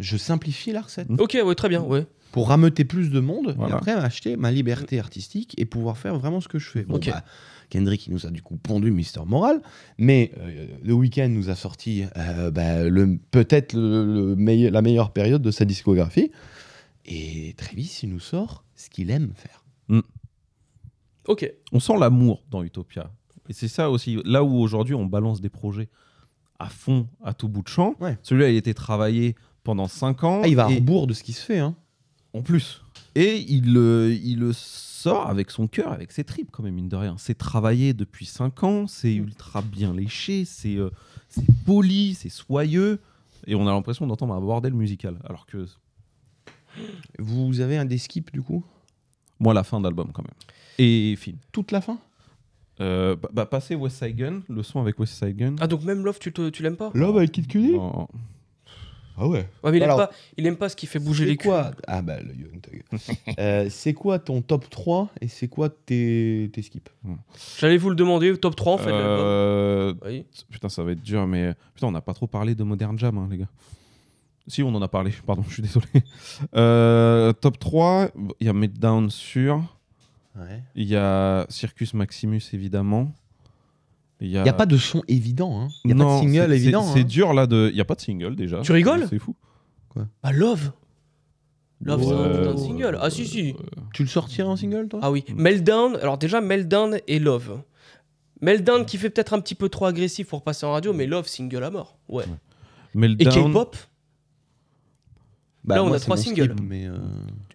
Speaker 3: Je simplifie la recette
Speaker 1: Ok, ouais, très bien, ouais.
Speaker 3: pour rameuter plus de monde
Speaker 2: Voilà.
Speaker 3: et après m'acheter ma liberté artistique et pouvoir faire vraiment ce que je fais. Bon,
Speaker 1: Ok.
Speaker 3: bah, Kendrick, il nous a du coup pondu Mister Moral, mais euh, le week-end nous a sorti euh, bah, le- peut-être le- le meille- la meilleure période de sa discographie. Et Travis, il nous sort ce qu'il aime faire.
Speaker 1: Ok.
Speaker 2: On sent l'amour dans Utopia. Et c'est ça aussi. Là où aujourd'hui on balance des projets à fond, à tout bout de champ.
Speaker 3: Ouais.
Speaker 2: Celui-là, il a été travaillé pendant 5 ans.
Speaker 3: Ah, il va à
Speaker 2: et-
Speaker 3: rebours de ce qui se fait. Hein.
Speaker 2: en plus. Et il le, il le sort avec son cœur, avec ses tripes, quand même, mine de rien. C'est travaillé depuis 5 ans, c'est
Speaker 1: Mm.
Speaker 2: ultra bien léché, c'est euh, c'est poli, c'est soyeux. Et on a l'impression d'entendre un bordel musical. Alors que,
Speaker 3: Vous avez un des skips du coup
Speaker 2: moi, la fin d'album, quand même. Et film.
Speaker 3: Toute la fin
Speaker 2: Euh, bah, bah, passer West Side Gun, le son avec West Side Gun.
Speaker 1: Ah, donc même Love, tu, te- tu l'aimes pas
Speaker 3: Love avec Kid Cudi
Speaker 2: En-
Speaker 3: Ah ouais.
Speaker 1: Ouais, mais il,
Speaker 3: Alors,
Speaker 1: aime pas, il aime pas ce qui fait bouger
Speaker 3: C'est
Speaker 1: les culs.
Speaker 3: quoi Ah bah le Young Thug. Euh, c'est quoi ton top 3 et c'est quoi tes, tes skips
Speaker 1: J'allais vous le demander, top 3 en fait. l'album.
Speaker 2: Euh,
Speaker 1: Oui.
Speaker 2: Putain, ça va être dur, mais euh, putain, on n'a pas trop parlé de Modern Jam, hein, les gars. Si, on en a parlé, pardon, je suis désolé. Euh, top 3, il y a Meltdown sur,
Speaker 3: Ouais.
Speaker 2: il y a Circus Maximus évidemment. Il y
Speaker 3: Il n'y a pas de son évident. hein. Il n'y a
Speaker 2: Non,
Speaker 3: pas de single
Speaker 2: c'est-
Speaker 3: évident.
Speaker 2: c'est- C'est
Speaker 3: hein.
Speaker 2: dur là de. Il n'y a pas de single déjà.
Speaker 1: Tu rigoles
Speaker 2: C'est fou.
Speaker 1: Bah, Love Love, c'est un
Speaker 2: Ouais,
Speaker 1: putain de
Speaker 2: ouais,
Speaker 1: single. Ah, si, si.
Speaker 3: Tu le sortirais en single, toi
Speaker 1: Ah oui, Meltdown, alors déjà Meltdown et Love. Meltdown qui fait peut-être un petit peu trop agressif pour passer en radio, mais Love single à mort. Ouais. Et
Speaker 2: Meltdown.
Speaker 1: K-pop,
Speaker 3: Bah,
Speaker 1: là, on
Speaker 3: moi,
Speaker 1: a
Speaker 3: c'est
Speaker 1: trois
Speaker 3: mon
Speaker 1: singles.
Speaker 3: skip, mais euh,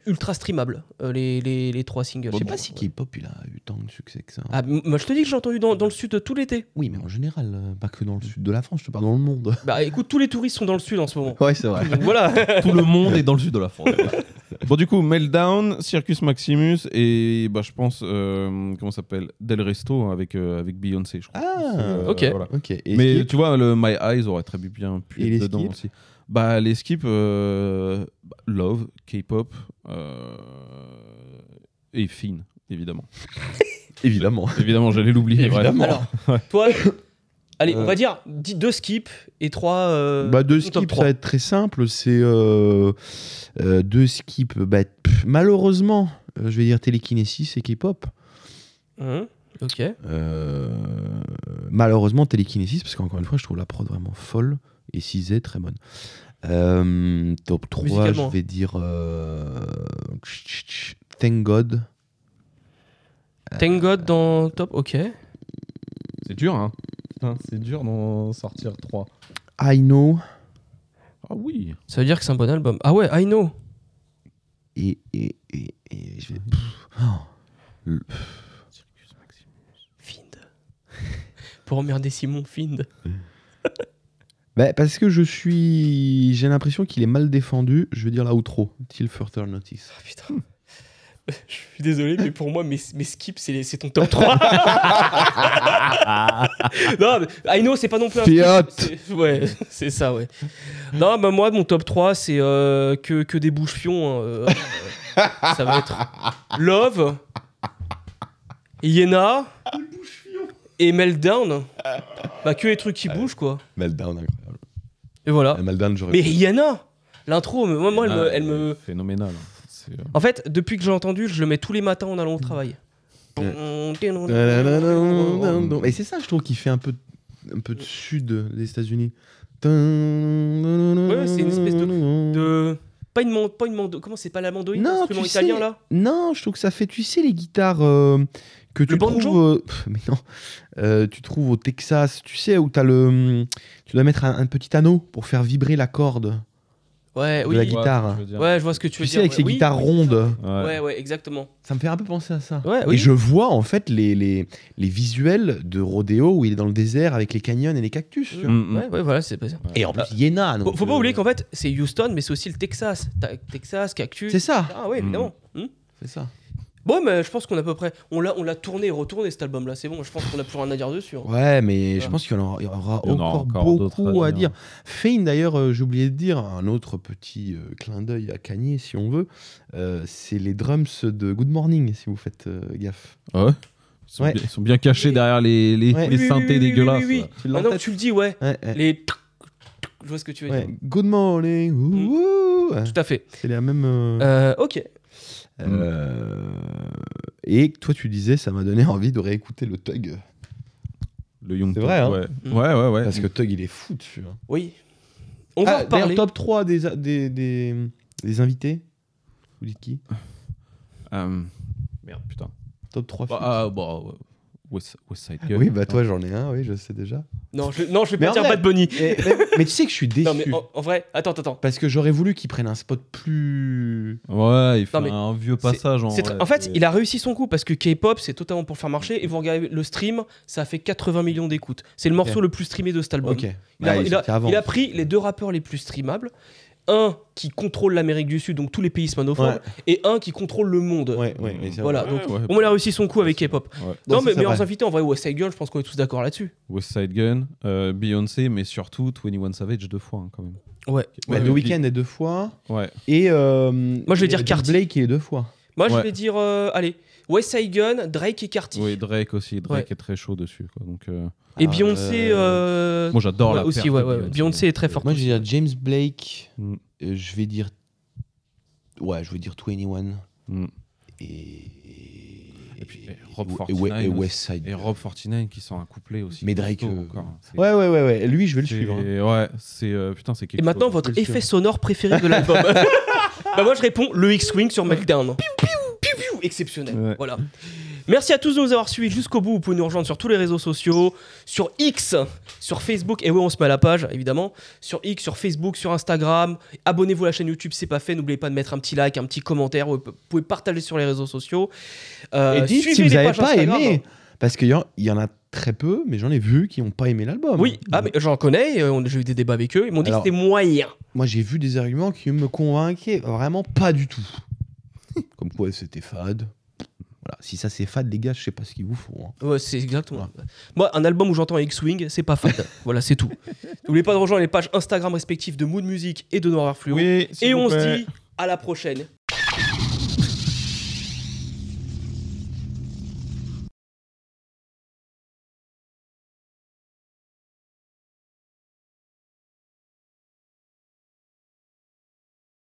Speaker 1: ultra streamable, euh, les, les, les trois singles.
Speaker 3: Je sais
Speaker 1: Bon,
Speaker 3: pas si
Speaker 1: ouais.
Speaker 3: K-pop il a eu tant de succès que ça. hein.
Speaker 1: Ah, m- moi je te dis que j'ai entendu dans, dans le sud euh, tout l'été.
Speaker 3: Oui, mais en général, euh, pas que dans le sud de la France, je te parle dans le monde.
Speaker 1: Bah écoute, tous les touristes sont dans le sud en ce moment.
Speaker 3: Ouais, c'est vrai.
Speaker 1: Donc voilà.
Speaker 2: Tout le monde est dans le sud de la France. bon, du coup, Meltdown, Circus Maximus et bah, je pense, euh, comment ça s'appelle Del Resto avec, euh, avec Beyoncé, je crois. Euh,
Speaker 3: Ah,
Speaker 1: ok.
Speaker 2: voilà.
Speaker 3: ok. Et
Speaker 2: mais
Speaker 3: skip
Speaker 2: tu vois, le My Eyes aurait très bien pu
Speaker 3: Et
Speaker 2: être
Speaker 3: les
Speaker 2: dedans
Speaker 3: skips
Speaker 2: aussi. Bah, les skips, euh, bah, Love, K-pop euh, et Finn, évidemment.
Speaker 3: Évidemment.
Speaker 2: Évidemment, j'allais l'oublier.
Speaker 3: Évidemment.
Speaker 2: bref.
Speaker 1: Alors, toi, allez, on
Speaker 3: Euh.
Speaker 1: va dire dix- deux skips et trois. euh,
Speaker 3: Bah,
Speaker 1: top
Speaker 3: deux skips, ça
Speaker 1: trois.
Speaker 3: va être très simple. C'est euh, euh, deux skips. bah, pff, malheureusement, euh, je vais dire télékinésie et K-pop.
Speaker 1: Mhm. Ok.
Speaker 3: Euh, malheureusement, télékinésis, parce qu'encore une fois, je trouve la prod vraiment folle et 6 très bonne. Euh, top 3,
Speaker 1: Musicalement.
Speaker 3: je vais dire euh, tch, tch, tch, Thank God.
Speaker 1: Thank God dans top. Ok.
Speaker 2: C'est dur, hein Putain, C'est dur d'en sortir 3.
Speaker 3: I know
Speaker 2: Ah oui
Speaker 1: Ça veut dire que c'est un bon album. Ah ouais, I know.
Speaker 3: et, et, et, et je vais. pff, oh. Le-
Speaker 1: Find. Pour emmerder Simon, Find.
Speaker 3: Bah, parce que je suis. J'ai l'impression qu'il est mal défendu. Je vais dire la outro. Till further notice.
Speaker 1: Ah, putain. Je suis désolé, mais pour moi, mes, mes skips, c'est les- c'est ton top 3. non, mais I know, c'est pas non plus un skip,
Speaker 3: Fiat.
Speaker 1: c'est- Ouais, c'est ça, ouais. Non, bah moi, mon top 3, c'est euh, que, que des bouches fions. hein, euh, euh, ça va être Love, Yena et Meltdown. Bah, que les trucs qui bougent, quoi.
Speaker 3: Meltdown, incroyable. Ah,
Speaker 1: Et voilà.
Speaker 3: Meltdown, j'aurais.
Speaker 1: Mais Yana L'intro, mais moi, moi, elle
Speaker 3: Ah.
Speaker 1: me- elle me...
Speaker 2: Ah, Phénoménal. hein. C'est, euh,
Speaker 1: En fait, depuis que j'ai entendu, je le mets tous les matins en allant au travail.
Speaker 3: Et c'est ça, je trouve, qui fait un peu, un peu de sud des États-Unis. Ouais,
Speaker 1: c'est une espèce De... Pas une, man- pas une mando... Comment c'est pas la mandoïne
Speaker 3: Non,
Speaker 1: L'instrument
Speaker 3: tu
Speaker 1: italien
Speaker 3: sais,
Speaker 1: là
Speaker 3: Non, je trouve que ça fait, tu sais, les guitares euh, que tu
Speaker 1: banjo
Speaker 3: trouves. euh, pff, mais non, Euh, tu trouves au Texas, tu sais, où t'as le, hum, tu dois mettre un, un petit anneau pour faire vibrer la corde.
Speaker 1: Ouais,
Speaker 3: la
Speaker 1: oui.
Speaker 3: guitare.
Speaker 2: je veux dire.
Speaker 1: Ouais, je vois ce que tu
Speaker 3: Tu,
Speaker 1: veux
Speaker 3: sais,
Speaker 1: dire.
Speaker 3: avec
Speaker 1: ouais.
Speaker 3: ces
Speaker 1: Oui,
Speaker 3: guitares
Speaker 1: oui,
Speaker 3: rondes.
Speaker 2: Ouais.
Speaker 1: Ouais, ouais, exactement.
Speaker 3: Ça me fait un peu penser à ça.
Speaker 1: Ouais, bah
Speaker 3: Et
Speaker 1: oui.
Speaker 3: je vois en fait les, les, les visuels de Rodeo où il est dans le désert avec les canyons et les cactus. tu vois.
Speaker 2: Mm, mm.
Speaker 1: Ouais, ouais, voilà, c'est pas ça.
Speaker 3: Et en plus, Yéna.
Speaker 1: Euh, Faut, faut pas oublier qu'en fait, c'est Houston, mais c'est aussi le Texas. T'as Texas, Cactus.
Speaker 3: C'est ça.
Speaker 1: Ah ouais, évidemment. Hmm
Speaker 3: C'est ça.
Speaker 1: Bon, mais je pense qu'on a à peu près. On l'a, on l'a tourné et retourné cet album-là. C'est bon, je pense qu'on a plus rien à dire dessus. hein.
Speaker 3: Ouais, mais
Speaker 1: Ouais.
Speaker 3: je pense qu'il y en aura, il y aura
Speaker 2: Il y en aura
Speaker 3: encore,
Speaker 2: encore
Speaker 3: beaucoup
Speaker 2: d'autres à
Speaker 3: à
Speaker 2: dire.
Speaker 3: dire. Fein, d'ailleurs, euh, j'ai oublié de dire, un autre petit euh, clin d'œil à Kanye, si on veut, euh, c'est les drums de Good Morning, si vous faites euh, gaffe.
Speaker 2: Ah ouais ils sont,
Speaker 3: Ouais.
Speaker 2: bien, ils sont bien cachés derrière les, les,
Speaker 3: Ouais.
Speaker 2: les
Speaker 1: Oui, oui,
Speaker 2: synthés
Speaker 1: oui, oui, oui,
Speaker 2: dégueulasses.
Speaker 1: oui, oui.
Speaker 2: là.
Speaker 3: Tu l'as en
Speaker 1: Maintenant que
Speaker 3: tête
Speaker 1: Ah tu le dis, ouais.
Speaker 3: Ouais, ouais,
Speaker 1: Les. tuc, tuc, Je vois ce que tu veux
Speaker 3: ouais.
Speaker 1: dire.
Speaker 3: Good Morning, ouh,
Speaker 1: Mm.
Speaker 3: ouh. Ouais,
Speaker 1: Tout à fait.
Speaker 3: c'est la même. euh,
Speaker 1: Euh, ok.
Speaker 3: euh, Et toi, tu disais, ça m'a donné envie de réécouter le Tug.
Speaker 2: Le Young
Speaker 3: C'est
Speaker 2: Thug,
Speaker 3: vrai, hein.
Speaker 2: ouais.
Speaker 1: Mm.
Speaker 2: ouais, ouais, ouais.
Speaker 3: Parce que Tug, il est fou dessus. hein.
Speaker 1: Oui. On va
Speaker 3: Ah,
Speaker 1: en parler.
Speaker 3: d'ailleurs, top 3 des, des, des, des invités Vous dites qui
Speaker 2: Euh, Merde, putain.
Speaker 3: Top 3
Speaker 2: Bah, ah, bah, ouais. West, West Side Gun.
Speaker 3: Oui, bah toi, j'en ai un, oui, je sais déjà.
Speaker 1: Non, je, non, je vais
Speaker 3: Mais
Speaker 1: pas
Speaker 3: en
Speaker 1: dire
Speaker 3: vrai-
Speaker 1: Bad Bunny.
Speaker 3: mais, mais tu sais que je suis déçu.
Speaker 1: Non, mais en, en vrai, attends, attends, attends.
Speaker 3: Parce que j'aurais voulu qu'il prenne un spot plus.
Speaker 2: Ouais, il fait
Speaker 1: Non, mais
Speaker 2: un vieux passage. En,
Speaker 1: C'est tr-
Speaker 2: vrai,
Speaker 1: en fait,
Speaker 2: c'est-
Speaker 1: il a réussi son coup parce que K-pop, c'est totalement pour faire marcher. Et vous regardez le stream, ça a fait 80 millions d'écoutes. C'est le morceau le plus streamé de cet album.
Speaker 3: Ok.
Speaker 1: Il, a,
Speaker 3: Bah,
Speaker 1: il a-
Speaker 3: sortait avant.
Speaker 1: il a pris les deux rappeurs les plus streamables. Un qui contrôle l'Amérique du Sud, donc tous les pays hispanophones,
Speaker 3: Ouais.
Speaker 1: et un qui contrôle le monde.
Speaker 3: Ouais, ouais, mais c'est
Speaker 1: Voilà,
Speaker 3: vrai.
Speaker 1: donc,
Speaker 2: Ouais, ouais.
Speaker 1: Bon, il a réussi son coup avec K-pop. Non,
Speaker 2: Ouais.
Speaker 3: Non,
Speaker 1: mais
Speaker 3: ça, c'est
Speaker 1: meilleurs
Speaker 3: vrai.
Speaker 1: invités, en vrai, West Side Girl, je pense qu'on est tous d'accord là-dessus.
Speaker 2: West Side Gun, euh, Beyoncé, mais surtout 21 Savage deux fois, hein, quand même.
Speaker 1: Ouais.
Speaker 3: Bah,
Speaker 2: Ouais, ouais.
Speaker 3: The Weeknd est deux fois.
Speaker 2: Ouais.
Speaker 3: Et. euh,
Speaker 1: Moi, je vais
Speaker 3: et
Speaker 1: dire
Speaker 3: Jack
Speaker 1: Carti.
Speaker 3: Blake, il est deux fois.
Speaker 1: Moi, je
Speaker 2: Ouais.
Speaker 1: vais dire, euh, allez, West Side Gun, Drake et Carti.
Speaker 2: Oui, Drake aussi. Drake
Speaker 1: Ouais.
Speaker 2: est très chaud dessus. Quoi. Donc, euh,
Speaker 1: Et
Speaker 3: Ah,
Speaker 1: Beyoncé.
Speaker 3: euh,
Speaker 1: euh,
Speaker 2: moi, j'adore
Speaker 1: ouais,
Speaker 2: la
Speaker 1: aussi,
Speaker 2: perf
Speaker 1: ouais,
Speaker 2: de
Speaker 1: ouais. Beyoncé est très forte.
Speaker 3: Moi, je vais dire James Blake.
Speaker 2: Mm.
Speaker 3: Euh, je vais dire. Ouais, je vais dire 21.
Speaker 2: Mm.
Speaker 3: Et.
Speaker 2: Et puis, et Rob
Speaker 3: et- et-
Speaker 2: 49
Speaker 3: et West Side.
Speaker 2: Et Rob 49 qui sort un couplet aussi.
Speaker 3: Mais Drake,
Speaker 2: costaud
Speaker 3: euh,
Speaker 2: encore, hein. C'est-
Speaker 3: Ouais, ouais, ouais, ouais. Lui, je vais le
Speaker 2: c'est-
Speaker 3: suivre. hein.
Speaker 2: Ouais, c'est. euh, putain, c'est quelque
Speaker 1: Et maintenant,
Speaker 2: chose.
Speaker 1: votre
Speaker 3: Quel
Speaker 1: effet sonore préféré de l'album Bah, moi, je réponds le X-Wing sur Meltdown. Piou, piou, piou, piou, exceptionnel.
Speaker 2: Ouais.
Speaker 1: Voilà. Merci à tous de nous avoir suivis jusqu'au bout. Vous pouvez nous rejoindre sur tous les réseaux sociaux, sur X, sur Facebook. Et oui, on se met à la page, évidemment. Sur X, sur Facebook, sur Instagram. Abonnez-vous à la chaîne YouTube, c'est pas fait. N'oubliez pas de mettre un petit like, un petit commentaire. Vous pouvez partager sur les réseaux sociaux. Euh,
Speaker 3: Et dites
Speaker 1: suivez
Speaker 3: si vous
Speaker 1: les
Speaker 3: n'avez
Speaker 1: pages
Speaker 3: pas
Speaker 1: Instagram. hein.
Speaker 3: aimé. Parce qu'il y, en- il y en a très peu, mais j'en ai vu qui n'ont pas aimé l'album.
Speaker 1: Oui, ah, mais j'en connais. euh, on- J'ai eu des débats avec eux. Ils m'ont dit
Speaker 3: Alors-
Speaker 1: que c'était moyen.
Speaker 3: Moi, j'ai vu des arguments qui me convainquaient vraiment pas du tout. Comme quoi, c'était fade. Voilà. Si ça, c'est fade, les gars, je sais pas ce qu'il vous faut. hein.
Speaker 1: Ouais, c'est exactement. Moi, un album où j'entends X-Wing, c'est pas fade. voilà, c'est tout. N'oubliez pas de rejoindre les pages Instagram respectives de Mood Music et de Noir Fluo.
Speaker 2: Oui, s'il
Speaker 1: et
Speaker 2: vous
Speaker 1: on se
Speaker 2: plaît.
Speaker 1: dit à la prochaine.